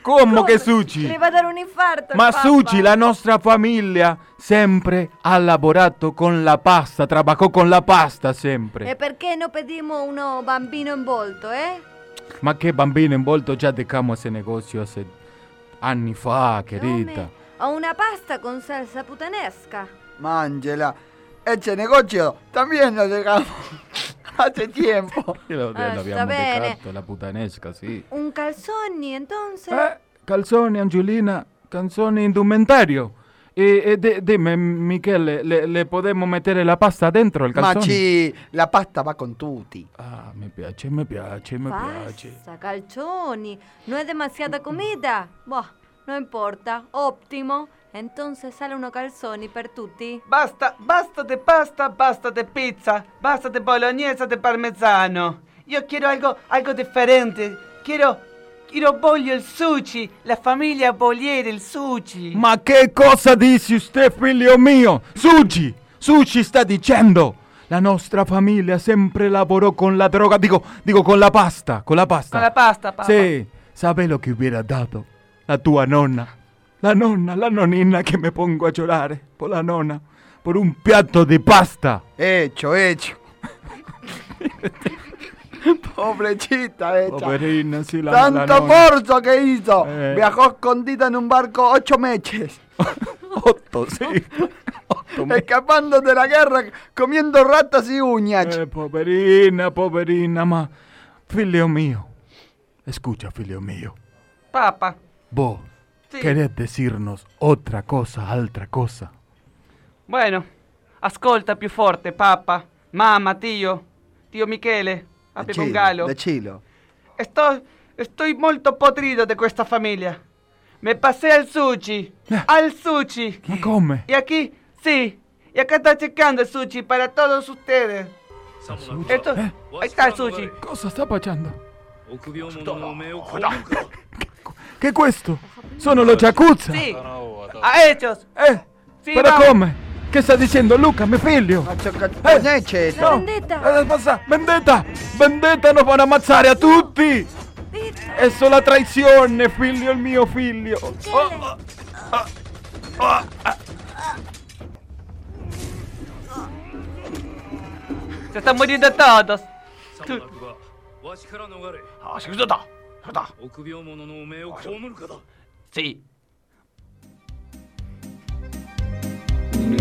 Speaker 14: Come che
Speaker 3: Le
Speaker 14: sushi?
Speaker 3: va a dar un infarto. al
Speaker 14: Ma
Speaker 3: papa.
Speaker 14: Suci, la nostra famiglia, sempre ha lavorato con la pasta. Trabacò con la pasta sempre.
Speaker 3: ¿Y por Eh, qué no pedimos uno bambino envolto, eh?
Speaker 14: Ma che bambino involto già decamo a ese negozio se anni fa, querida.
Speaker 3: O una pasta con salsa putanesca.
Speaker 5: Mángela. Eche negocio, también lo llegamos. Hace tiempo.
Speaker 14: Io lo,
Speaker 3: Ah,
Speaker 14: lo
Speaker 3: sta
Speaker 14: abbiamo
Speaker 3: bene.
Speaker 14: beccato, la putanesca, sì.
Speaker 3: Un calzoni, entonces.
Speaker 14: Eh, calzoni, Angiolina, canzoni, indumentario. E, e de- dime, Michele, le, le podemos mettere la pasta dentro al calzone?
Speaker 5: Machi, la pasta va con tutti.
Speaker 14: Ah, mi piace, mi piace, mi piace.
Speaker 3: Pasta, calzoni. No es demasiada comida. Buah, no importa. Óptimo. Entonces sale uno calzoni per tutti.
Speaker 16: Basta, basta de pasta, basta de pizza, basta de boloñesa de parmesano. Yo quiero algo, algo diferente. Quiero Quiero Bolio il sushi, la famiglia Bollier il sushi.
Speaker 11: Ma che cosa dici usted, figlio mio? Sushi! Sushi sta dicendo! La nostra famiglia sempre lavorò con la droga, dico, dico con la pasta, con la pasta.
Speaker 16: Con la pasta, papà.
Speaker 11: Sí, ¿sabes lo que hubiera dado? La tua nonna. La nonna, la nonina que me pongo a llorar por la nonna. Por un piatto di pasta.
Speaker 5: Hecho, hecho. Pobrechita hecha.
Speaker 11: Poverina, sí, la la
Speaker 5: Tanto
Speaker 11: nonna.
Speaker 5: porzo que hizo.
Speaker 11: Eh.
Speaker 5: Viajó escondida en un barco ocho meches.
Speaker 11: Otto, sí.
Speaker 5: Escapando de la guerra, comiendo ratas y uñas.
Speaker 11: Eh, poverina, poverina, ma... Figlio mío. Escucha, figlio mío.
Speaker 16: Papá.
Speaker 11: Vos
Speaker 16: Sí.
Speaker 11: querés decirnos otra cosa, otra cosa.
Speaker 16: Bueno, ascolta più forte, papà. Mamma, tío, tío Michele, abbi un galo.
Speaker 5: Chilo.
Speaker 16: Sto, sto molto podrido di questa famiglia. Me pasé al sushi, al sushi.
Speaker 11: Ma come?
Speaker 16: Y aquí, sí, y acá está checando el sushi para todos ustedes. Esto, ahí está el sushi.
Speaker 11: Cosa sta facendo? Che è questo? Sono lo jacuzza!
Speaker 16: Sí, a hechos. Sí,
Speaker 11: Però
Speaker 16: vamos.
Speaker 11: come? Che sta dicendo Luca, mio figlio?
Speaker 5: Eh,
Speaker 11: no. Eh, passa- vendetta! Vendetta, nos fanno ammazzare a tutti! È solo la traizione, figlio il mio figlio! Oh, oh, ah, ah, ah.
Speaker 16: Se están muriendo todos. Tú- Sí.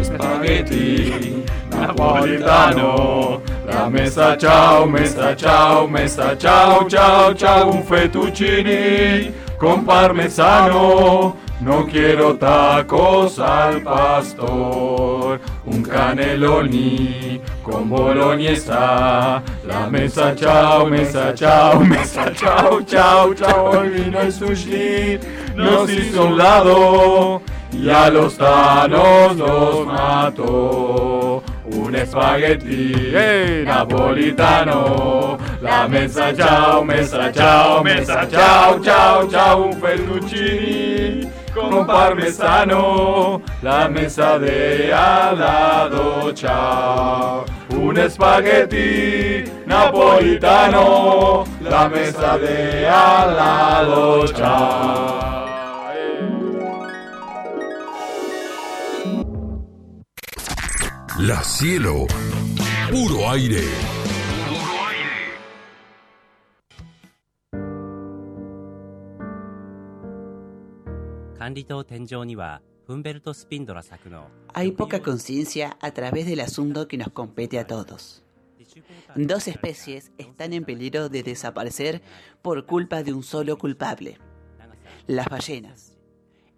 Speaker 14: Spaghetti
Speaker 11: napolitano.
Speaker 14: La messa ciao, messa ciao, messa ciao, ciao, ciao Un fettuccini con parmesano No quiero tacos al pastor Un caneloni con bolognesa La messa ciao, messa ciao, messa ciao, ciao, ciao El vino y sushi nos hizo a un lado y a los tanos los mató. Un espagueti napolitano, la mesa chao, mesa chao, mesa chao, chao, chao, un fettuccini con parmesano, la mesa de al lado, chao. Un espagueti napolitano, la mesa de al lado, chao.
Speaker 8: La cielo. Puro aire.
Speaker 17: 管理棟天井にはフンベルト・スピンドラ作の
Speaker 10: Hay poca conciencia a través del asunto que nos compete a todos. Dos especies están en peligro de desaparecer por culpa de un solo culpable, las ballenas.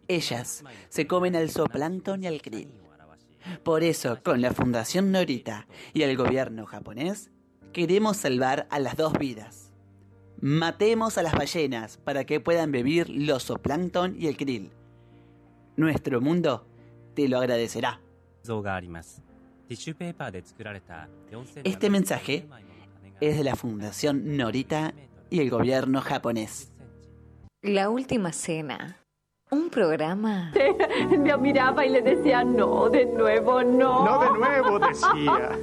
Speaker 10: Ellas se comen al zooplancton y al krill. Por eso, con la Fundación Norita y el gobierno japonés, queremos salvar a las dos vidas. Matemos a las ballenas para que puedan vivir los zooplancton y el krill. Nuestro mundo te lo agradecerá.
Speaker 17: 像がありますティッシュペーパーで作られた4700
Speaker 10: Este mensaje es de la Fundación Norita y el gobierno japonés.
Speaker 3: La última cena. Un programa.
Speaker 18: Me miraba y le decía, no, de nuevo, no.
Speaker 19: No de nuevo, decía.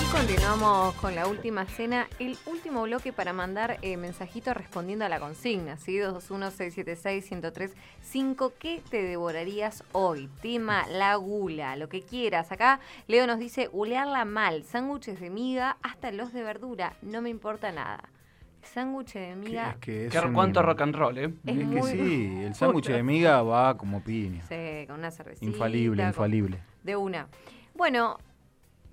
Speaker 3: Y continuamos con la última cena, el último bloque para mandar eh, mensajitos respondiendo a la consigna, ¿sí? 221-676-1035, ¿qué te devorarías hoy? Tema, la gula, lo que quieras. Acá Leo nos dice, gulearla mal, sándwiches de miga hasta los de verdura, no me importa nada. Sándwich de miga...
Speaker 4: que es
Speaker 7: Qué-
Speaker 4: un-
Speaker 7: cuánto rock and roll, ¿eh?
Speaker 3: Es
Speaker 4: Es que
Speaker 3: muy-
Speaker 4: sí, el sándwich de miga va como piña.
Speaker 3: Sí, con una cervecita.
Speaker 4: Infalible,
Speaker 3: con-
Speaker 4: infalible.
Speaker 3: De una. Bueno,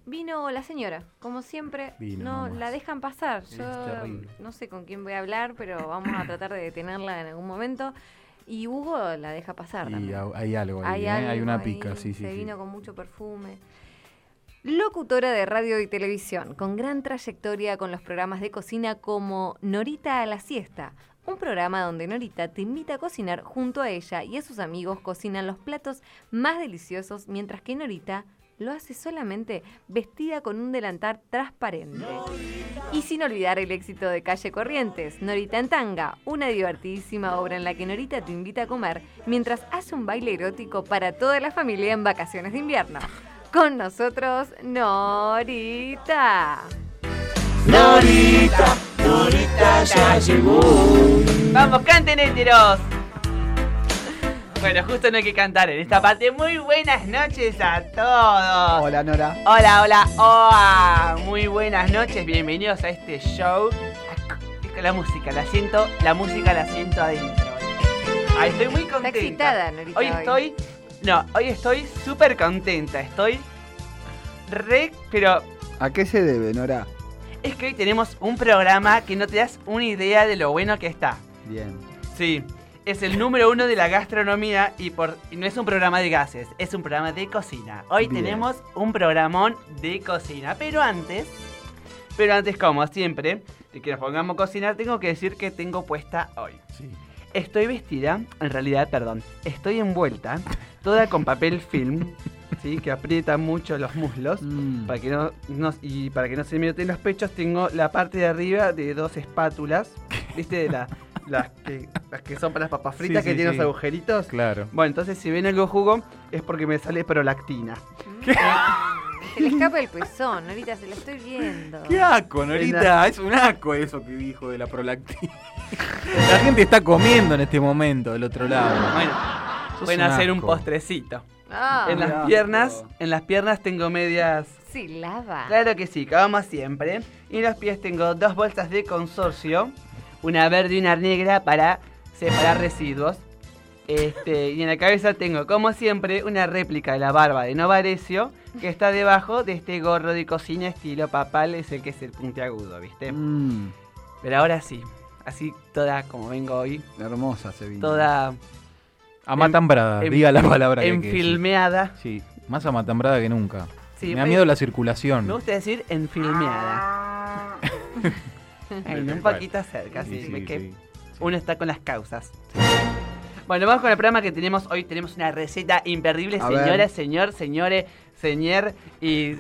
Speaker 3: vino la señora, como siempre.
Speaker 4: Vino
Speaker 3: no
Speaker 4: nomás.
Speaker 3: la dejan pasar.
Speaker 4: Es
Speaker 3: Yo
Speaker 4: terrible.
Speaker 3: no sé con quién voy a hablar, pero vamos a tratar de detenerla en algún momento. Y Hugo la deja pasar.
Speaker 4: Y
Speaker 3: también.
Speaker 4: ha- hay algo ahí, ¿eh? hay
Speaker 3: algo
Speaker 4: una
Speaker 3: ahí,
Speaker 4: pica, sí, sí.
Speaker 3: Se
Speaker 4: sí.
Speaker 3: vino con mucho perfume. Locutora de radio y televisión, con gran trayectoria con los programas de cocina como Norita a la siesta, un programa donde Norita te invita a cocinar junto a ella y a sus amigos cocinan los platos más deliciosos, mientras que Norita lo hace solamente vestida con un delantal transparente. Y sin olvidar el éxito de Calle Corrientes, Norita en Tanga, una divertidísima obra en la que Norita te invita a comer mientras hace un baile erótico para toda la familia en vacaciones de invierno. Con nosotros, Norita.
Speaker 20: Norita, Norita ya llegó.
Speaker 16: Vamos, canten enteros. Bueno, justo no hay que cantar en esta parte. Muy buenas noches a todos.
Speaker 5: Hola, Nora.
Speaker 16: Hola, hola, hola. Muy buenas noches, bienvenidos a este show. Es que la música, la siento, la música la siento adentro. Ay, estoy muy contenta.
Speaker 3: Está excitada, Norita.
Speaker 16: Hoy estoy, no, hoy estoy súper contenta. Estoy re, pero
Speaker 5: ¿A qué se debe, Nora?
Speaker 16: es que hoy tenemos un programa que no te das una idea de lo bueno que está.
Speaker 5: Bien.
Speaker 16: Sí, es el número uno de la gastronomía y, por, y no es un programa de gases, es un programa de cocina. Hoy
Speaker 5: Bien.
Speaker 16: tenemos un programón de cocina, pero antes, pero antes como siempre, de que nos pongamos a cocinar, tengo que decir que tengo puesta hoy. Estoy vestida, en realidad, perdón, estoy envuelta, toda con papel film, ¿sí? que aprieta mucho los muslos.
Speaker 4: Mm.
Speaker 16: Para que no, no- y para que no se me noten los pechos, tengo la parte de arriba de dos espátulas. ¿Viste? De la- las, que, las que son para las papas fritas, que tienen los agujeritos.
Speaker 4: Claro.
Speaker 16: Bueno, entonces si ven algo jugo, es porque me sale prolactina.
Speaker 3: Se le escapa el pezón, Norita, se la estoy viendo.
Speaker 4: Qué aco, Norita. Es un aco eso que dijo de la prolactina. La gente está comiendo en este momento del otro lado.
Speaker 16: Bueno,
Speaker 4: Sos
Speaker 16: pueden
Speaker 4: un
Speaker 16: hacer un
Speaker 4: asco.
Speaker 16: postrecito.
Speaker 3: Ah.
Speaker 16: en
Speaker 3: Qué
Speaker 16: las
Speaker 3: asco.
Speaker 16: piernas, en las piernas tengo medias
Speaker 3: Sí, lava.
Speaker 16: Ah. Claro que sí, como siempre. Y en los pies tengo dos bolsas de consorcio, una verde y una negra para separar residuos. Este, y en la cabeza tengo, como siempre, una réplica de la barba de Novarecio que está debajo de este gorro de cocina estilo papal, es el que es el puntiagudo, ¿viste?
Speaker 4: Mm.
Speaker 5: Mm.
Speaker 16: Pero ahora sí, así toda como vengo hoy.
Speaker 5: Hermosa se vino.
Speaker 16: Toda
Speaker 4: Amatambrada,
Speaker 16: en-
Speaker 4: diga la palabra que hay que decir.
Speaker 16: Enfilmeada.
Speaker 4: Sí, más amatambrada que nunca.
Speaker 16: Sí, pues-
Speaker 4: me da
Speaker 16: me-
Speaker 4: miedo la circulación.
Speaker 16: Me gusta decir enfilmeada. Ay, un poquito cerca, sí,
Speaker 4: Sí,
Speaker 16: me
Speaker 4: sí,
Speaker 16: que
Speaker 4: sí,
Speaker 16: uno está con las causas. Bueno, vamos con el programa que tenemos hoy. Tenemos una receta imperdible,
Speaker 5: A ver.
Speaker 16: señora, señor, señores, señor y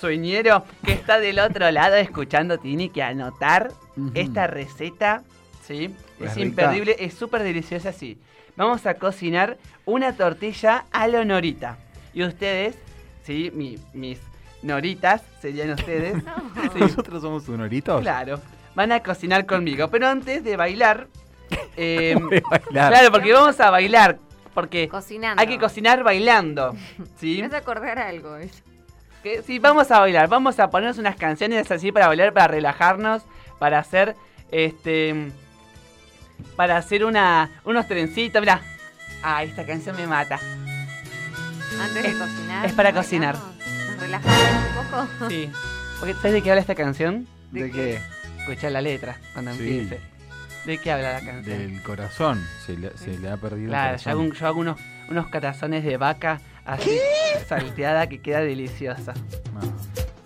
Speaker 16: sueñero que está del otro lado escuchando. Tiene que anotar
Speaker 5: Ujú.
Speaker 16: esta receta, ¿sí?
Speaker 5: Es
Speaker 16: es
Speaker 5: rica.
Speaker 16: imperdible, es súper deliciosa, sí. Vamos a cocinar una tortilla a la norita. Y ustedes, ¿sí? Mi- mis noritas serían ustedes. Sí.
Speaker 4: Nosotros somos unoritos.
Speaker 16: Claro. Van a cocinar conmigo. Pero antes de bailar. eh,
Speaker 4: De bailar.
Speaker 16: Claro, porque vamos a bailar. Porque
Speaker 3: Cocinando.
Speaker 16: hay que cocinar bailando. ¿Sí?
Speaker 3: Me vas a acordar algo. ¿eh?
Speaker 16: Que- sí, vamos a bailar. Vamos a ponernos unas canciones así para bailar, para relajarnos, para hacer. Este. Para hacer una, unos trencitos. Mirá. Ah, esta canción me mata.
Speaker 3: Antes de cocinar.
Speaker 16: es para cocinar.
Speaker 3: Ah, Nos relajamos un poco.
Speaker 16: Sí. Porque, ¿Sabes de qué habla esta canción?
Speaker 5: ¿De qué?
Speaker 16: Escuchá la letra cuando
Speaker 4: Sí.
Speaker 16: empiece. ¿De qué habla la canción?
Speaker 4: Del corazón. Se le, se le ha perdido
Speaker 16: Claro,
Speaker 4: el
Speaker 16: yo
Speaker 4: corazón.
Speaker 16: hago, un- yo hago unos, unos catazones de vaca así salteada que queda deliciosa.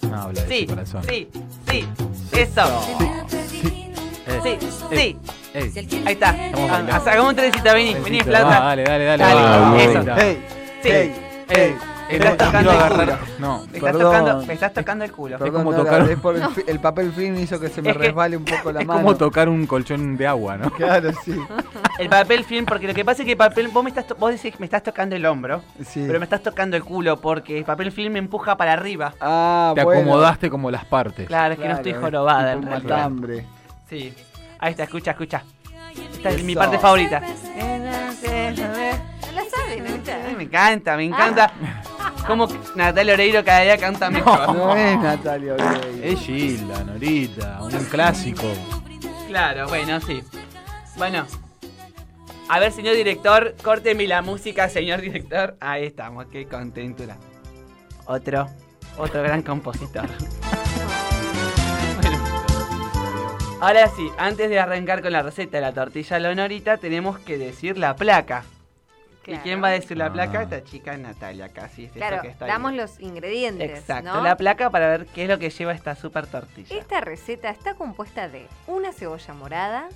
Speaker 4: No habla de
Speaker 16: Sí,
Speaker 4: su corazón.
Speaker 16: sí, sí, eso.
Speaker 4: Eh,
Speaker 16: Sí, sí.
Speaker 4: eh.
Speaker 16: Ahí está.
Speaker 4: Estamos bailando.
Speaker 16: Ah, Hagamos un trencito, vení, vení,
Speaker 4: Trencito,
Speaker 16: flauta.
Speaker 4: va, dale, dale, dale,
Speaker 16: Dale,
Speaker 4: vamos,
Speaker 16: eso.
Speaker 4: vamos. Ey,
Speaker 16: sí.
Speaker 4: ey, ey.
Speaker 16: Me
Speaker 4: Eh, no,
Speaker 16: estás tocando
Speaker 4: quiero
Speaker 16: el
Speaker 4: agarrar-
Speaker 16: culo.
Speaker 4: no,
Speaker 16: Me estás
Speaker 5: perdón.
Speaker 16: tocando, me estás tocando el culo.
Speaker 5: Perdón,
Speaker 4: como
Speaker 5: Nora,
Speaker 4: tocar-
Speaker 5: es por el,
Speaker 16: No.
Speaker 5: fi- el papel film hizo que se me
Speaker 16: Es que-
Speaker 5: resbale un poco la
Speaker 4: Es
Speaker 5: mano.
Speaker 4: como tocar un colchón de agua, ¿no?
Speaker 5: Claro, sí.
Speaker 16: El papel film, porque lo que pasa es que el papel, vos me estás, to- vos decís, me estás tocando el hombro,
Speaker 5: Sí.
Speaker 16: pero me estás tocando el culo porque el papel film me empuja para arriba.
Speaker 5: Ah,
Speaker 4: Te acomodaste como las partes.
Speaker 16: Claro, es que no estoy jorobada en realidad. Sí. Ahí está, escucha, escucha. Esta es mi
Speaker 5: Eso.
Speaker 16: parte favorita.
Speaker 3: No la saben,
Speaker 16: Ay,
Speaker 3: Norita.
Speaker 16: Me encanta, me encanta. Como Natalia Oreiro cada día canta mejor.
Speaker 5: Ah. No es Natalia Oreiro.
Speaker 4: Es Gilda, Norita, un clásico.
Speaker 16: Claro, bueno, sí. Bueno. A ver, señor director, córteme la música, señor director. Ahí estamos, qué contentura. Otro, otro gran compositor. Bueno. Ahora sí, antes de arrancar con la receta de la tortilla a la honorita, tenemos que decir la placa. ¿Y
Speaker 3: Claro.
Speaker 16: quién va a decir la placa?
Speaker 4: Ah.
Speaker 16: Esta chica Natalia, casi. Es eso
Speaker 3: Claro,
Speaker 16: que está ahí.
Speaker 3: damos los ingredientes.
Speaker 16: Exacto,
Speaker 3: ¿no?
Speaker 16: la placa para ver qué es lo que lleva esta super tortilla.
Speaker 3: Esta receta está compuesta de una cebolla morada,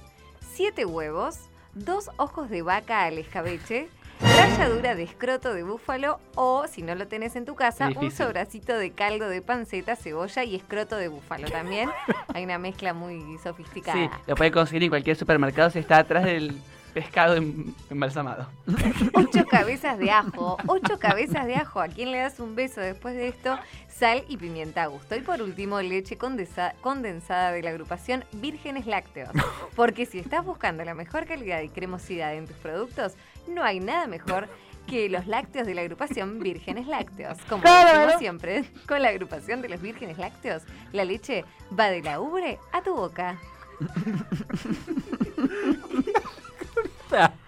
Speaker 3: 7 huevos, 2 ojos de vaca al escabeche, ralladura de escroto de búfalo o, si no lo tenés en tu casa, un
Speaker 15: Difícil.
Speaker 3: sobracito de caldo de panceta, cebolla y escroto de búfalo también. Hay una mezcla muy sofisticada.
Speaker 7: Sí, lo puede conseguir en cualquier supermercado si está atrás del pescado em- embalsamado.
Speaker 3: Ocho cabezas de ajo, ocho cabezas de ajo. ¿A quién le das un beso después de esto? Sal y pimienta a gusto. Y por último, leche condesa- condensada de la agrupación Vírgenes Lácteos. Porque si estás buscando la mejor calidad y cremosidad en tus productos, no hay nada mejor que los lácteos de la agrupación Vírgenes Lácteos. Como
Speaker 15: Claro.
Speaker 3: decimos siempre, con la agrupación de los Vírgenes Lácteos, la leche va de la ubre a tu boca.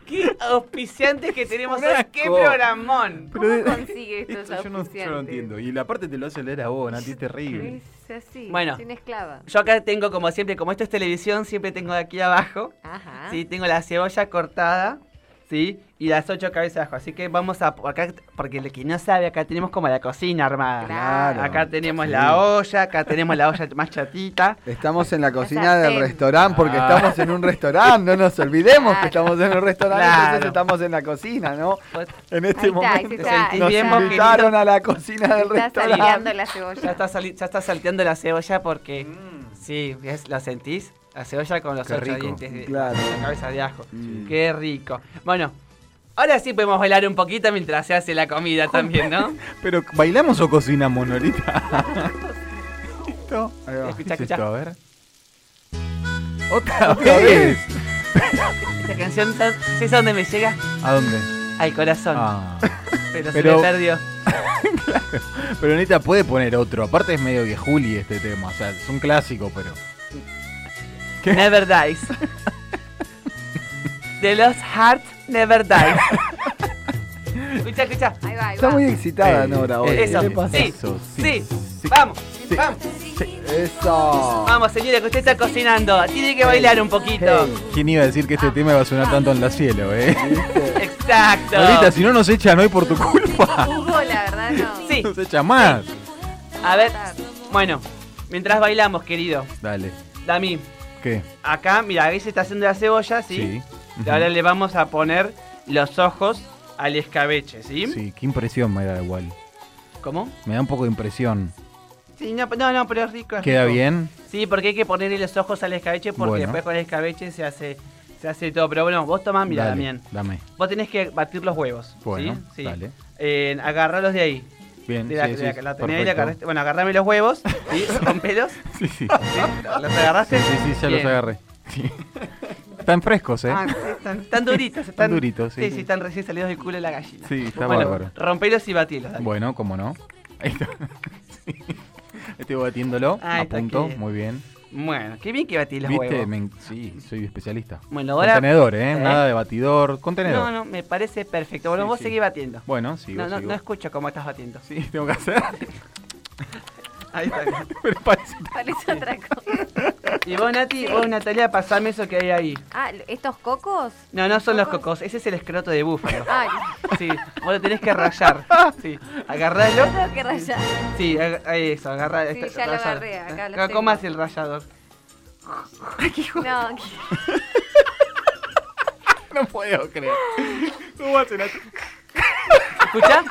Speaker 16: ¡Qué auspiciantes que tenemos
Speaker 3: Un
Speaker 16: hoy!
Speaker 3: asco.
Speaker 16: ¡Qué programón!
Speaker 4: Pero de-
Speaker 3: consigue estos
Speaker 4: Esto yo no, yo no entiendo. Y la parte te lo hace leer
Speaker 16: oh,
Speaker 4: a vos, Nati, es terrible.
Speaker 3: Es así,
Speaker 16: Bueno.
Speaker 3: sin esclava.
Speaker 16: Yo acá tengo, como siempre, como esto es televisión, siempre tengo de aquí abajo.
Speaker 3: Ajá.
Speaker 16: Sí, tengo la cebolla cortada, ¿sí? Y las ocho cabezas de ajo. Así que vamos a... Acá, porque el que no sabe, acá tenemos como la cocina armada.
Speaker 5: Claro.
Speaker 16: Acá tenemos
Speaker 5: Sí.
Speaker 16: la olla, acá tenemos la olla más chatita.
Speaker 5: Estamos en la cocina del
Speaker 16: ven.
Speaker 5: restaurante porque
Speaker 16: Ah.
Speaker 5: estamos en un restaurante. No nos olvidemos que estamos en un restaurante, entonces estamos en la cocina, ¿no?
Speaker 16: Pues,
Speaker 5: En
Speaker 16: Ahí está,
Speaker 5: este
Speaker 16: ahí
Speaker 5: momento
Speaker 16: está, ahí
Speaker 5: nos
Speaker 16: está.
Speaker 5: invitaron a la cocina del restaurante.
Speaker 3: la cebolla.
Speaker 16: Ya está, sali- ya está salteando la cebolla porque... Sí, ¿ves? ¿La sentís? La cebolla con los
Speaker 5: Mm. Qué
Speaker 16: ocho
Speaker 5: rico.
Speaker 16: dientes de
Speaker 5: Claro.
Speaker 16: la cabeza de ajo. Qué rico. Bueno, ahora sí podemos bailar un poquito mientras se hace la comida también, ¿no?
Speaker 4: Pero, ¿bailamos o cocinamos, Norita?
Speaker 5: Listo. Ahí va.
Speaker 16: Escuchá,
Speaker 4: ¿Qué es
Speaker 16: escuchá.
Speaker 4: esto? A ver. ¡Otra vez!
Speaker 16: Esta canción, ¿sabes sabes a dónde me llega?
Speaker 4: ¿A dónde? Ah.
Speaker 16: Al corazón. Pero,
Speaker 4: Pero-
Speaker 16: se me perdió.
Speaker 4: Pero Neta puede poner otro. Aparte es medio viejuli este tema. O sea, es un clásico, pero.
Speaker 16: Never dies. De los Heart Never Dies. escucha, escucha. Eh,
Speaker 3: Ahí va,
Speaker 5: Está muy excitada Nora hoy.
Speaker 16: Eso.
Speaker 5: ¿Qué le pasa?
Speaker 16: Sí, sí, Vamos, vamos.
Speaker 5: Eso.
Speaker 16: Vamos, señora, que usted está cocinando. Tiene que bailar un poquito.
Speaker 4: ¿Quién iba a decir que este tema iba a sonar tanto en la cielo, eh?
Speaker 16: Exacto.
Speaker 4: Norita, si no nos echan hoy por tu culpa.
Speaker 3: Hugo, la verdad, no.
Speaker 16: Sí.
Speaker 4: Nos echan más.
Speaker 16: A ver. Bueno, mientras bailamos, querido.
Speaker 4: Dale.
Speaker 16: Dami,
Speaker 4: ¿Qué?
Speaker 16: acá, mira, ahí se está haciendo la cebolla, ¿sí?
Speaker 4: Sí.
Speaker 16: Y ahora le vamos a poner los ojos al escabeche, ¿sí?
Speaker 4: Sí, qué impresión me da igual.
Speaker 16: ¿Cómo?
Speaker 4: Me da un poco de impresión.
Speaker 16: Sí, no, no, no, pero es rico. es
Speaker 4: ¿Queda
Speaker 16: rico.
Speaker 4: bien?
Speaker 16: Sí, porque hay que ponerle los ojos al escabeche porque
Speaker 4: Bueno.
Speaker 16: después con el escabeche se hace, se hace todo. Pero bueno, vos tomás, Ah, mira,
Speaker 4: Dale,
Speaker 16: Damián.
Speaker 4: Dame.
Speaker 16: Vos tenés que batir los huevos.
Speaker 4: Bueno,
Speaker 16: ¿sí? Sí.
Speaker 4: dale.
Speaker 16: Eh, agarralos de ahí.
Speaker 4: Bien,
Speaker 16: De la,
Speaker 4: sí,
Speaker 16: de la-
Speaker 4: sí,
Speaker 16: la tenés ahí, la
Speaker 4: perfecto.
Speaker 16: agarraste. Bueno, agarrame los huevos, ¿sí? Rompelos.
Speaker 4: Sí, sí.
Speaker 16: ¿Los agarraste?
Speaker 4: Sí, sí, sí, ya los
Speaker 16: Bien.
Speaker 4: agarré. Sí. Están frescos, eh.
Speaker 16: Ah, sí, están, están duritos. Están,
Speaker 4: duritos, sí,
Speaker 16: Sí,
Speaker 4: sí.
Speaker 16: están recién salidos del culo de la gallina.
Speaker 4: Sí, está
Speaker 16: bueno,
Speaker 4: bárbaro.
Speaker 16: Rompelos y batilos. dale.
Speaker 4: Bueno, cómo no. Ahí está. Sí. Estoy batiéndolo.
Speaker 16: Ah,
Speaker 4: a
Speaker 16: está
Speaker 4: punto.
Speaker 16: aquí.
Speaker 4: Muy bien.
Speaker 16: Bueno, qué bien que batís los
Speaker 4: ¿Viste?
Speaker 16: huevos.
Speaker 4: Me en- sí, soy especialista.
Speaker 16: Bueno, ahora-
Speaker 4: Contenedor, ¿eh?
Speaker 16: ¿Eh?
Speaker 4: Nada de batidor.
Speaker 16: No,
Speaker 4: Contenedor.
Speaker 16: no, me parece perfecto. Bueno,
Speaker 4: Sí,
Speaker 16: vos
Speaker 4: sí.
Speaker 16: seguís batiendo.
Speaker 4: Bueno, sigo,
Speaker 16: No, no,
Speaker 4: sigo.
Speaker 16: no escucho cómo estás batiendo.
Speaker 4: Sí, tengo que hacer.
Speaker 16: Ahí está.
Speaker 4: Pero parece.
Speaker 3: Parece otra cosa.
Speaker 16: Y vos, Nati, vos, Natalia, pasame eso que hay ahí.
Speaker 3: Ah, ¿estos cocos? Ah,
Speaker 16: No, no son los cocos, ese es el escroto de búfalo.
Speaker 3: Ay,
Speaker 16: Sí, vos lo tenés que rayar. Sí, agarralo.
Speaker 3: no tengo que rayar.
Speaker 16: Sí, ag- ahí eso, agarra
Speaker 3: Sí, ya lo agarré, acá lo tengo.
Speaker 16: ¿Cómo hace el rayador?
Speaker 3: No,
Speaker 4: No puedo creer. ¿Cómo hacen así?
Speaker 16: ¿Escucha?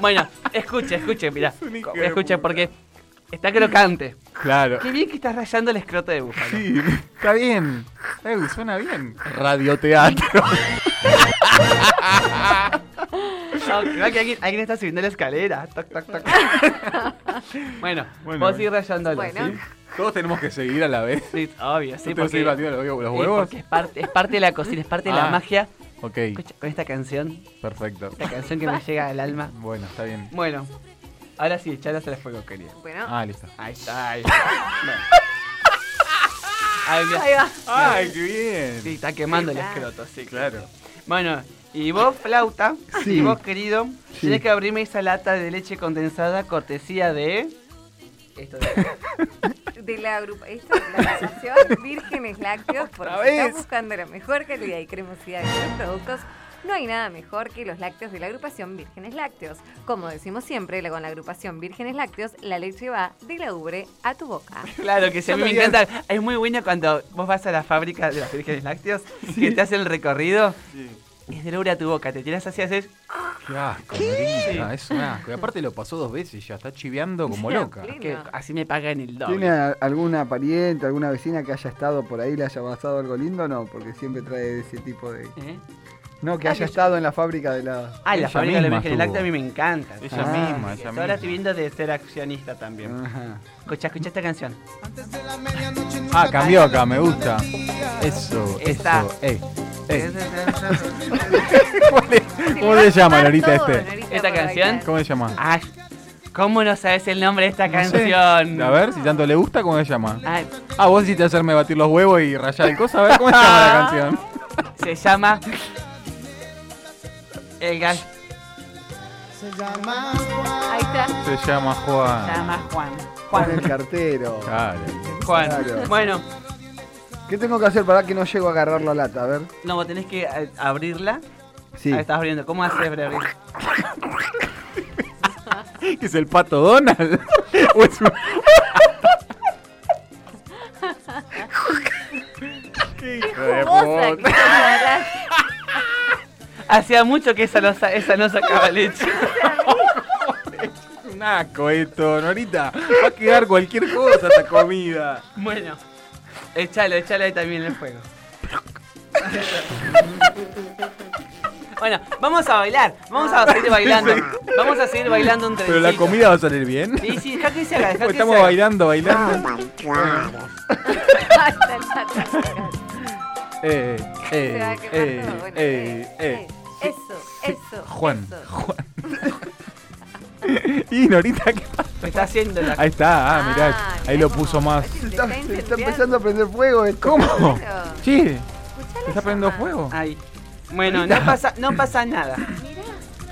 Speaker 16: Bueno, escuche, escuche, mirá.
Speaker 4: hijo de
Speaker 16: Escuche, porque está crocante.
Speaker 4: Claro.
Speaker 16: Qué bien que estás rayando el escroto de búfalo.
Speaker 4: Sí, está bien. Eh, suena bien. Radioteatro.
Speaker 16: Ah, creo que alguien, alguien está subiendo la escalera. Toc, toc, toc. bueno,
Speaker 4: Bueno. eh.
Speaker 16: vos ir rayándolo.
Speaker 4: Bueno.
Speaker 16: ¿sí?
Speaker 4: Todos tenemos que seguir a la vez.
Speaker 16: Sí, obvio, sí.
Speaker 4: ¿No te vas a ir batiendo los huevos- los huevos?
Speaker 16: porque es parte, es parte de la cocina, es parte de la
Speaker 4: Ah.
Speaker 16: magia.
Speaker 4: Ok.
Speaker 16: Escucha, con esta canción,
Speaker 4: Perfecto.
Speaker 16: esta canción que me llega al alma.
Speaker 4: Bueno, está bien.
Speaker 16: Bueno, ahora sí, echalas al fuego, querido.
Speaker 3: Bueno.
Speaker 4: Ah, listo.
Speaker 16: Ahí está. Ahí, Bueno. Ay, mira.
Speaker 4: Ahí va. Ay, qué bien.
Speaker 16: Sí, está quemando el
Speaker 4: Ah.
Speaker 16: escroto, sí.
Speaker 4: Claro.
Speaker 16: Bueno, y vos, flauta,
Speaker 5: Sí.
Speaker 16: y vos, querido,
Speaker 5: Sí.
Speaker 16: tenés que abrirme esa lata de leche condensada cortesía de... Esto de...
Speaker 3: de la grupa, esta es la agrupación Vírgenes Lácteos, porque si estás buscando la mejor calidad y cremosidad de los productos, No hay nada mejor que los lácteos de la agrupación Vírgenes Lácteos. Como decimos siempre, la- con la agrupación Vírgenes Lácteos, la leche va de la ubre a tu boca.
Speaker 16: Claro que sí, a mí me
Speaker 3: También.
Speaker 16: encanta. Es muy bueno cuando vos vas a la fábrica de los vírgenes lácteos, que te hacen el recorrido, y es de lograr tu boca, te tiras así, haces...
Speaker 4: Qué asco, Marina, es un asco. Y aparte lo pasó dos veces ya, está chiveando como loca.
Speaker 16: Que así me pagan el doble.
Speaker 5: ¿Tiene a- alguna pariente, alguna vecina que haya estado por ahí, le haya pasado algo lindo? No, porque siempre trae ese tipo de... No, que
Speaker 16: Ah,
Speaker 5: haya
Speaker 16: que-
Speaker 5: estado en la fábrica de la...
Speaker 16: ¿Eh? Ah, la fábrica de los vírgenes lácteos a mí me encanta. Ah.
Speaker 5: Ella misma, ella
Speaker 16: Ahora
Speaker 5: misma.
Speaker 16: estoy viendo de ser accionista también. Escucha, escucha esta canción.
Speaker 4: Ah, cambió acá, me gusta. Eso,
Speaker 16: Está.
Speaker 4: eso, eh, ey, ey. ¿Cuál es? ¿Cómo se llama, Lorita, este?
Speaker 16: ¿Esta canción?
Speaker 4: ¿Cómo se llama?
Speaker 16: Ay, ¿cómo no sabes el nombre de esta
Speaker 4: No sé.
Speaker 16: canción?
Speaker 4: A ver, si tanto le gusta, ¿cómo se llama?
Speaker 16: Ay.
Speaker 4: Ah, vos hiciste hacerme batir los huevos y rayar el cosa. A ver, ¿cómo se llama la canción?
Speaker 16: Se llama... El gas...
Speaker 20: Se llama Ahí está.
Speaker 4: Se llama Juan.
Speaker 16: Se llama Juan.
Speaker 5: Juan el cartero.
Speaker 4: Claro.
Speaker 16: Juan.
Speaker 5: Claro.
Speaker 16: Bueno,
Speaker 5: ¿Qué tengo que hacer para que no llego a agarrar la lata? A ver.
Speaker 16: no, vos tenés que eh, abrirla.
Speaker 5: Sí.
Speaker 16: Ahí estás abriendo. ¿Cómo haces para abrir?
Speaker 4: ¿Que es el pato Donald? Pues ¿O es un-
Speaker 20: Qué
Speaker 16: jugosa que Hacía mucho que esa no, sa- esa no sacaba leche.
Speaker 4: un asco esto, Norita. Va a quedar cualquier cosa esta comida.
Speaker 16: Bueno, échalo, échalo ahí también el fuego. bueno, vamos a bailar. Vamos a seguir bailando. Vamos a seguir bailando un
Speaker 4: Pero la
Speaker 16: trencito.
Speaker 4: comida va a salir bien.
Speaker 16: Sí, sí, dejá que se haga, dejá que
Speaker 4: Estamos
Speaker 16: se haga.
Speaker 4: bailando, bailando.
Speaker 17: Ah,
Speaker 4: Eh,
Speaker 20: Se va a
Speaker 4: eh,
Speaker 20: quemar
Speaker 4: eh,
Speaker 20: todo, bueno,
Speaker 4: eh, eh.
Speaker 20: Eso, eso.
Speaker 4: Juan,
Speaker 20: eso.
Speaker 4: Juan. y Norita, ¿qué pasa?
Speaker 16: Me está haciendo la-
Speaker 4: Ahí está, ah, mirá. ahí lo puso más.
Speaker 5: Se está, se está empezando a prender fuego esto.
Speaker 4: ¿Cómo? Che, ¿te está prendiendo fuego?
Speaker 16: Ahí. Bueno, no pasa, no pasa nada.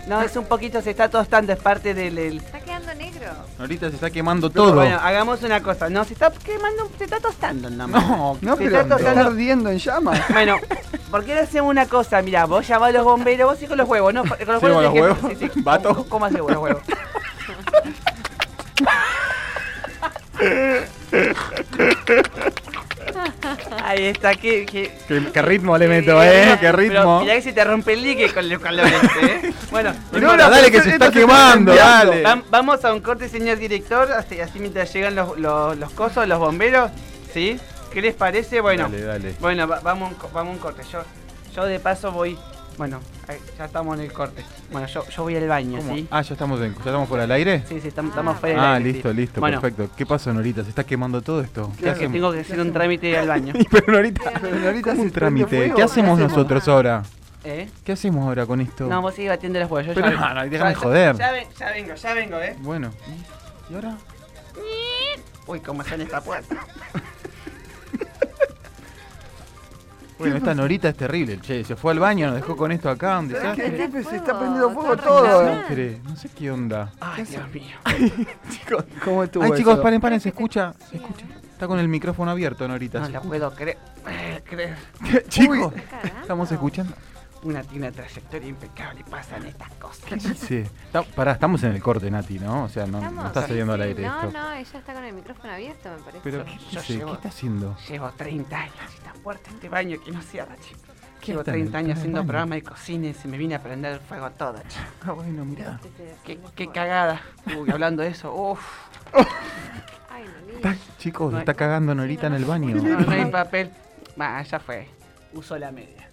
Speaker 16: No, es un poquito, se está tostando, es parte del... del-
Speaker 3: Está quedando negro.
Speaker 4: Norita se está quemando todo.
Speaker 16: Bueno, hagamos una cosa. No, se está quemando, se está tostando nada más.
Speaker 4: No,
Speaker 5: No,
Speaker 16: Se
Speaker 5: pero
Speaker 16: está
Speaker 5: está
Speaker 16: tostando.
Speaker 5: ardiendo en llamas.
Speaker 16: Bueno, ¿por qué no hacemos una cosa? Mirá, vos llamás a los bomberos, vos sí con los huevos, ¿no? Con los
Speaker 4: Sí, con los
Speaker 16: tenés que-
Speaker 4: huevos.
Speaker 16: sí, sí.
Speaker 4: Vato.
Speaker 16: ¿Cómo haces vos los huevos? Ahí está, qué, qué,
Speaker 4: ¿Qué, qué ritmo le meto, eh, qué
Speaker 16: Pero
Speaker 4: ritmo.
Speaker 16: mirá que se te rompe el ligue con los calores, ¿eh? Bueno,
Speaker 4: No, no, dale, que se está quemando, dale.
Speaker 16: Vam- vamos a un corte, señor director, así, así mientras llegan los, los, los cosos, los bomberos, ¿sí? ¿Qué les parece? Bueno,
Speaker 4: Dale, dale.
Speaker 16: bueno va- vamos, a un co- vamos a un corte. Yo, yo de paso voy... Bueno, ahí, ya estamos en el corte. Bueno, yo, yo voy al baño,
Speaker 4: ¿Cómo?
Speaker 16: ¿sí?
Speaker 4: Ah, ya estamos, en, ya estamos fuera del aire.
Speaker 16: Sí, sí, estamos, estamos fuera del
Speaker 4: Ah,
Speaker 16: aire,
Speaker 4: listo,
Speaker 16: sí.
Speaker 4: listo,
Speaker 16: Bueno,
Speaker 4: perfecto. ¿Qué pasa, Norita? ¿Se está quemando todo esto? ¿Qué
Speaker 16: creo que
Speaker 4: hacemos?
Speaker 16: tengo que hacer un trámite al baño.
Speaker 4: Y pero Norita, ¿cómo un trámite? ¿Qué hacemos nosotros ahora?
Speaker 16: ¿Eh?
Speaker 4: ¿Qué hacemos ahora con esto?
Speaker 16: No, vos sigue batiendo los huevos. Yo
Speaker 4: Pero
Speaker 16: ya
Speaker 4: no, no, déjame
Speaker 16: ya-
Speaker 4: joder.
Speaker 16: Ya, ven- ya vengo, ya vengo, ¿eh?
Speaker 4: Bueno,
Speaker 16: ¿Y ahora? Uy, cómo en esta puerta.
Speaker 4: bueno, esta Norita es terrible, che. Se fue al baño, nos dejó con esto acá, un
Speaker 5: ¿Sabes qué,
Speaker 4: desastre.
Speaker 5: Pepe? Se está prendiendo fuego
Speaker 4: Un
Speaker 5: todo. eh.
Speaker 4: desastre, No sé Ah, qué onda.
Speaker 16: Ay, Dios mío.
Speaker 4: Chicos,
Speaker 5: ¿Cómo estuvo
Speaker 4: Ay,
Speaker 5: eso?
Speaker 4: chicos, paren, paren, se escucha. Se escucha. Está con el micrófono abierto, Norita.
Speaker 16: No
Speaker 4: se
Speaker 16: la
Speaker 4: escucha.
Speaker 16: puedo creer. eh, creer.
Speaker 4: Chicos, ¿estamos escuchando?
Speaker 16: Una tiene una trayectoria impecable y pasan estas cosas.
Speaker 4: Sí. Está- Pará, estamos en el corte, Nati, ¿no? O sea, no, no está saliendo al aire
Speaker 3: No,
Speaker 4: esto.
Speaker 3: no, ella está con el micrófono abierto, me parece.
Speaker 4: Pero, ¿qué, dice? ¿Qué está haciendo?
Speaker 16: Llevo 30 años esta puerta, este baño que no cierra, chicos.
Speaker 4: ¿Qué
Speaker 16: Llevo
Speaker 4: está en
Speaker 16: 30
Speaker 4: el primer
Speaker 16: años haciendo
Speaker 4: baño?
Speaker 16: programa de cocina y se me viene a prender el fuego todo, chicos.
Speaker 4: Ah, bueno, mirá.
Speaker 16: Qué, qué cagada. Uy, hablando de eso, uff.
Speaker 4: Está- chicos,
Speaker 16: No hay-
Speaker 4: está cagando Norita en el baño.
Speaker 16: No, no hay papel. Va, ya fue. Usó la media.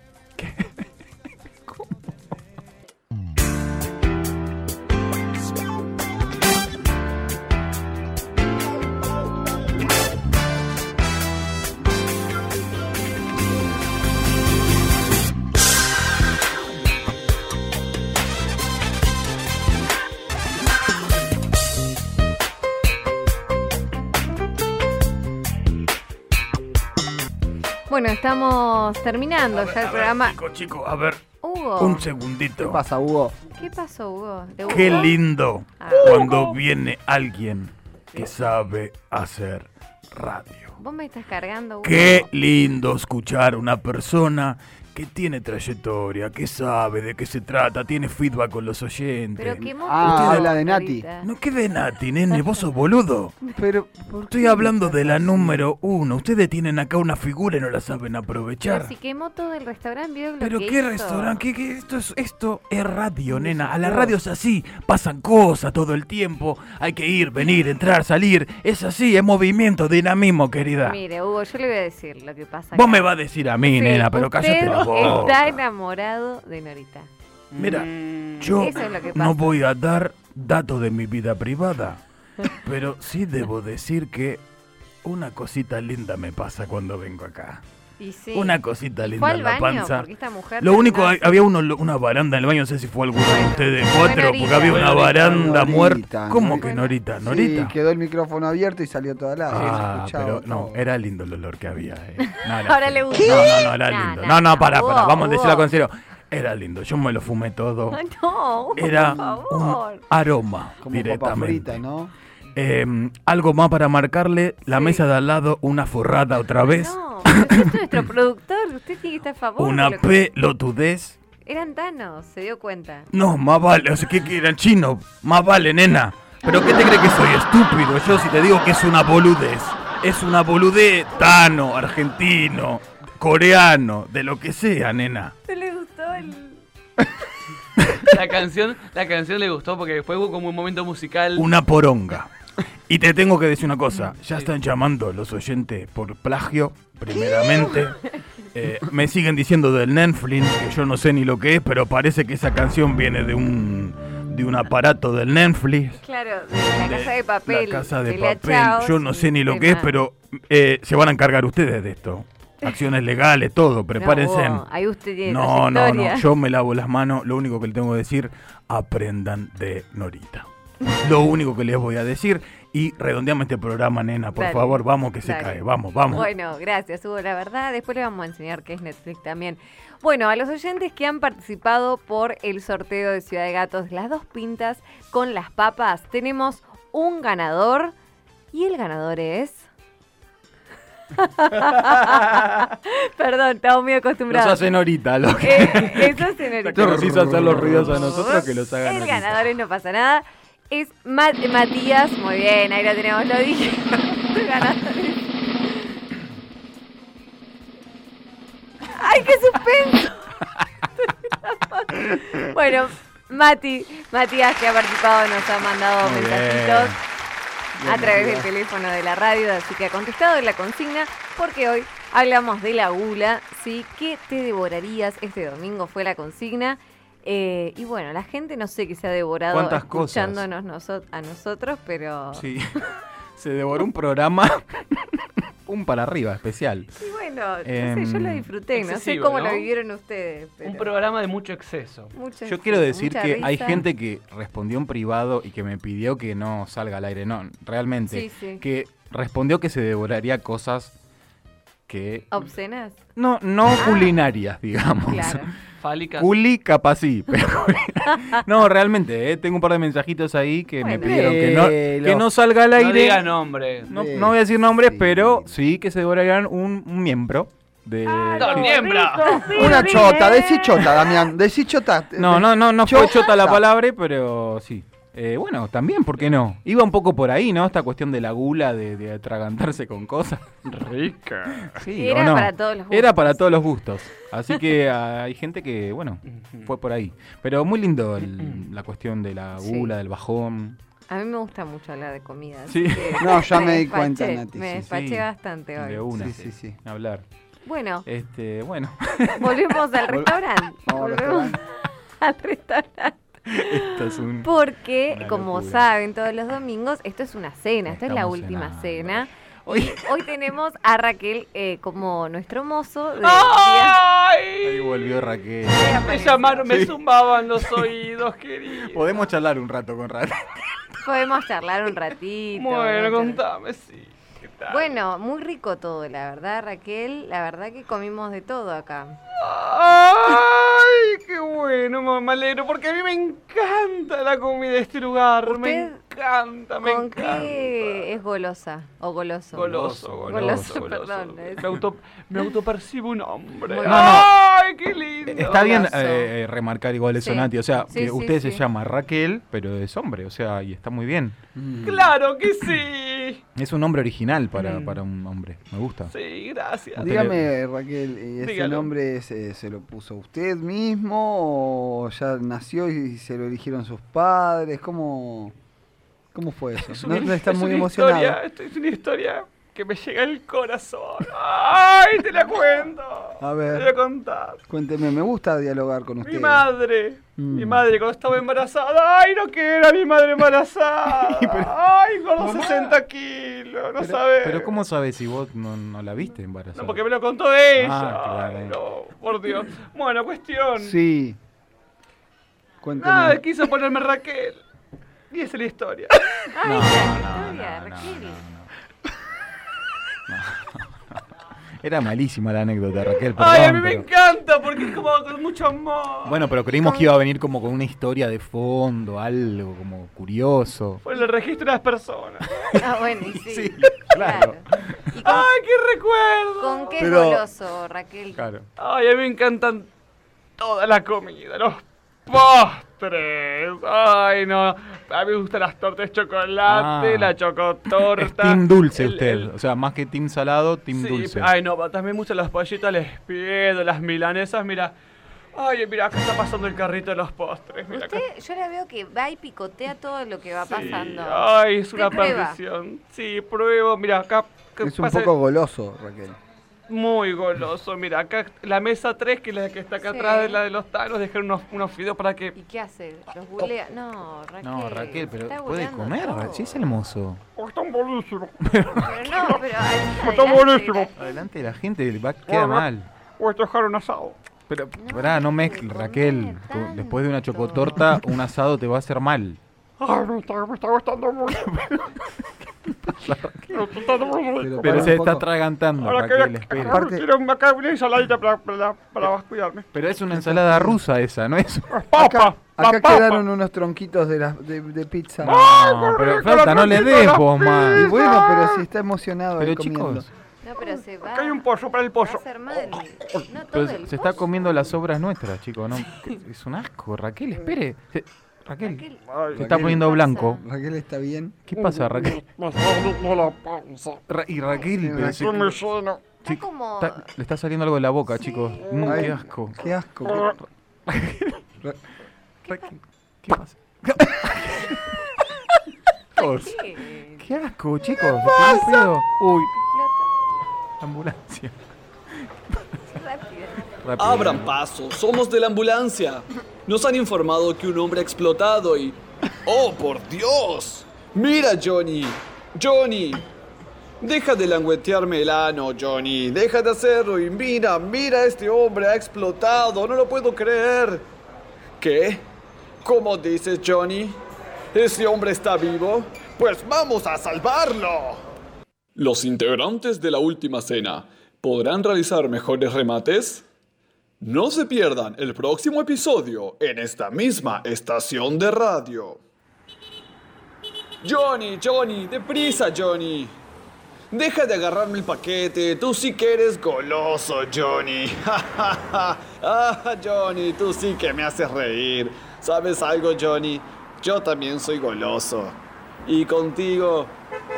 Speaker 3: Bueno, estamos terminando ya el programa.
Speaker 11: Chicos, chicos, a ver.
Speaker 3: Hugo.
Speaker 11: Un segundito.
Speaker 5: ¿Qué pasa, Hugo?
Speaker 3: ¿Qué pasó, Hugo? ¿Te
Speaker 11: Qué
Speaker 3: gustó?
Speaker 11: lindo
Speaker 3: Ah.
Speaker 11: cuando viene alguien que sabe hacer radio.
Speaker 3: Vos me estás cargando, Hugo.
Speaker 11: Qué lindo escuchar una persona que tiene trayectoria, que sabe de qué se trata, tiene feedback con los oyentes.
Speaker 3: Pero qué
Speaker 5: Ah,
Speaker 11: Ustedes-
Speaker 5: habla de Nati.
Speaker 11: No, ¿qué de Nati, nene? Vos sos boludo.
Speaker 5: Pero
Speaker 11: Estoy hablando de la número uno. Ustedes tienen acá una figura y no la saben aprovechar.
Speaker 3: Pero si quemó todo el restaurante, vio lo
Speaker 11: Pero
Speaker 3: que
Speaker 11: qué
Speaker 3: hizo.
Speaker 11: restaurante, ¿Qué- qué- esto, es, esto es radio, nena. A la radio es así, pasan cosas todo el tiempo. Hay que ir, venir, entrar, salir. Es así, es movimiento, dinamismo, querida.
Speaker 3: Mire, Hugo, yo le voy a decir lo que pasa.
Speaker 11: Vos
Speaker 3: acá.
Speaker 11: me vas a decir a mí,
Speaker 3: Sí,
Speaker 11: nena, pero cállate
Speaker 3: usted
Speaker 11: la boca.
Speaker 3: Está enamorado de Norita.
Speaker 11: Mira, yo
Speaker 3: Eso es lo que
Speaker 11: no
Speaker 3: pasa.
Speaker 11: voy a dar datos de mi vida privada, pero sí debo decir que una cosita linda me pasa cuando vengo acá.
Speaker 3: Y sí.
Speaker 11: Una cosita
Speaker 3: ¿Y
Speaker 11: linda en
Speaker 3: fue al
Speaker 11: la
Speaker 3: baño?
Speaker 11: panza.
Speaker 3: Porque esta mujer
Speaker 11: Lo único,
Speaker 3: terminó
Speaker 11: hay- había uno, una baranda en el baño, no sé si fue alguno de ustedes cuatro,
Speaker 3: Norita.
Speaker 11: porque había una
Speaker 5: Norita,
Speaker 11: baranda
Speaker 5: Norita,
Speaker 11: muerta. ¿Cómo
Speaker 5: Norita.
Speaker 11: que Norita?
Speaker 5: Sí,
Speaker 11: Norita.
Speaker 5: quedó el micrófono abierto y salió toda la.
Speaker 11: Ah,
Speaker 5: escuchaba
Speaker 11: pero no,
Speaker 5: todo.
Speaker 11: era lindo el olor que había. eh. No, era
Speaker 3: Ahora
Speaker 11: feo.
Speaker 3: le gusta.
Speaker 11: No, no, no, era
Speaker 3: No,
Speaker 11: lindo.
Speaker 3: no,
Speaker 11: No, no, para,
Speaker 3: no,
Speaker 11: para,
Speaker 3: Hugo,
Speaker 11: vamos a decirlo
Speaker 3: Hugo.
Speaker 11: con serio. Era lindo, yo me lo fumé todo.
Speaker 3: Ay, no, Hugo,
Speaker 11: Era
Speaker 3: por
Speaker 11: un
Speaker 3: favor.
Speaker 11: aroma
Speaker 5: Como papa
Speaker 11: directamente.
Speaker 5: frita, ¿no?
Speaker 11: Eh, algo más para marcarle, la mesa de al lado, una forrada otra vez,
Speaker 3: No, pero es nuestro productor. Usted tiene que estar a favor.
Speaker 11: una
Speaker 3: de lo que-
Speaker 11: pelotudez.
Speaker 3: Eran Thanos, se dio cuenta.
Speaker 11: No, más vale, o sea, ¿qué que eran chino? Más vale, nena. ¿Pero qué te crees que soy estúpido? Yo si te digo que es una boludez. Es una boludez tano, argentino, coreano, de lo que sea, nena.
Speaker 3: ¿No le gustó el.?
Speaker 7: La canción, la canción le gustó porque después hubo como un momento musical.
Speaker 11: Una poronga. Y te tengo que decir una cosa, ya están llamando los oyentes por plagio, primeramente. Eh, me siguen diciendo del Netflix, que yo no sé ni lo que es, pero parece que esa canción viene de un de un aparato del Netflix.
Speaker 3: Claro, de la casa de papel.
Speaker 11: La casa de
Speaker 3: la
Speaker 11: papel,
Speaker 3: Chaos
Speaker 11: yo no
Speaker 3: y
Speaker 11: sé ni lo que es,
Speaker 3: demás.
Speaker 11: pero eh, se van a encargar ustedes de esto. Acciones legales, todo, prepárense.
Speaker 3: No, Hugo, ahí usted tiene
Speaker 11: No, no, no,
Speaker 3: trayectoria.
Speaker 11: yo me lavo las manos, lo único que le tengo que decir, aprendan de Norita. Lo único que les voy a decir y redondeame este programa, nena, por
Speaker 3: Dale.
Speaker 11: favor, vamos que se
Speaker 3: Dale.
Speaker 11: cae, vamos, vamos.
Speaker 3: Bueno, gracias, Hugo, la verdad. Después le vamos a enseñar qué es Netflix también. Bueno, a los oyentes que han participado por el sorteo de Ciudad de Gatos, las dos pintas con las papas, tenemos un ganador y el ganador es... Perdón, estamos muy acostumbrados.
Speaker 11: Nos hacen ahorita, lo que-
Speaker 3: Eh, eso hacen ahorita.
Speaker 11: Que nos hizo hacer los ruidos a nosotros, que los hagan
Speaker 3: El
Speaker 11: ahorita.
Speaker 3: ganador es no pasa nada. Es Ma- Matías. Muy bien, ahí lo tenemos, lo dije. El ganador es- ¡Ay, qué suspenso! bueno, Mati, Matías que ha participado nos ha mandado
Speaker 20: Muy
Speaker 3: mensajitos
Speaker 20: bien.
Speaker 3: a
Speaker 20: Bien,
Speaker 3: través del
Speaker 20: Matías.
Speaker 3: teléfono de la radio, así que ha contestado la consigna porque hoy hablamos de la gula, ¿sí? ¿Qué te devorarías este domingo? Fue la consigna. Eh, y bueno, la gente no sé qué se ha devorado
Speaker 4: ¿Cuántas cosas?
Speaker 3: escuchándonos noso- a nosotros, pero...
Speaker 4: Sí. Se devoró un programa. un para arriba, especial.
Speaker 3: Y bueno, no sé, yo lo
Speaker 4: Em,
Speaker 3: disfruté, no sé
Speaker 7: excesivo,
Speaker 3: cómo
Speaker 7: ¿no?
Speaker 3: lo vivieron ustedes. pero-
Speaker 7: Un programa de mucho exceso.
Speaker 3: Mucho
Speaker 4: Yo quiero decir
Speaker 3: mucha
Speaker 4: que hay
Speaker 3: risa.
Speaker 4: gente que respondió en privado y que me pidió que no salga al aire. No, realmente.
Speaker 3: Sí, sí.
Speaker 4: Que respondió que se devoraría cosas que.
Speaker 3: ¿Obscenas?
Speaker 4: No, no culinarias, digamos.
Speaker 3: Claro.
Speaker 7: Fálicas.
Speaker 4: Culi capaz sí, pero no, realmente, eh, tengo un par de mensajitos ahí que me pidieron que no, que no salga al aire.
Speaker 7: No diga nombre.
Speaker 4: No, no voy a decir nombres, pero sí que se devorarían un, un miembro de.
Speaker 7: Ah, Dos
Speaker 4: sí.
Speaker 7: miembros.
Speaker 5: Una chota, decí chota, Damián, decí chota.
Speaker 4: No, no, no, no fue chota la palabra, pero sí. Eh, bueno, también, ¿por qué no? Iba un poco por ahí, ¿no? Esta cuestión de la gula, de, de atragantarse con cosas.
Speaker 7: Rica.
Speaker 4: Sí,
Speaker 3: Era
Speaker 4: ¿o no?
Speaker 3: para todos los
Speaker 4: Era para todos los gustos. Así que ah, hay gente que, bueno, fue por ahí. Pero muy lindo el- la cuestión de la
Speaker 3: Sí.
Speaker 4: gula, del bajón.
Speaker 3: A mí me gusta mucho hablar de comida.
Speaker 4: Sí.
Speaker 3: así que
Speaker 4: No, ya me di
Speaker 3: despaché,
Speaker 4: cuenta, Nati,
Speaker 3: Me
Speaker 4: sí,
Speaker 3: despaché
Speaker 4: sí.
Speaker 3: bastante hoy.
Speaker 4: De una. ni Hablar.
Speaker 3: Bueno,
Speaker 4: Este, bueno.
Speaker 3: volvemos al
Speaker 4: Vol-
Speaker 3: restaurante.
Speaker 4: Vamos al
Speaker 3: Volvemos al restaurante.
Speaker 4: Esto es un...
Speaker 3: Porque,
Speaker 4: Una
Speaker 3: como
Speaker 4: locura.
Speaker 3: saben, todos los domingos, esto es una cena, esta es la
Speaker 4: Estamos cenando.
Speaker 3: última cena. Hoy, hoy tenemos a Raquel eh, como nuestro mozo. De
Speaker 4: Ahí volvió Raquel.
Speaker 7: Me llamaron, me
Speaker 4: Sí.
Speaker 7: zumbaban los oídos, querido.
Speaker 4: Podemos charlar un rato con Raquel.
Speaker 3: Podemos charlar un ratito.
Speaker 7: Bueno,
Speaker 3: ¿no?
Speaker 7: contame, sí. ¿Qué tal?
Speaker 3: Bueno, muy rico todo, la verdad, Raquel. La verdad que comimos de todo acá.
Speaker 7: Ay, qué bueno,
Speaker 2: No, me alegro porque a mí me encanta la comida de este lugar. Me
Speaker 3: ¿Usted
Speaker 2: encanta, me
Speaker 3: ¿Con
Speaker 2: encanta.
Speaker 3: qué es golosa o goloso? Goloso,
Speaker 2: Goloso, goloso, goloso.
Speaker 3: perdón. es-
Speaker 2: Me, auto, me autopercibo un hombre.
Speaker 3: Muy
Speaker 2: ¡Ay, qué lindo!
Speaker 4: Está bien
Speaker 2: Abrazo.
Speaker 4: eh, eh, remarcar igual eso,
Speaker 2: Sí.
Speaker 4: Nati. O sea,
Speaker 2: Sí,
Speaker 4: que
Speaker 2: sí,
Speaker 4: usted se
Speaker 2: sí.
Speaker 4: llama Raquel, pero es hombre, o sea, y está muy bien.
Speaker 2: ¡Claro que sí!
Speaker 4: Es un nombre original para, para un hombre. Me gusta.
Speaker 2: Sí, gracias.
Speaker 5: Dígame, Raquel, ¿y ¿ese
Speaker 2: Dígalo.
Speaker 5: nombre se, se lo puso usted mismo o ya nació y se lo eligieron sus padres? ¿Cómo, cómo fue eso?
Speaker 2: Es
Speaker 5: no
Speaker 2: una-
Speaker 5: está
Speaker 2: es
Speaker 5: muy
Speaker 2: una
Speaker 5: emocionado.
Speaker 2: historia, esto es una historia que me llega al corazón. ¡Ay, te la cuento!
Speaker 5: A
Speaker 2: Te la
Speaker 5: ver,
Speaker 2: contar.
Speaker 5: cuénteme, me gusta dialogar con
Speaker 2: Mi
Speaker 5: usted.
Speaker 2: madre,
Speaker 5: Mm.
Speaker 2: mi madre cuando estaba embarazada, ay, no que era mi madre embarazada, ay, gordo 60 kilos, no sabes.
Speaker 4: Pero ¿cómo sabes si vos no, no la viste embarazada?
Speaker 2: No, porque me lo contó ella,
Speaker 4: Ah, claro.
Speaker 2: por Dios. Bueno, cuestión,
Speaker 5: Sí. Cuénteme.
Speaker 2: nada, quiso ponerme Raquel, y esa es la historia.
Speaker 4: No, no,
Speaker 3: historia,
Speaker 4: no, no,
Speaker 3: Raquel.
Speaker 4: Era malísima la anécdota, Raquel. Perdón,
Speaker 2: Ay, a mí me
Speaker 4: pero-
Speaker 2: encanta porque es como con mucho amor.
Speaker 4: Bueno, pero creímos que iba a venir como con una historia de fondo, algo como curioso.
Speaker 2: Por el registro de las personas.
Speaker 3: Ah, bueno, y sí.
Speaker 4: Claro.
Speaker 2: ¡Ay, qué recuerdo!
Speaker 3: ¿Con qué
Speaker 4: Pero-
Speaker 3: goloso, Raquel?
Speaker 4: Claro.
Speaker 2: Ay, a mí me encantan toda la comida, los postres. Ay, no. A mí me gustan las tortas de chocolate,
Speaker 4: Ah.
Speaker 2: la chocotorta.
Speaker 4: Team dulce usted. O sea, más que team salado, team
Speaker 2: Sí,
Speaker 4: dulce.
Speaker 2: Ay, no, pero también muchas las pollitas les pido, las milanesas, mira. Ay, mira, acá está pasando el carrito de los postres. Mira, acá.
Speaker 3: Usted, yo la veo que va y picotea todo lo que va pasando.
Speaker 2: Ay, es una
Speaker 3: Usted prueba.
Speaker 2: perdición. Sí, pruebo, mira, acá. acá
Speaker 5: Es un
Speaker 2: pasa-
Speaker 5: poco goloso, Raquel.
Speaker 2: Muy goloso, mira, acá la mesa 3, que es la que está acá
Speaker 3: Sí.
Speaker 2: atrás de la de los talos, dejaron unos, unos fideos para que...
Speaker 3: ¿Y qué hace?
Speaker 2: Ah,
Speaker 3: ¿Los bulea? No, Raquel.
Speaker 4: No, Raquel, pero
Speaker 3: está
Speaker 4: puede
Speaker 3: buleando
Speaker 4: comer,
Speaker 3: todo.
Speaker 4: Raquel, sí es hermoso.
Speaker 2: Están buenísimos.
Speaker 3: Pero no, pero ahí
Speaker 2: Están
Speaker 3: adelante,
Speaker 2: buenísimos.
Speaker 4: Adelante la gente, va, queda
Speaker 2: Bueno,
Speaker 4: mal.
Speaker 2: Voy a tocar un asado.
Speaker 4: Pero, Pará, no mezcles, Raquel. Co- Después de una chocotorta, un asado te va a hacer mal.
Speaker 2: Ay, me está, me está gustando mucho. Me está gustando mucho.
Speaker 4: Pero, se está atragantando,
Speaker 2: Ahora que
Speaker 4: Raquel,
Speaker 2: voy a-
Speaker 4: espere.
Speaker 2: acá quiero un- acá una ensaladita para, para, para cuidarme.
Speaker 4: Pero es una ensalada rusa esa, ¿no es?
Speaker 2: Papa, la
Speaker 5: Acá
Speaker 2: papa.
Speaker 5: quedaron unos tronquitos de, la, de, de pizza.
Speaker 4: No, Ah, pero falta, no le des vos más.
Speaker 5: Y bueno, pero si está emocionado
Speaker 4: Pero
Speaker 5: él Ah, comiendo.
Speaker 4: chicos,
Speaker 3: No, pero se va.
Speaker 2: Acá hay un pollo para el pollo. é
Speaker 3: No
Speaker 4: pero
Speaker 3: todo
Speaker 4: se
Speaker 3: el
Speaker 4: se está comiendo las obras nuestras, chicos, ¿no? Es un asco, Raquel, espere. Se- Raquel,
Speaker 3: Raquel.
Speaker 4: se está poniendo blanco.
Speaker 5: Raquel está bien.
Speaker 4: ¿Qué pasa, Raquel?
Speaker 2: Me está doliendo la panza.
Speaker 4: Ra- y Raquel, pero se-
Speaker 2: Estoy muy lleno.
Speaker 4: Sí,
Speaker 3: como-
Speaker 4: está- le está saliendo algo de la boca, chicos. Mm,
Speaker 5: Ay,
Speaker 4: qué asco.
Speaker 5: Qué asco.
Speaker 4: Ah. ¿Qué pasa? Chicos, Qué asco, chicos. ¿Qué
Speaker 20: pasa?
Speaker 4: pedo? Uy, ambulancia. Rápido.
Speaker 10: Abran paso, somos de la ambulancia. Nos han informado que un hombre ha explotado y... ¡Oh, por Dios! Mira, Johnny. Johnny. Deja de languetearme el ano, Johnny. Deja de hacerlo y mira, mira, este hombre ha explotado. No lo puedo creer. ¿Qué? ¿Cómo dices, Johnny? ¿Ese hombre está vivo? Pues vamos a salvarlo.
Speaker 21: Los integrantes de la última cena podrán realizar mejores remates. No se pierdan el próximo episodio en esta misma estación de radio.
Speaker 10: Johnny, Johnny, deprisa, Johnny. Deja de agarrarme el paquete, tú sí que eres goloso, Johnny.
Speaker 21: ah, Johnny, tú sí que me haces reír.
Speaker 10: ¿Sabes algo, Johnny? Yo también soy goloso. Y contigo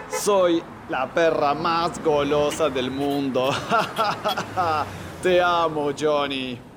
Speaker 10: soy la perra más golosa del mundo. Te amo, Johnny.